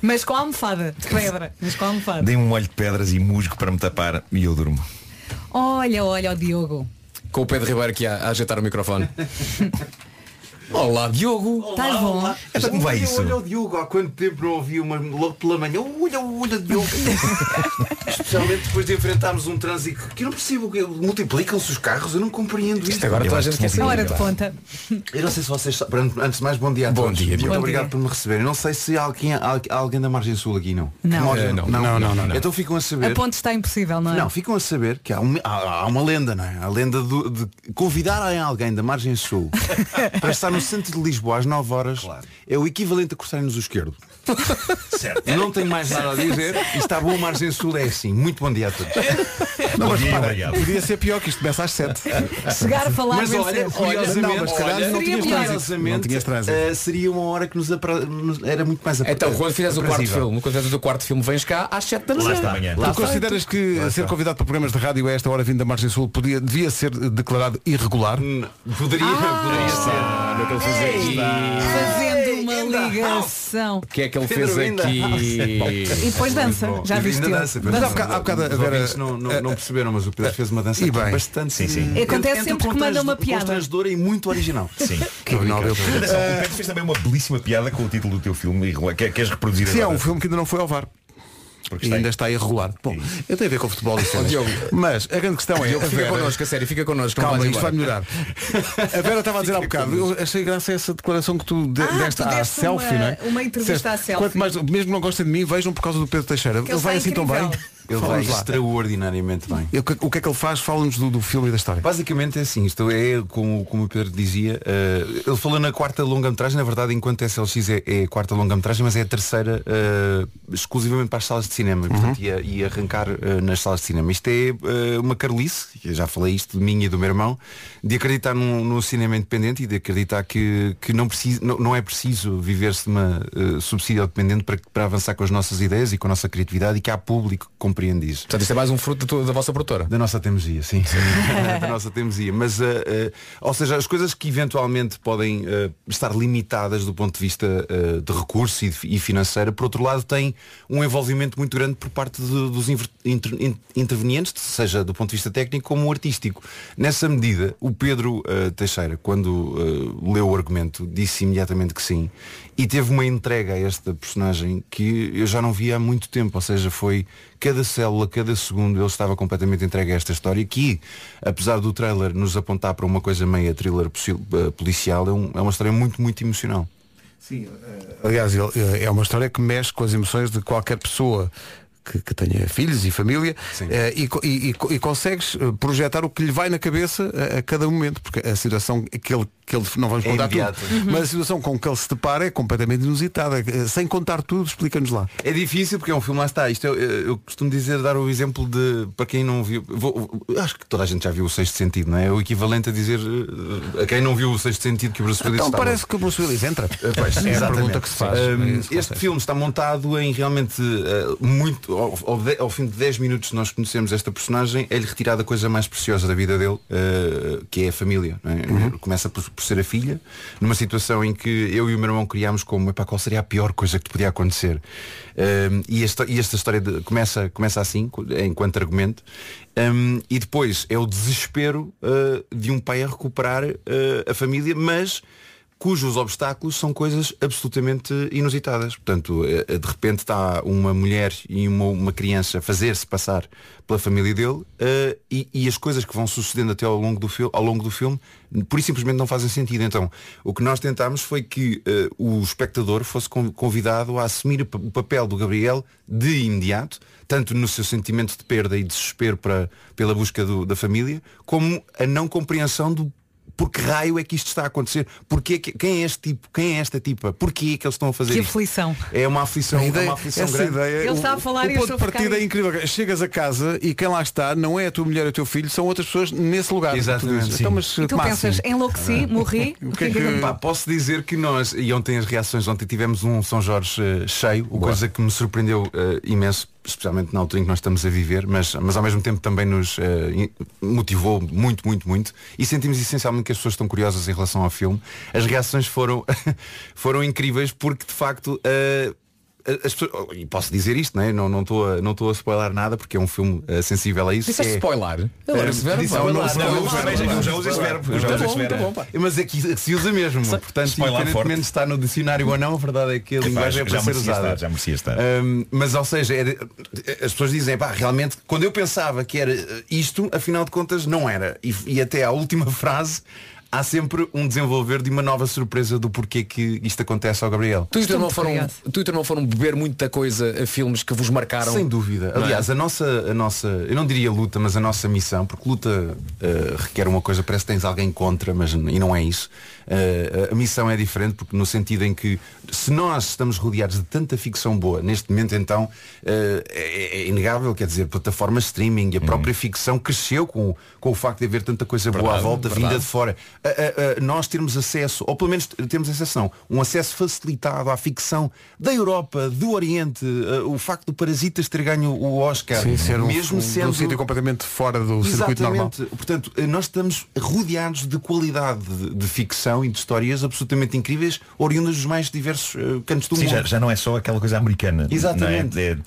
[SPEAKER 4] Mas com a almofada de pedra. Mas com a almofada.
[SPEAKER 6] deem um molho de pedras e musgo para me tapar e eu durmo.
[SPEAKER 4] Olha, olha o Diogo.
[SPEAKER 5] Com o Pedro Ribeiro aqui a, a ajeitar o microfone. Olá, Diogo.
[SPEAKER 11] Tá
[SPEAKER 4] Estás bom?
[SPEAKER 6] Então, como vai isso?
[SPEAKER 12] o Diogo, há quanto tempo não ouvi uma logo pela manhã? Olha, olha, Diogo. Especialmente depois de enfrentarmos um trânsito que eu não percebo, que multiplicam-se os carros, eu não compreendo isto.
[SPEAKER 5] Agora
[SPEAKER 6] Eu
[SPEAKER 5] toda a
[SPEAKER 6] acho
[SPEAKER 5] gente
[SPEAKER 6] que
[SPEAKER 5] quer
[SPEAKER 6] sim.
[SPEAKER 5] saber.
[SPEAKER 4] A hora de ponta.
[SPEAKER 12] Eu não sei se vocês sabem, antes de mais, bom dia a
[SPEAKER 5] Bom
[SPEAKER 12] todos.
[SPEAKER 5] dia, Diogo.
[SPEAKER 12] Muito
[SPEAKER 4] Bom
[SPEAKER 12] obrigado
[SPEAKER 4] dia.
[SPEAKER 12] por me receberem. Não sei se há alguém, há alguém da Margem Sul aqui, não.
[SPEAKER 4] Não.
[SPEAKER 12] Margem-
[SPEAKER 5] Eh, não.
[SPEAKER 2] Não, não, não, não.
[SPEAKER 12] Então ficam a saber.
[SPEAKER 4] A ponte está impossível, não é?
[SPEAKER 12] Não, ficam a saber que há, um- há- há uma lenda, não é? A lenda do- de convidarem alguém da margem sul para estar
[SPEAKER 11] no centro de Lisboa às 9 horas é o equivalente a cruzarem-nos o esquerdo. certo. Não tenho mais nada a dizer. E está boa margem sul, é assim. Muito bom dia a todos.
[SPEAKER 2] Não, mas repara, podia ser pior que isto começa às 7.
[SPEAKER 4] Chegar a falar
[SPEAKER 11] Mas olha,
[SPEAKER 4] vencer.
[SPEAKER 11] curiosamente,
[SPEAKER 4] Olha, não, mas calhar
[SPEAKER 11] olha,
[SPEAKER 4] não tinhas
[SPEAKER 11] curiosamente,
[SPEAKER 4] trânsito.
[SPEAKER 2] Não tinhas trânsito.
[SPEAKER 11] eh, seria uma hora que nos, apra- nos- era muito mais apra-
[SPEAKER 2] é
[SPEAKER 5] Então, quando fizeres o quarto
[SPEAKER 11] aprazível.
[SPEAKER 5] filme, quando fizeres o teu quarto filme, vens cá às 7 da manhã.
[SPEAKER 2] Tu consideras que ser convidado para programas de rádio a esta hora vindo da Margem Sul podia, devia ser eh, declarado irregular?
[SPEAKER 5] Hum,
[SPEAKER 11] Poderia,
[SPEAKER 4] Ah.
[SPEAKER 11] poderia
[SPEAKER 5] é.
[SPEAKER 11] ser.
[SPEAKER 4] Fazendo uma ligação.
[SPEAKER 5] O que é que ele
[SPEAKER 11] Pedro,
[SPEAKER 5] fez
[SPEAKER 11] ainda.
[SPEAKER 5] aqui?
[SPEAKER 4] E depois dança. Já
[SPEAKER 11] Ainda
[SPEAKER 4] viste? ele?
[SPEAKER 11] dança, pois
[SPEAKER 2] Mas
[SPEAKER 11] não,
[SPEAKER 2] há bocado- há bocado
[SPEAKER 11] os
[SPEAKER 2] a Vera-
[SPEAKER 11] ouvintes não, não, não perceberam, mas o Pedro fez uma dança
[SPEAKER 2] e
[SPEAKER 11] aqui
[SPEAKER 2] bem.
[SPEAKER 11] bastante. Sim, sim.
[SPEAKER 4] Acontece sempre que manda uma piada.
[SPEAKER 11] Constrangedora e muito original. Sim.
[SPEAKER 2] Que não, eu-
[SPEAKER 6] Atenção, Ah, o Pedro fez também uma belíssima piada com o título do teu filme e que queres reproduzir
[SPEAKER 2] Sim, é
[SPEAKER 6] agora?
[SPEAKER 2] um filme que ainda não foi ao VAR.
[SPEAKER 6] Porque
[SPEAKER 2] E
[SPEAKER 6] está aí.
[SPEAKER 2] ainda está irregular. Bom, eu tenho a ver com futebol e cenas.
[SPEAKER 5] Diogo.
[SPEAKER 2] Mas a grande questão é.
[SPEAKER 5] Diogo,
[SPEAKER 2] a
[SPEAKER 5] fica
[SPEAKER 2] Vera-
[SPEAKER 5] connosco, a sério, fica connosco. não
[SPEAKER 2] Calma,
[SPEAKER 5] vais
[SPEAKER 2] isto vai
[SPEAKER 5] embora.
[SPEAKER 2] melhorar. A Vera estava a dizer há bocado, eu achei graça essa declaração que tu de-
[SPEAKER 4] Ah,
[SPEAKER 2] deste
[SPEAKER 4] tu
[SPEAKER 2] à
[SPEAKER 4] deste
[SPEAKER 2] selfie,
[SPEAKER 4] uma-
[SPEAKER 2] não é?
[SPEAKER 4] uma entrevista
[SPEAKER 2] Disseste,
[SPEAKER 4] à selfie.
[SPEAKER 2] Quanto mais, mesmo que não gostem de mim, vejam por causa do Pedro Teixeira. Ele,
[SPEAKER 4] ele
[SPEAKER 2] vai
[SPEAKER 4] está
[SPEAKER 2] assim tão bem.
[SPEAKER 4] incrível.
[SPEAKER 11] Ele vai
[SPEAKER 2] Fala-nos lá.
[SPEAKER 11] extraordinariamente bem.
[SPEAKER 2] Eu- o que é que ele faz? Fala-nos do, do filme e da história.
[SPEAKER 11] Basicamente é assim, isto é como, como o Pedro dizia, eh, ele falou na quarta longa-metragem, na verdade enquanto SLX é, é a quarta longa-metragem, mas é a terceira eh, exclusivamente para as salas de cinema, e, portanto, ia, ia arrancar eh, nas salas de cinema. Isto é eh, uma carolice, eu já falei isto de mim e do meu irmão, de acreditar num, num cinema independente e de acreditar que, que não, precisa, não, não é preciso viver-se de uma eh, subsídio dependente para, para avançar com as nossas ideias e com a nossa criatividade e que há público que compreende isso.
[SPEAKER 5] Portanto, isto é mais um fruto da, tua- da vossa produtora.
[SPEAKER 11] Da nossa teimosia, sim. da nossa teimosia. Mas, ah, ah, ou seja, as coisas que eventualmente podem ah, estar limitadas do ponto de vista ah, de recurso e, de- e financeiro, por outro lado, têm um envolvimento muito grande por parte de- dos inver- inter- in- intervenientes, seja do ponto de vista técnico como artístico. Nessa medida, o Pedro ah, Teixeira, quando ah, leu o argumento, disse imediatamente que sim e teve uma entrega a esta personagem que eu já não via há muito tempo, ou seja, foi cada célula, cada segundo, ele estava completamente entregue a esta história que, apesar do trailer nos apontar para uma coisa meio thriller possi- eh, policial, é, um- é uma história muito, muito emocional.
[SPEAKER 2] Aliás, ele- eh, é uma história que mexe com as emoções de qualquer pessoa que, que tenha filhos e família eh, e, co- e- e co- e consegues eh, projetar o que lhe vai na cabeça a, a cada momento, porque a situação que ele, que ele não vamos
[SPEAKER 11] É
[SPEAKER 2] contar
[SPEAKER 11] imediato.
[SPEAKER 2] tudo, mas a situação com que ele se depara é completamente inusitada. Eh, Sem contar tudo, explica-nos lá.
[SPEAKER 11] É difícil porque é um filme, lá está. Isto é- eu, eu costumo dizer, dar o exemplo de, para quem não viu, vou- acho que toda a gente já viu o Sexto Sentido, não é? É o equivalente a dizer eh, a quem não viu o Sexto Sentido que o Bruce Willis
[SPEAKER 2] Então
[SPEAKER 11] estava-
[SPEAKER 2] parece que o Bruce Willis entra.
[SPEAKER 11] Uh, pois,
[SPEAKER 2] é a
[SPEAKER 11] exatamente.
[SPEAKER 2] pergunta que se faz.
[SPEAKER 11] Um,
[SPEAKER 2] É esse
[SPEAKER 11] este
[SPEAKER 2] conceito.
[SPEAKER 11] filme está montado em realmente uh, muito. Ao, ao de- ao fim de 10 minutos nós conhecemos esta personagem, é-lhe retirada a coisa mais preciosa da vida dele, uh, que é a família. não é?
[SPEAKER 2] Uhum.
[SPEAKER 11] Começa por, por ser a filha, numa situação em que eu e o meu irmão criámos como "Epá, qual seria a pior coisa que te podia acontecer. Um, e, esta, e esta história de- começa, começa assim, co- enquanto argumento. Um, e depois é o desespero uh, de um pai a recuperar uh, a família, mas cujos obstáculos são coisas absolutamente inusitadas. Portanto, eh, de repente está uma mulher e uma, uma criança a fazer-se passar pela família dele eh, e, e as coisas que vão sucedendo até ao longo do, fil ao longo do filme, por simplesmente não fazem sentido. Então, o que nós tentámos foi que eh, o espectador fosse con- convidado a assumir o pa- o papel do Gabriel de imediato, tanto no seu sentimento de perda e desespero para, pela busca do- da família, como a não compreensão do por que raio é que isto está a acontecer? Porquê que, quem é este tipo? Quem é esta tipa? Porquê é que eles estão a fazer
[SPEAKER 4] Que
[SPEAKER 11] isto?
[SPEAKER 4] aflição.
[SPEAKER 11] É uma aflição,
[SPEAKER 2] A
[SPEAKER 11] é
[SPEAKER 2] ideia-
[SPEAKER 11] uma aflição
[SPEAKER 2] essa
[SPEAKER 11] grande.
[SPEAKER 2] ideia,
[SPEAKER 4] Ele
[SPEAKER 2] o-
[SPEAKER 4] está a falar e
[SPEAKER 2] o
[SPEAKER 4] eu
[SPEAKER 2] ponto de
[SPEAKER 4] estou a ficar
[SPEAKER 2] partida
[SPEAKER 4] aí.
[SPEAKER 2] é incrível. Chegas a casa e quem lá está não é a tua mulher ou o teu filho, são outras pessoas nesse lugar.
[SPEAKER 11] Exatamente,
[SPEAKER 2] Tu dizes,
[SPEAKER 11] sim.
[SPEAKER 2] Então, mas,
[SPEAKER 4] E tu
[SPEAKER 2] Tomás,
[SPEAKER 4] pensas,
[SPEAKER 2] sim.
[SPEAKER 5] Ah.
[SPEAKER 4] enlouqueci, morri.
[SPEAKER 2] o que é que...
[SPEAKER 11] Pá, posso dizer que nós, e ontem as reações, ontem tivemos um São Jorge eh, cheio, o coisa que me surpreendeu eh, imenso, especialmente na altura em que nós estamos a viver, mas, mas ao mesmo tempo também nos eh, in- motivou muito, muito, muito. E sentimos essencialmente que as pessoas estão curiosas em relação ao filme. As reações foram, foram incríveis porque de facto eh, as pessoas- e posso dizer isto, né? não estou não tô a, não tô a spoiler nada porque é um filme eh, sensível a isso.
[SPEAKER 5] Disseste
[SPEAKER 11] É-
[SPEAKER 5] spoiler? Agora esse verbo,
[SPEAKER 2] disse-
[SPEAKER 5] pá.
[SPEAKER 2] não, não,
[SPEAKER 5] Spoiler,
[SPEAKER 2] não,
[SPEAKER 5] não,
[SPEAKER 2] não,
[SPEAKER 5] não,
[SPEAKER 6] Veja, eu já uso esse verbo. eu já uso
[SPEAKER 5] Tá bom,
[SPEAKER 6] esse
[SPEAKER 5] tá
[SPEAKER 6] verbo.
[SPEAKER 5] bom, pá.
[SPEAKER 11] Mas aqui se usa mesmo, portanto,
[SPEAKER 6] spoiler
[SPEAKER 11] independentemente
[SPEAKER 6] forte.
[SPEAKER 11] se está no dicionário ou não, a verdade é que a linguagem é
[SPEAKER 6] já
[SPEAKER 11] para ser
[SPEAKER 6] merecia
[SPEAKER 11] usada.
[SPEAKER 6] estar, já merecia estar.
[SPEAKER 11] Hum, mas, ou seja, é de- as pessoas dizem, pá, realmente, quando eu pensava que era eh, isto, afinal de contas, não era. E, e até à última frase há sempre um desenvolver de uma nova surpresa do porquê que isto acontece ao Gabriel.
[SPEAKER 5] Tu e, o teu irmão foram, tu e o teu irmão foram beber muita coisa a filmes que vos marcaram.
[SPEAKER 11] Sem dúvida.
[SPEAKER 5] Não é?
[SPEAKER 11] Aliás, a nossa, a nossa, eu não diria luta, mas a nossa missão, porque luta eh, requer uma coisa, parece que tens alguém contra, mas n- e não é isso. Eh, a- a missão é diferente, porque no sentido em que se nós estamos rodeados de tanta ficção boa, neste momento então eh, é, é inegável, quer dizer, plataformas de streaming,
[SPEAKER 5] Uhum.
[SPEAKER 11] a própria ficção cresceu com, com o facto de haver tanta coisa boa à
[SPEAKER 6] Verdade,
[SPEAKER 11] volta, vinda
[SPEAKER 6] verdade.
[SPEAKER 11] de fora. A- a- a nós termos acesso, ou pelo menos termos acesso não, um acesso facilitado à ficção da Europa, do Oriente, eh, o facto do Parasitas ter ganho o Oscar,
[SPEAKER 2] Sim, ser um,
[SPEAKER 11] mesmo
[SPEAKER 2] um,
[SPEAKER 11] sendo
[SPEAKER 2] um sítio completamente fora do circuito normal.
[SPEAKER 11] Exatamente. Portanto, eh, nós estamos rodeados de qualidade de, de ficção e de histórias absolutamente incríveis, oriundas dos mais diversos eh, cantos do
[SPEAKER 6] Sim,
[SPEAKER 11] mundo.
[SPEAKER 6] já, já não é só aquela coisa americana.
[SPEAKER 11] Exatamente.
[SPEAKER 6] não é? É-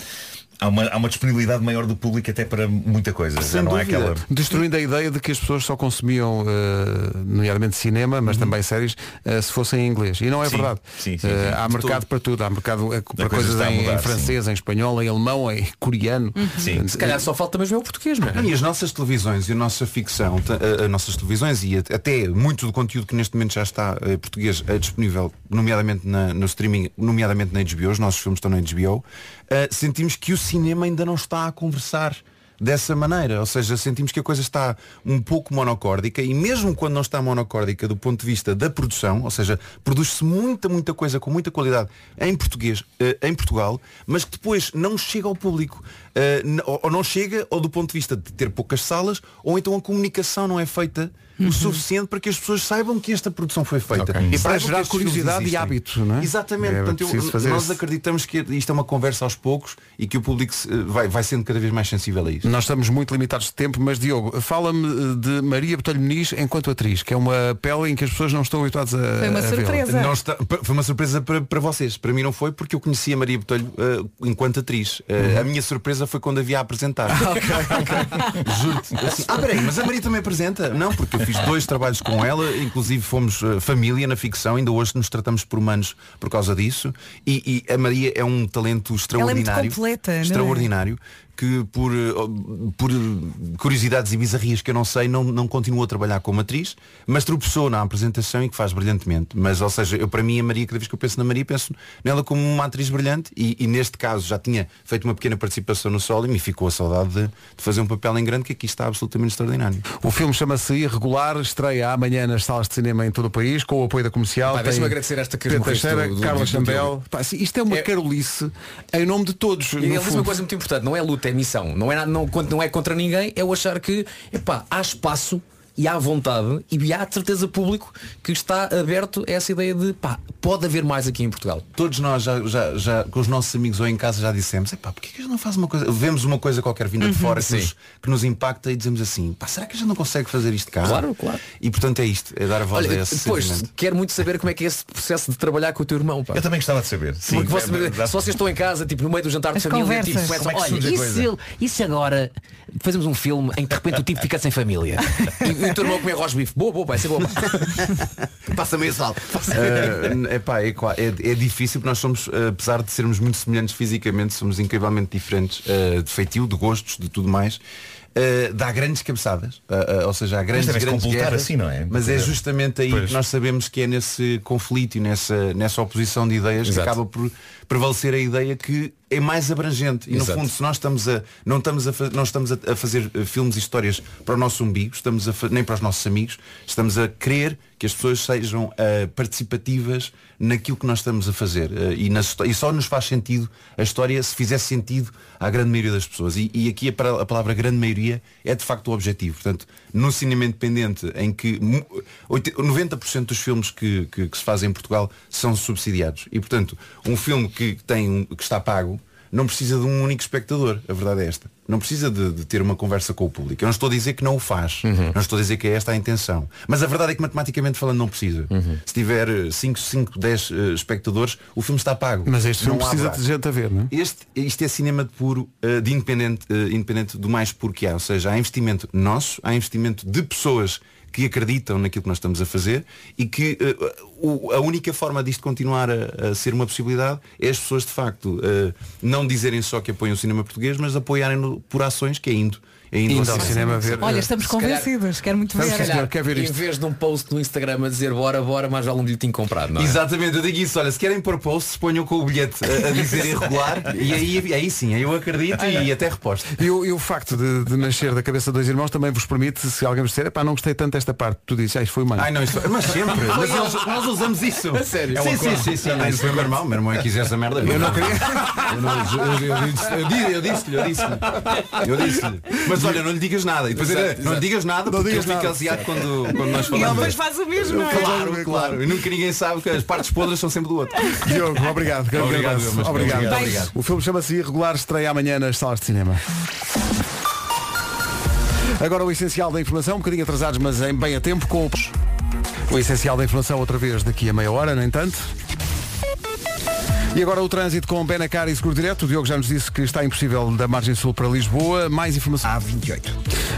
[SPEAKER 6] há, uma, há uma disponibilidade maior do público até para muita coisa. já não há aquela.
[SPEAKER 2] Destruindo a ideia de que as pessoas só consumiam, eh, nomeadamente cinema, mas também séries, eh, se fossem em inglês. E não é
[SPEAKER 6] Sim,
[SPEAKER 2] verdade.
[SPEAKER 6] sim, sim,
[SPEAKER 2] Eh,
[SPEAKER 6] sim.
[SPEAKER 2] há
[SPEAKER 6] De
[SPEAKER 2] mercado para tudo. Há mercado eh,
[SPEAKER 6] coisa
[SPEAKER 2] para coisas
[SPEAKER 6] está a
[SPEAKER 2] em,
[SPEAKER 6] mudar,
[SPEAKER 2] em
[SPEAKER 6] sim.
[SPEAKER 2] francês, em espanhol, em alemão, em coreano.
[SPEAKER 6] Sim.
[SPEAKER 5] Se calhar só falta mesmo é o português, não é?
[SPEAKER 11] Não, E as nossas televisões e a nossa ficção, ta- a- as nossas televisões e at- até muito do conteúdo que neste momento já está eh, português eh, disponível, nomeadamente na- no streaming, nomeadamente na HBO, os nossos filmes estão na HBO, eh, sentimos que o cinema ainda não está a conversar dessa maneira, ou seja, sentimos que a coisa está um pouco monocórdica e mesmo quando não está monocórdica do ponto de vista da produção, ou seja, produz-se muita, muita coisa com muita qualidade em português, eh, em Portugal, mas que depois não chega ao público. Eh, n- ou ou não chega, ou do ponto de vista de ter poucas salas, ou então a comunicação não é feita o suficiente para que as pessoas saibam que esta produção foi feita.
[SPEAKER 2] E Uhum. para
[SPEAKER 11] Saibam que
[SPEAKER 2] gerar
[SPEAKER 11] estes filmes
[SPEAKER 2] curiosidade e
[SPEAKER 11] existem.
[SPEAKER 2] hábito, não é?
[SPEAKER 11] Exatamente.
[SPEAKER 2] É
[SPEAKER 11] Portanto, eu-
[SPEAKER 2] preciso fazer
[SPEAKER 11] nós
[SPEAKER 2] isso.
[SPEAKER 11] acreditamos que isto é uma conversa aos poucos e que o público se- eh, vai, vai sendo cada vez mais sensível a isto.
[SPEAKER 2] Nós estamos muito limitados de tempo, mas Diogo, fala-me eh, de Maria Botelho Muniz enquanto atriz, que é uma pele em que as pessoas não estão habituadas a
[SPEAKER 4] Foi
[SPEAKER 11] Eh,
[SPEAKER 4] uma
[SPEAKER 2] a vê-la.
[SPEAKER 4] surpresa.
[SPEAKER 11] Não está- pa- foi uma surpresa para, para vocês. Para mim não foi porque eu conhecia a Maria Botelho eh, enquanto atriz. Eh, A minha surpresa foi quando a vi a apresentar. Juro-te. Assim, ah, peraí, mas a Maria também apresenta? Não, porque eu fiz dois trabalhos com ela, inclusive fomos eh, família na ficção, ainda hoje nos tratamos por humanos por causa disso. E, e a Maria é um talento
[SPEAKER 4] Ela é
[SPEAKER 11] extraordinário.
[SPEAKER 4] muito completa, não é?
[SPEAKER 11] extraordinário. Que por, eh, oh, por eh, curiosidades e bizarrias que eu não sei, não, não continuou a trabalhar como atriz, mas tropeçou na apresentação e que faz brilhantemente. Mas, ou seja, eu para mim a Maria, cada vez que eu penso na Maria, penso nela como uma atriz brilhante e, e neste caso já tinha feito uma pequena participação no solo e me ficou a saudade de, de fazer um papel em grande que aqui está absolutamente extraordinário.
[SPEAKER 2] O filme chama-se Irregular, estreia amanhã nas salas de cinema em todo o país, com o apoio da comercial.
[SPEAKER 5] Pá,
[SPEAKER 2] Tem
[SPEAKER 5] deixa-me agradecer esta que
[SPEAKER 2] Pedro
[SPEAKER 5] me ofereceste
[SPEAKER 2] Teixeira,
[SPEAKER 5] do- do-
[SPEAKER 2] Carla
[SPEAKER 5] do- do
[SPEAKER 2] Chambel.
[SPEAKER 5] Diogo.
[SPEAKER 2] Pá, sim, isto é uma
[SPEAKER 5] É-
[SPEAKER 2] carolice em nome de todos.
[SPEAKER 5] E
[SPEAKER 2] no
[SPEAKER 5] ele diz uma
[SPEAKER 2] fundo.
[SPEAKER 5] coisa muito importante, não é luta, é missão. Não é, nada, não, quando não é contra ninguém, é o achar que epá, há espaço e há vontade e há de certeza público que está aberto a essa ideia de pá, pode haver mais aqui em Portugal.
[SPEAKER 11] Todos nós já, já, já com os nossos amigos ou em casa já dissemos, epá, porque que a gente não faz uma coisa, vemos uma coisa qualquer vinda
[SPEAKER 5] Uhum.
[SPEAKER 11] de fora que nos, que nos impacta e dizemos assim, pá, será que a gente não consegue fazer isto cá?
[SPEAKER 5] Claro, claro.
[SPEAKER 11] E portanto é isto, é dar a voz a
[SPEAKER 5] Olha,
[SPEAKER 11] esse
[SPEAKER 5] depois,
[SPEAKER 11] sentimento.
[SPEAKER 5] quero muito saber como é que é esse processo de trabalhar com o teu irmão. Pá.
[SPEAKER 6] Eu também gostava de saber. Sim,
[SPEAKER 5] Porque você-
[SPEAKER 6] é- dá-
[SPEAKER 5] se vocês estão em casa, tipo, no meio do jantar de
[SPEAKER 4] As
[SPEAKER 5] família,
[SPEAKER 4] conversas.
[SPEAKER 5] tipo, começam,
[SPEAKER 6] Como é que
[SPEAKER 5] olha,
[SPEAKER 6] surge a
[SPEAKER 5] e
[SPEAKER 6] coisa?"
[SPEAKER 5] se, ele- e se agora fazemos um filme em que de repente o tipo fica sem família? E, e o teu irmão comer rosbife. Boa, boa, vai ser boa.
[SPEAKER 11] Passa-me esse sal. é, pá, é, qua- é- é difícil porque nós somos, eh, apesar de sermos muito semelhantes fisicamente, somos incrivelmente diferentes eh, de feitio, de gostos, de tudo mais. Eh, dá grandes cabeçadas, eh, eh, ou seja, há grandes,
[SPEAKER 6] deve-se
[SPEAKER 11] grandes
[SPEAKER 6] completar
[SPEAKER 11] guerras,
[SPEAKER 6] assim, não é?
[SPEAKER 11] Mas é justamente aí
[SPEAKER 6] Pois.
[SPEAKER 11] que nós sabemos que é nesse conflito e nessa, nessa oposição de ideias
[SPEAKER 5] Exato.
[SPEAKER 11] que acaba por prevalecer a ideia que é mais abrangente. E no
[SPEAKER 5] Exato.
[SPEAKER 11] fundo, se nós estamos a, não estamos a, fa- não estamos a, a fazer eh, filmes e histórias para o nosso umbigo, estamos a, fa- nem para os nossos amigos, estamos a querer que as pessoas sejam eh, participativas naquilo que nós estamos a fazer. Eh, e, nas histó- e só nos faz sentido a história se fizesse sentido à grande maioria das pessoas. E, e aqui a, para- a palavra grande maioria é de facto o objetivo. Portanto, no cinema independente, em que mu- 80 90% dos filmes que, que- que se fazem em Portugal são subsidiados. E portanto, um filme que, tem, um- que está pago não precisa de um único espectador, a verdade é esta. Não precisa de, de ter uma conversa com o público. Eu não estou a dizer que não o faz.
[SPEAKER 2] Uhum.
[SPEAKER 11] Não estou a dizer que é esta a intenção. Mas a verdade é que matematicamente falando não precisa.
[SPEAKER 2] Uhum.
[SPEAKER 11] Se tiver eh, 5, 5, 10 eh, espectadores, o filme está pago.
[SPEAKER 2] Mas este filme
[SPEAKER 11] Não há
[SPEAKER 2] precisa
[SPEAKER 11] braço.
[SPEAKER 2] de gente a ver, não é?
[SPEAKER 11] Este, isto é cinema de puro, eh, de independente, eh, independente do mais puro que há. Ou seja, há investimento nosso, há investimento de pessoas que acreditam naquilo que nós estamos a fazer e que eh, o- a única forma disto continuar a, a ser uma possibilidade é as pessoas de facto eh, não dizerem só que apoiam o cinema português, mas apoiarem-no por ações que é indo. Ainda
[SPEAKER 2] Indo ao cinema ver. eh,
[SPEAKER 4] Olha, estamos
[SPEAKER 5] Se calhar-
[SPEAKER 4] convencidos, quero muito ver.
[SPEAKER 5] Se calhar, Em vez de um post no Instagram a dizer bora, bora, mais vale um bilhetinho comprado, não é?
[SPEAKER 11] Exatamente, eu digo isso, olha, se querem pôr posts, ponham com o bilhete eh, a, a dizer irregular e aí, aí sim, aí eu acredito e até reposto.
[SPEAKER 2] E o, e o facto de, de nascer da cabeça de dois irmãos também vos permite, se alguém vos disser, pá, não gostei tanto desta parte, tu dizes, ah, isto foi humano.
[SPEAKER 11] Ai não, isso, mas sempre, mas nós, nós usamos isso.
[SPEAKER 2] A sério?
[SPEAKER 11] É sim,
[SPEAKER 2] Sim,
[SPEAKER 11] sim, sim, sim. Isso foi o meu irmão, meu irmão é que quis essa merda. Eu não queria. Eu, não- eu- eu disse-lhe, eu disse-lhe. Eu disse-lhe. Mas olha, não lhe digas nada. E depois
[SPEAKER 12] Exato,
[SPEAKER 11] era, não lhe
[SPEAKER 12] exato.
[SPEAKER 11] digas nada,
[SPEAKER 12] Não
[SPEAKER 11] porque ele
[SPEAKER 12] digas
[SPEAKER 11] fica
[SPEAKER 12] nada.
[SPEAKER 11] ansiado quando, quando nós
[SPEAKER 12] E
[SPEAKER 11] falamos.
[SPEAKER 12] ele depois
[SPEAKER 11] dele.
[SPEAKER 12] faz o mesmo, não é?
[SPEAKER 11] Claro, claro. E nunca ninguém sabe que as partes podres são sempre do outro.
[SPEAKER 2] Diogo, obrigado. grande
[SPEAKER 11] Obrigado,
[SPEAKER 2] abraço.
[SPEAKER 11] Diogo, mas-
[SPEAKER 2] obrigado.
[SPEAKER 11] obrigado, obrigado.
[SPEAKER 2] O filme chama-se Irregular, estreia amanhã nas salas de cinema. Agora o essencial da informação, um bocadinho atrasados, mas em bem a tempo, com o... o essencial da informação outra vez daqui a meia hora, no entanto. E agora o trânsito com Benacar e Seguro Direto. O Diogo já nos disse que está impossível da margem sul para Lisboa. Mais informação.
[SPEAKER 3] A28.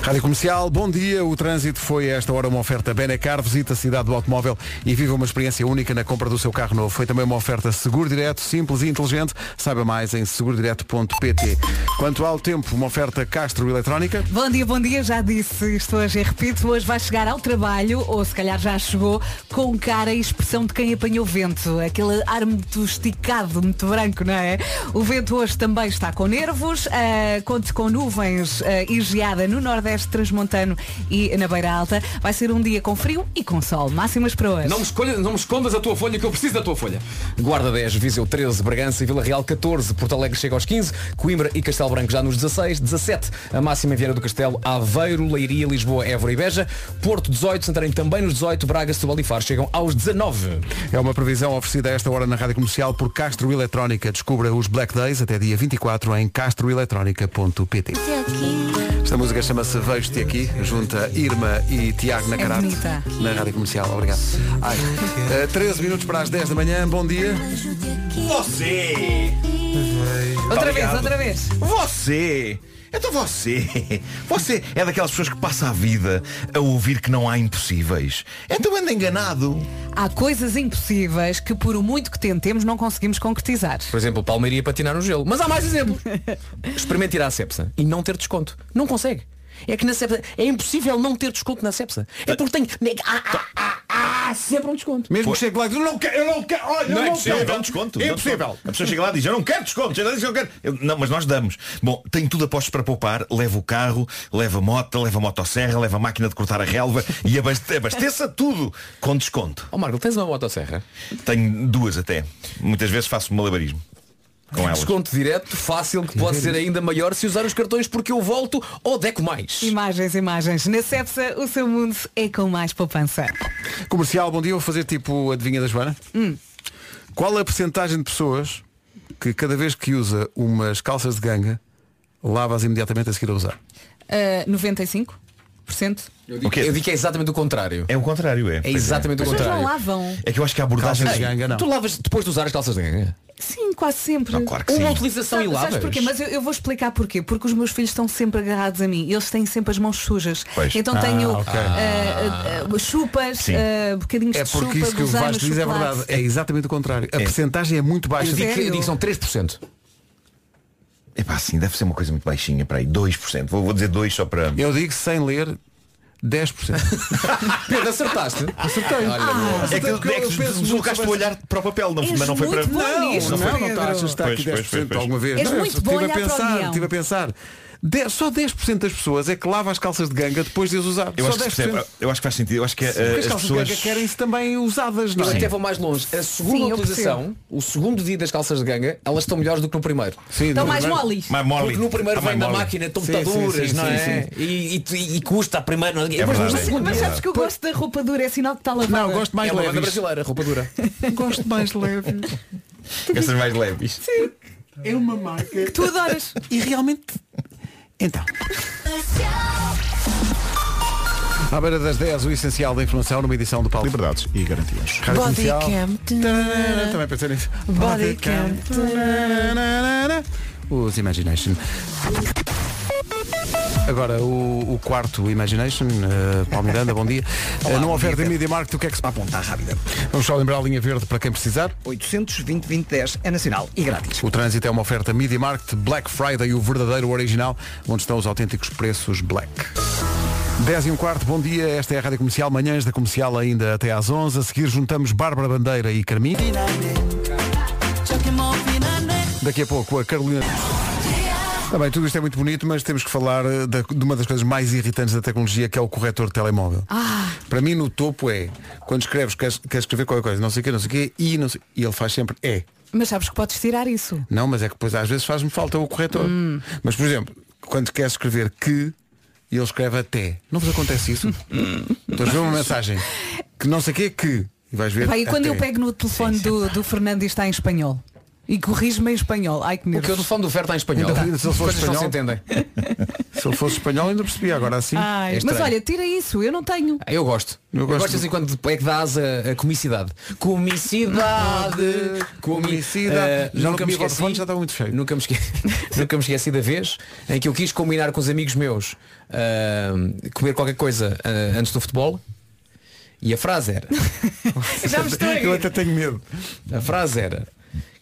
[SPEAKER 2] Rádio Comercial, bom dia. O trânsito foi a esta hora uma oferta Benacar. Visita a cidade do automóvel e viva uma experiência única na compra do seu carro novo. Foi também uma oferta Seguro Direto, simples e inteligente. Saiba mais em segurodireto.pt. Quanto ao tempo, uma oferta Castro Eletrónica.
[SPEAKER 4] Bom dia, bom dia, já disse isto hoje e repito, hoje vai chegar ao trabalho, ou se calhar já chegou, com cara e expressão de quem apanhou vento, aquele ar muito esticado, muito branco, não é? O vento hoje também está com nervos, ah, conte com nuvens ah, e geada no Nordeste Transmontano e na Beira Alta. Vai ser um dia com frio e com sol, máximas para hoje.
[SPEAKER 5] Não me, escolha, não me escondas a tua folha, que eu preciso da tua folha. Guarda 10, Viseu 13, Bragança e Vila Real 14, Porto Alegre chega aos 15, Coimbra e Castelo Branco já nos 16, 17, a máxima em Vieira do Castelo, Aveiro, Leiria, Lisboa, Évora e Beja, Porto 18, Santarém também nos 18, Braga, Setúbal e Faro chegam aos 19.
[SPEAKER 2] É uma previsão oferecida a esta hora na Rádio Comercial por Castro Eletrónica. Descubra os Black Days até dia 24 em castroeletronica.pt Esta música chama-se Vejo-te Aqui, junta Irma e Tiago
[SPEAKER 4] É
[SPEAKER 2] Nacarato
[SPEAKER 4] bonita.
[SPEAKER 2] na Rádio Comercial. Obrigado. Ai, eh, 13 minutos para as 10 da manhã, bom dia.
[SPEAKER 6] Você!
[SPEAKER 4] Outra
[SPEAKER 6] Obrigado.
[SPEAKER 4] vez, outra vez.
[SPEAKER 6] Você! Então você, você é daquelas pessoas que passa a vida a ouvir que não há impossíveis. Então anda enganado.
[SPEAKER 4] Há coisas impossíveis que por muito que tentemos não conseguimos concretizar.
[SPEAKER 5] Por exemplo, Palmeiria patinar no gelo. Mas há mais exemplos. Experimente ir à Cepsa e não ter desconto. Não consegue. É que na Cepsa é impossível não ter desconto na Cepsa. É porque tem há, há, há, há sempre um desconto.
[SPEAKER 2] Mesmo que chegue lá e diz, eu não quero, eu não quero, olha,
[SPEAKER 6] Não,
[SPEAKER 2] eu
[SPEAKER 6] é
[SPEAKER 2] não
[SPEAKER 6] possível,
[SPEAKER 2] quero.
[SPEAKER 6] dá um desconto.
[SPEAKER 2] É
[SPEAKER 6] dá um desconto.
[SPEAKER 2] impossível.
[SPEAKER 6] A pessoa chega lá e diz, eu não quero desconto, já disse que eu quero. Eu- não, mas nós damos. Bom, tem tudo aposto para poupar, leva o carro, leva a moto, leva a motosserra, leva a máquina de cortar a relva e abaste- abasteça tudo com desconto.
[SPEAKER 5] Ó Oh, Marco, tens uma motosserra?
[SPEAKER 6] Tenho duas até. Muitas vezes faço malabarismo com elas.
[SPEAKER 5] Desconto direto, fácil, que pode ser ainda maior se usar os cartões porque eu volto ou deco mais.
[SPEAKER 4] Imagens, imagens. Na Cepsa, o seu mundo é com mais poupança.
[SPEAKER 2] Comercial, bom dia, vou fazer tipo adivinha da Joana.
[SPEAKER 4] Hum.
[SPEAKER 2] Qual a percentagem de pessoas que cada vez que usa umas calças de ganga, lava-as imediatamente a seguir a usar?
[SPEAKER 4] Ah, 95%.
[SPEAKER 5] Eu digo, eu digo que é exatamente o contrário.
[SPEAKER 6] É o contrário, é.
[SPEAKER 5] É exatamente o
[SPEAKER 4] As pessoas
[SPEAKER 5] contrário.
[SPEAKER 4] não lavam.
[SPEAKER 6] É que eu acho que a abordagem
[SPEAKER 5] Calças de ganga, não. Tu lavas depois de usar as calças de ganga?
[SPEAKER 4] Sim, quase sempre.
[SPEAKER 2] Ah,
[SPEAKER 5] Não, claro que Uma sim. utilização
[SPEAKER 4] Sabe-
[SPEAKER 5] e
[SPEAKER 4] sabes
[SPEAKER 5] lavas.
[SPEAKER 4] porquê? Mas eu, eu vou explicar porquê. Porque os meus filhos estão sempre agarrados a mim. Eles têm sempre as mãos sujas.
[SPEAKER 2] Pois.
[SPEAKER 4] Então
[SPEAKER 2] Ah,
[SPEAKER 4] tenho
[SPEAKER 2] ok.
[SPEAKER 4] ah, ah, chupas,
[SPEAKER 2] Sim.
[SPEAKER 4] ah, bocadinhos
[SPEAKER 2] É
[SPEAKER 4] de
[SPEAKER 2] porque
[SPEAKER 4] chupa,
[SPEAKER 2] isso que o
[SPEAKER 4] gusanos,
[SPEAKER 2] Vasco diz é
[SPEAKER 4] chocolate.
[SPEAKER 2] verdade. É exatamente o contrário. A percentagem é muito baixa.
[SPEAKER 5] Eu digo que- eu digo que são 3%.
[SPEAKER 6] Epá, sim, deve ser uma coisa muito baixinha para aí. 2%. Vou, vou dizer 2 só para.
[SPEAKER 2] Eu digo sem ler 10%.
[SPEAKER 5] Pedro, acertaste?
[SPEAKER 2] Acertei.
[SPEAKER 6] Olha,
[SPEAKER 2] Ah,
[SPEAKER 6] boa. é
[SPEAKER 2] acertei
[SPEAKER 6] que, é
[SPEAKER 2] porque eu
[SPEAKER 6] que
[SPEAKER 2] penso muito
[SPEAKER 6] deslocaste o
[SPEAKER 2] sobre
[SPEAKER 6] olhar para o papel, não,
[SPEAKER 2] És
[SPEAKER 6] mas não foi para.
[SPEAKER 2] muito bom nisto,
[SPEAKER 6] não foi.
[SPEAKER 2] Pedro. Não, não está, está aqui
[SPEAKER 6] Pois, pois,
[SPEAKER 2] 10%
[SPEAKER 6] pois, pois.
[SPEAKER 2] alguma vez.
[SPEAKER 4] És
[SPEAKER 2] Não, eu
[SPEAKER 4] muito
[SPEAKER 2] só
[SPEAKER 4] bom
[SPEAKER 2] tive
[SPEAKER 4] olhar
[SPEAKER 2] a
[SPEAKER 4] para o
[SPEAKER 2] pensar,
[SPEAKER 4] guião.
[SPEAKER 2] tive a pensar. De- só 10% das pessoas é que lava as calças de ganga depois de as usar.
[SPEAKER 6] Eu
[SPEAKER 2] só
[SPEAKER 6] acho, que,
[SPEAKER 2] 10%.
[SPEAKER 6] se percebe, eu acho que faz sentido. Eu acho que eh,
[SPEAKER 2] Porque as
[SPEAKER 6] as
[SPEAKER 2] calças
[SPEAKER 6] pessoas.
[SPEAKER 2] de ganga querem-se também usadas, não
[SPEAKER 5] Eu
[SPEAKER 2] é?
[SPEAKER 5] até vou mais longe. A segunda
[SPEAKER 4] Sim, eu
[SPEAKER 5] utilização, o segundo dia das calças de ganga, elas estão melhores do que no primeiro.
[SPEAKER 4] Estão no mais primeiro- moles. Mais
[SPEAKER 6] mole.
[SPEAKER 5] Porque no primeiro
[SPEAKER 6] Estão
[SPEAKER 5] vem
[SPEAKER 6] mais
[SPEAKER 5] da
[SPEAKER 6] mole.
[SPEAKER 5] máquina, estão
[SPEAKER 6] Sim,
[SPEAKER 5] muito
[SPEAKER 6] sim,
[SPEAKER 5] duras,
[SPEAKER 6] sim,
[SPEAKER 5] não
[SPEAKER 6] sim,
[SPEAKER 5] é?
[SPEAKER 6] sim.
[SPEAKER 5] E, e- e- e custa a primeira. não-
[SPEAKER 6] É verdade.
[SPEAKER 5] no segundo
[SPEAKER 4] Mas
[SPEAKER 5] dia-
[SPEAKER 4] sabes que eu gosto da roupa dura, é sinal que está lavada.
[SPEAKER 2] Não, gosto mais
[SPEAKER 5] é uma banda
[SPEAKER 2] leves.
[SPEAKER 5] brasileira, roupa dura.
[SPEAKER 2] Gosto mais leve.
[SPEAKER 6] Estas mais leves.
[SPEAKER 2] É uma marca. Que
[SPEAKER 4] tu adoras.
[SPEAKER 2] E realmente. Então. À beira das 10, o essencial da informação numa edição do Paulo.
[SPEAKER 7] Liberdades e garantias.
[SPEAKER 2] Rádio
[SPEAKER 13] Body
[SPEAKER 2] Comercial.
[SPEAKER 13] cam.
[SPEAKER 2] Tararara, Também pensei nisso.
[SPEAKER 13] Body cam.
[SPEAKER 2] Tararara. Os Imagination. Agora, o, o quarto Imagination, uh, Paulo Miranda, bom dia.
[SPEAKER 3] Olá,
[SPEAKER 2] Uh,
[SPEAKER 3] bom
[SPEAKER 2] não oferta
[SPEAKER 3] dia,
[SPEAKER 2] Media Market, o que é que se
[SPEAKER 3] aponta rápida?
[SPEAKER 2] Vamos só lembrar a linha verde para quem precisar.
[SPEAKER 3] 820 2010 é nacional e grátis.
[SPEAKER 2] O trânsito é uma oferta Media Market, Black Friday, o verdadeiro original, onde estão os autênticos preços Black. 10 e um quarto, bom dia, esta é a Rádio Comercial, manhãs da Comercial ainda até às 11, a seguir juntamos Bárbara Bandeira e Carminho. Daqui a pouco a Carolina... Também, tudo isto é muito bonito, mas temos que falar eh, da- de uma das coisas mais irritantes da tecnologia, que é o corretor de telemóvel.
[SPEAKER 13] Ah,
[SPEAKER 2] Para mim no topo é quando escreves, queres, queres escrever qualquer coisa, não sei o quê, não sei o quê, e, não sei- e ele faz sempre é.
[SPEAKER 4] Mas sabes que podes tirar isso.
[SPEAKER 2] Não, mas é que depois às vezes faz-me falta o corretor.
[SPEAKER 4] Hum.
[SPEAKER 2] Mas por exemplo, quando queres escrever que e ele escreve até. Não vos acontece isso? Estás a ver uma mensagem que não sei o quê que. E vais ver.
[SPEAKER 4] Vai, e quando eu
[SPEAKER 2] até.
[SPEAKER 4] pego no telefone do, do Fernando e está em espanhol. E corrijo-me em espanhol. Ai que nervos.
[SPEAKER 5] Porque o telefone do Fer está em espanhol.
[SPEAKER 2] Então, se ele fosse
[SPEAKER 5] Coisas não se
[SPEAKER 2] espanhol-
[SPEAKER 5] entendem.
[SPEAKER 2] Se ele fosse espanhol ainda percebia, agora assim.
[SPEAKER 4] Ai,
[SPEAKER 5] É
[SPEAKER 4] mas
[SPEAKER 5] estranho.
[SPEAKER 4] olha, tira isso, eu não tenho.
[SPEAKER 5] Ah, Eu gosto. Eu gosto,
[SPEAKER 2] gosto
[SPEAKER 5] assim quando é que dás a, a comicidade. Comicidade. Eh,
[SPEAKER 2] Comicidade. Já
[SPEAKER 5] nunca
[SPEAKER 2] não
[SPEAKER 5] me
[SPEAKER 2] comia
[SPEAKER 5] esqueci.
[SPEAKER 2] Vodafone, já estava muito feio.
[SPEAKER 5] Nunca me, esqueci, nunca me esqueci da vez em que eu quis combinar com os amigos meus ah, comer qualquer coisa ah, antes do futebol. E a frase era.
[SPEAKER 4] Já me estou a rir. Eu até
[SPEAKER 2] tenho medo.
[SPEAKER 5] A frase era.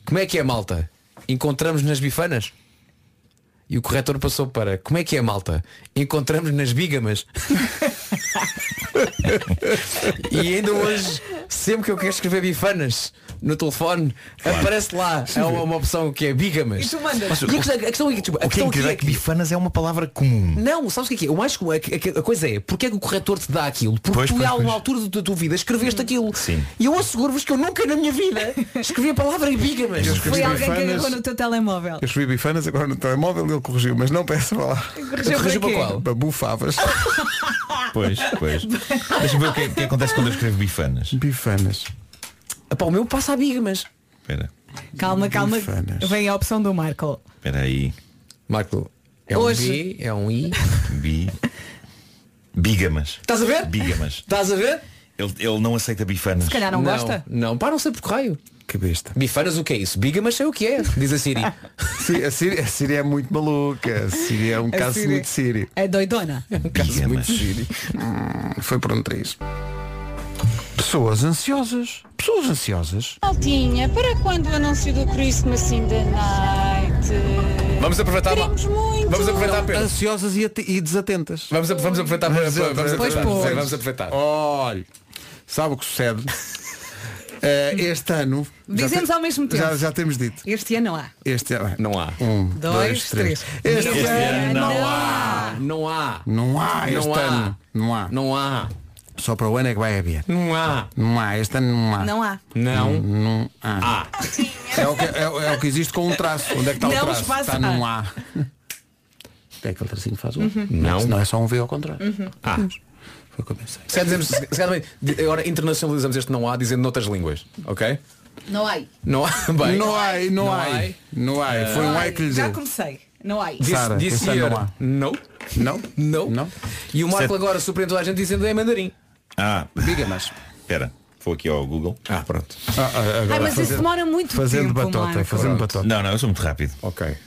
[SPEAKER 5] Como é que é malta? Encontramos nas bifanas? E o corretor passou para Como é que é malta? Encontramos nas bigamas. e ainda hoje, sempre que eu quero escrever bifanas no telefone, aparece lá é uma, uma opção que é bigamas.
[SPEAKER 4] E tu mandas.
[SPEAKER 5] E a questão, a questão é que, tipo, a
[SPEAKER 6] O que é
[SPEAKER 5] questão aqui
[SPEAKER 6] incrível é
[SPEAKER 5] é
[SPEAKER 6] que
[SPEAKER 5] que-
[SPEAKER 6] bifanas é uma palavra comum.
[SPEAKER 5] não, sabes o que é que é? O mais comum, a, a- a coisa é, porque é que o corretor te dá aquilo? Porque
[SPEAKER 6] Pois,
[SPEAKER 5] tu
[SPEAKER 6] pois,
[SPEAKER 5] a alguma
[SPEAKER 6] pois.
[SPEAKER 5] altura da tua vida
[SPEAKER 4] Hum.
[SPEAKER 5] escreveste aquilo.
[SPEAKER 6] Sim.
[SPEAKER 5] E eu asseguro-vos que eu nunca na minha vida escrevi a palavra bigamas.
[SPEAKER 6] É
[SPEAKER 2] Eu escrevi
[SPEAKER 4] Foi alguém que
[SPEAKER 2] bifanas.
[SPEAKER 4] agarrou no teu telemóvel.
[SPEAKER 2] Eu escrevi bifanas agora no telemóvel e ele corrigiu, mas não peço para lá.
[SPEAKER 4] Corrigiu Corrigiu para para quê? qual?
[SPEAKER 2] Para bufavas.
[SPEAKER 6] Pois, pois. Deixa-me ver o que, é que acontece quando eu escrevo bifanas.
[SPEAKER 2] Bifanas.
[SPEAKER 5] Epá, Ah, o meu passa a bigamas.
[SPEAKER 6] Espera,
[SPEAKER 4] Calma, calma.
[SPEAKER 6] Bifanas.
[SPEAKER 4] Vem a opção do Marco.
[SPEAKER 6] espera aí.
[SPEAKER 5] Marco, é
[SPEAKER 4] Hoje-
[SPEAKER 5] um B, é um I.
[SPEAKER 6] Bi... Bigamas.
[SPEAKER 5] Estás a ver?
[SPEAKER 6] Bigamas.
[SPEAKER 5] Estás a ver?
[SPEAKER 6] Ele, ele não aceita bifanas.
[SPEAKER 4] Se calhar não, gosta.
[SPEAKER 5] Não, pá, não sei por raio.
[SPEAKER 2] Que besta.
[SPEAKER 5] Bifanas o que é isso? Bigamas sei o que é, diz a Siri.
[SPEAKER 2] Sim, a Síria, a Síria é muito maluca. A Síria é um
[SPEAKER 4] A
[SPEAKER 2] caso
[SPEAKER 4] Síria.
[SPEAKER 2] muito sírio.
[SPEAKER 4] É doidona.
[SPEAKER 5] um
[SPEAKER 2] Caso muito sírio. Hum, foi por um triz. Pessoas ansiosas. Pessoas ansiosas.
[SPEAKER 14] Altinha, para quando o anúncio do Christmas in the Night?
[SPEAKER 5] Vamos aproveitar, vá.
[SPEAKER 14] Queremos muito.
[SPEAKER 5] Vamos aproveitar, Pedro.
[SPEAKER 2] Ansiosas e, ate- e desatentas.
[SPEAKER 5] Vamos, a- vamos aproveitar para, para- vamos aproveitar. Sim, vamos aproveitar.
[SPEAKER 2] Olha, sabe o que sucede? Eh, este ano. já
[SPEAKER 4] Dizemos
[SPEAKER 2] te-
[SPEAKER 4] ao mesmo tempo.
[SPEAKER 2] Já, já temos dito.
[SPEAKER 4] Este ano não há.
[SPEAKER 2] Este ano.
[SPEAKER 5] Não há.
[SPEAKER 2] Um,
[SPEAKER 4] Dois, três.
[SPEAKER 2] Este,
[SPEAKER 4] Este ano
[SPEAKER 2] ano não
[SPEAKER 4] não
[SPEAKER 2] há.
[SPEAKER 5] Não há.
[SPEAKER 2] Não há este
[SPEAKER 5] Não há.
[SPEAKER 2] ano. Não há.
[SPEAKER 5] Não há.
[SPEAKER 2] Só para o ano é que vai haver.
[SPEAKER 5] Não há.
[SPEAKER 2] Não há. Este ano não há.
[SPEAKER 4] Não há.
[SPEAKER 5] Não. Ah.
[SPEAKER 2] Não há.
[SPEAKER 5] há.
[SPEAKER 2] É o, que, é- é o que existe com um traço. Onde é que está
[SPEAKER 4] Não
[SPEAKER 2] o traço?
[SPEAKER 4] espaço
[SPEAKER 2] Está
[SPEAKER 4] há.
[SPEAKER 2] num A. É aquele tracinho que faz o A.
[SPEAKER 5] Não.
[SPEAKER 2] Se não é só um V ao contrário.
[SPEAKER 4] Uhum.
[SPEAKER 5] Há.
[SPEAKER 2] Foi o que eu pensei.
[SPEAKER 5] Se calhar dizemos- se calhar também- agora internacionalizamos este não há dizendo noutras línguas, ok?
[SPEAKER 4] Não há.
[SPEAKER 5] Não há. Bem, Ah.
[SPEAKER 2] Não há, não há. Não há. Foi um A que lhe
[SPEAKER 4] Já
[SPEAKER 2] deu.
[SPEAKER 4] comecei. Não há.
[SPEAKER 5] This,
[SPEAKER 2] Sara,
[SPEAKER 5] this
[SPEAKER 2] esse aí
[SPEAKER 5] year,
[SPEAKER 2] não há.
[SPEAKER 5] não.
[SPEAKER 2] Não?
[SPEAKER 5] Não.
[SPEAKER 2] Não?
[SPEAKER 5] E o Marco
[SPEAKER 6] Certo.
[SPEAKER 5] agora surpreendeu a gente dizendo é mandarim.
[SPEAKER 6] Ah,
[SPEAKER 2] Diga mas.
[SPEAKER 6] espera. Vou aqui ao Google.
[SPEAKER 5] Ah, pronto.
[SPEAKER 4] Ai, mas isso demora muito tempo,
[SPEAKER 2] Fazendo batota,
[SPEAKER 4] Marco.
[SPEAKER 2] fazendo batota.
[SPEAKER 6] Não, não, eu sou muito rápido.
[SPEAKER 5] Ok.
[SPEAKER 6] Ok.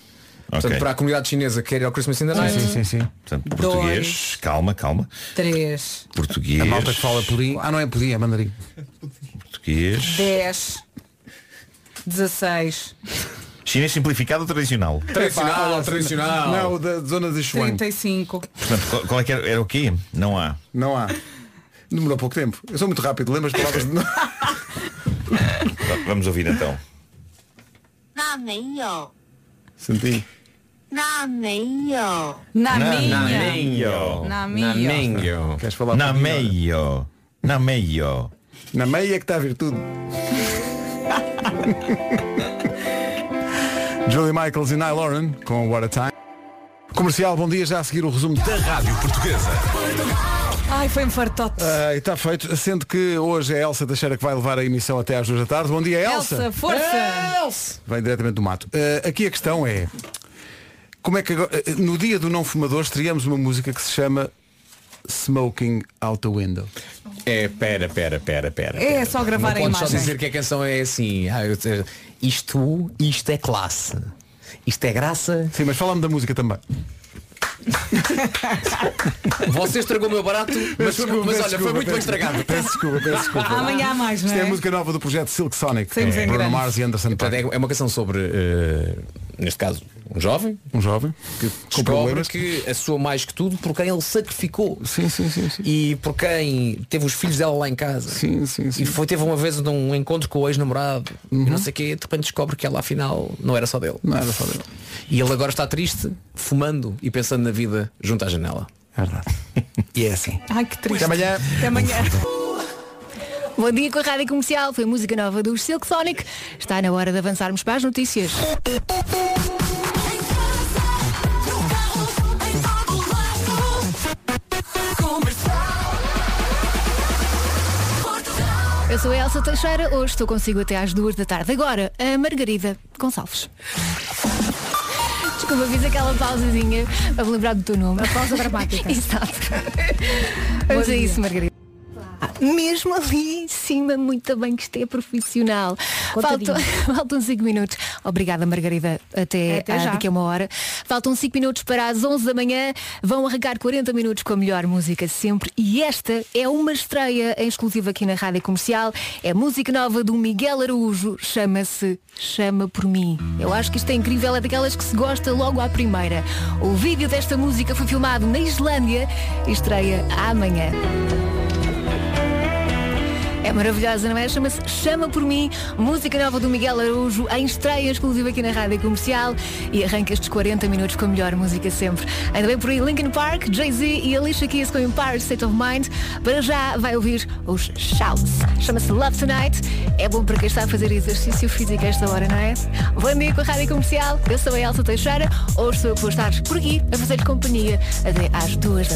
[SPEAKER 5] Portanto, para a comunidade chinesa que quer ir ao Christmas in the Night.
[SPEAKER 2] Sim, sim, sim.
[SPEAKER 6] Portanto, português.
[SPEAKER 4] Dois.
[SPEAKER 6] Calma, calma.
[SPEAKER 4] Três,
[SPEAKER 6] Português.
[SPEAKER 2] A malta que fala pudim. Ah, não é pudim, é mandarim.
[SPEAKER 6] Português.
[SPEAKER 4] dez, dezesseis,
[SPEAKER 6] Chinês é simplificado ou tradicional?
[SPEAKER 5] Tradicional, tradicional.
[SPEAKER 2] assim, Não, da zona de Shuang.
[SPEAKER 4] trinta e cinco.
[SPEAKER 6] Portanto, qual- qual é que era? Era o quê? Não há.
[SPEAKER 2] Não há. Demorou pouco tempo. Eu sou muito rápido. Lembro as palavras de...
[SPEAKER 6] Va- Vamos ouvir então.
[SPEAKER 8] 那没有，
[SPEAKER 2] Senti.
[SPEAKER 8] 那没有，
[SPEAKER 4] Na minha.
[SPEAKER 6] Nameio.
[SPEAKER 4] Na minha.
[SPEAKER 6] Nameio.
[SPEAKER 2] Queres falar por mim,
[SPEAKER 6] Nameio. Nameio.
[SPEAKER 2] Na meia que está a virtude. Julie Michaels e Nile Lauren com What a Time. Comercial, bom dia, já a seguir o resumo.
[SPEAKER 9] Da Rádio Portuguesa.
[SPEAKER 4] Ai, foi-me fartote.
[SPEAKER 2] Ah, e está feito, sendo que hoje é a Elsa Teixeira que vai levar a emissão até às duas da tarde. Bom dia, Elsa.
[SPEAKER 4] Elsa, força! Elsa!
[SPEAKER 2] Vem diretamente do mato. Ah, aqui a questão é, como é que agora, ah, no dia do não fumador estreamos uma música que se chama Smoking Out the Window.
[SPEAKER 6] É, pera, pera, pera, pera.
[SPEAKER 4] É só gravar a
[SPEAKER 5] Não podes só
[SPEAKER 4] imagem.
[SPEAKER 5] dizer que a canção é assim. Ah, eu te- isto, isto é classe. Isto é graça.
[SPEAKER 2] Sim, mas fala-me da música também.
[SPEAKER 5] Você estragou o meu barato, mas,
[SPEAKER 2] Peço desculpa,
[SPEAKER 5] mas
[SPEAKER 2] peço
[SPEAKER 5] olha,
[SPEAKER 2] desculpa,
[SPEAKER 5] foi muito bem
[SPEAKER 2] peço-
[SPEAKER 5] estragado.
[SPEAKER 2] Peço desculpa, peço desculpa.
[SPEAKER 4] Amanhã há mais, não
[SPEAKER 2] Isto é
[SPEAKER 4] é?
[SPEAKER 2] a música nova do projeto Silk Sonic. É,
[SPEAKER 4] Saímos em
[SPEAKER 2] Bruno
[SPEAKER 4] grande.
[SPEAKER 2] Mars e Anderson
[SPEAKER 5] Portanto,
[SPEAKER 2] Paak.
[SPEAKER 5] é, é uma canção sobre, eh, neste caso, um jovem.
[SPEAKER 2] Um jovem.
[SPEAKER 5] Que descobre
[SPEAKER 2] problemas.
[SPEAKER 5] que a sua mais que tudo por quem ele sacrificou.
[SPEAKER 2] Sim, sim, sim. sim.
[SPEAKER 5] E por quem teve os filhos dela lá em casa.
[SPEAKER 2] Sim, sim, sim. Uhum.
[SPEAKER 5] E foi, teve uma vez um encontro com o ex-namorado e não sei o quê, de repente descobre que ela afinal não era só dele.
[SPEAKER 2] Não era só dele.
[SPEAKER 5] E ele agora está triste, fumando e pensando na vida junto à janela.
[SPEAKER 2] É verdade. E é assim.
[SPEAKER 10] Ai, que
[SPEAKER 2] Até amanhã.
[SPEAKER 10] Até amanhã. Bom dia com a Rádio Comercial, foi música nova do Silk Sonic. Está na hora de avançarmos para as notícias. Eu sou a Elsa Teixeira, hoje estou consigo até às duas da tarde. Agora, a Margarida Gonçalves. Desculpa, fiz aquela pausazinha para me lembrar do teu nome. A pausa dramática. Exato. Mas é isso, Margarida. Ah, Mesmo ali em cima, muito bem que isto é profissional. Faltam, faltam 5 minutos. Obrigada, Margarida. Até,
[SPEAKER 13] É, Até
[SPEAKER 10] ah,
[SPEAKER 13] já.
[SPEAKER 10] daqui a uma hora. Faltam 5 minutos para as 11 da manhã. Vão arrancar 40 minutos com a melhor música sempre. E esta é uma estreia em exclusiva aqui na Rádio Comercial. É música nova do Miguel Araújo. Chama-se Chama por mim. Eu acho que isto é incrível. É daquelas que se gosta logo à primeira. O vídeo desta música foi filmado na Islândia e estreia amanhã. É maravilhosa, não é? Chama-se Chama Por Mim, música nova do Miguel Araújo, em estreia exclusiva aqui na Rádio Comercial e arranca estes 40 minutos com a melhor música sempre. Ainda bem por aí Linkin Park, Jay-Z e Alicia Keys com Empire State of Mind. Para já vai ouvir os Shouts. Chama-se Love Tonight. É bom para quem está a fazer exercício físico a esta hora, não é? Bom dia com a Rádio Comercial. Eu sou a Elsa Teixeira. Hoje estou a postar por aqui a fazer companhia até às duas da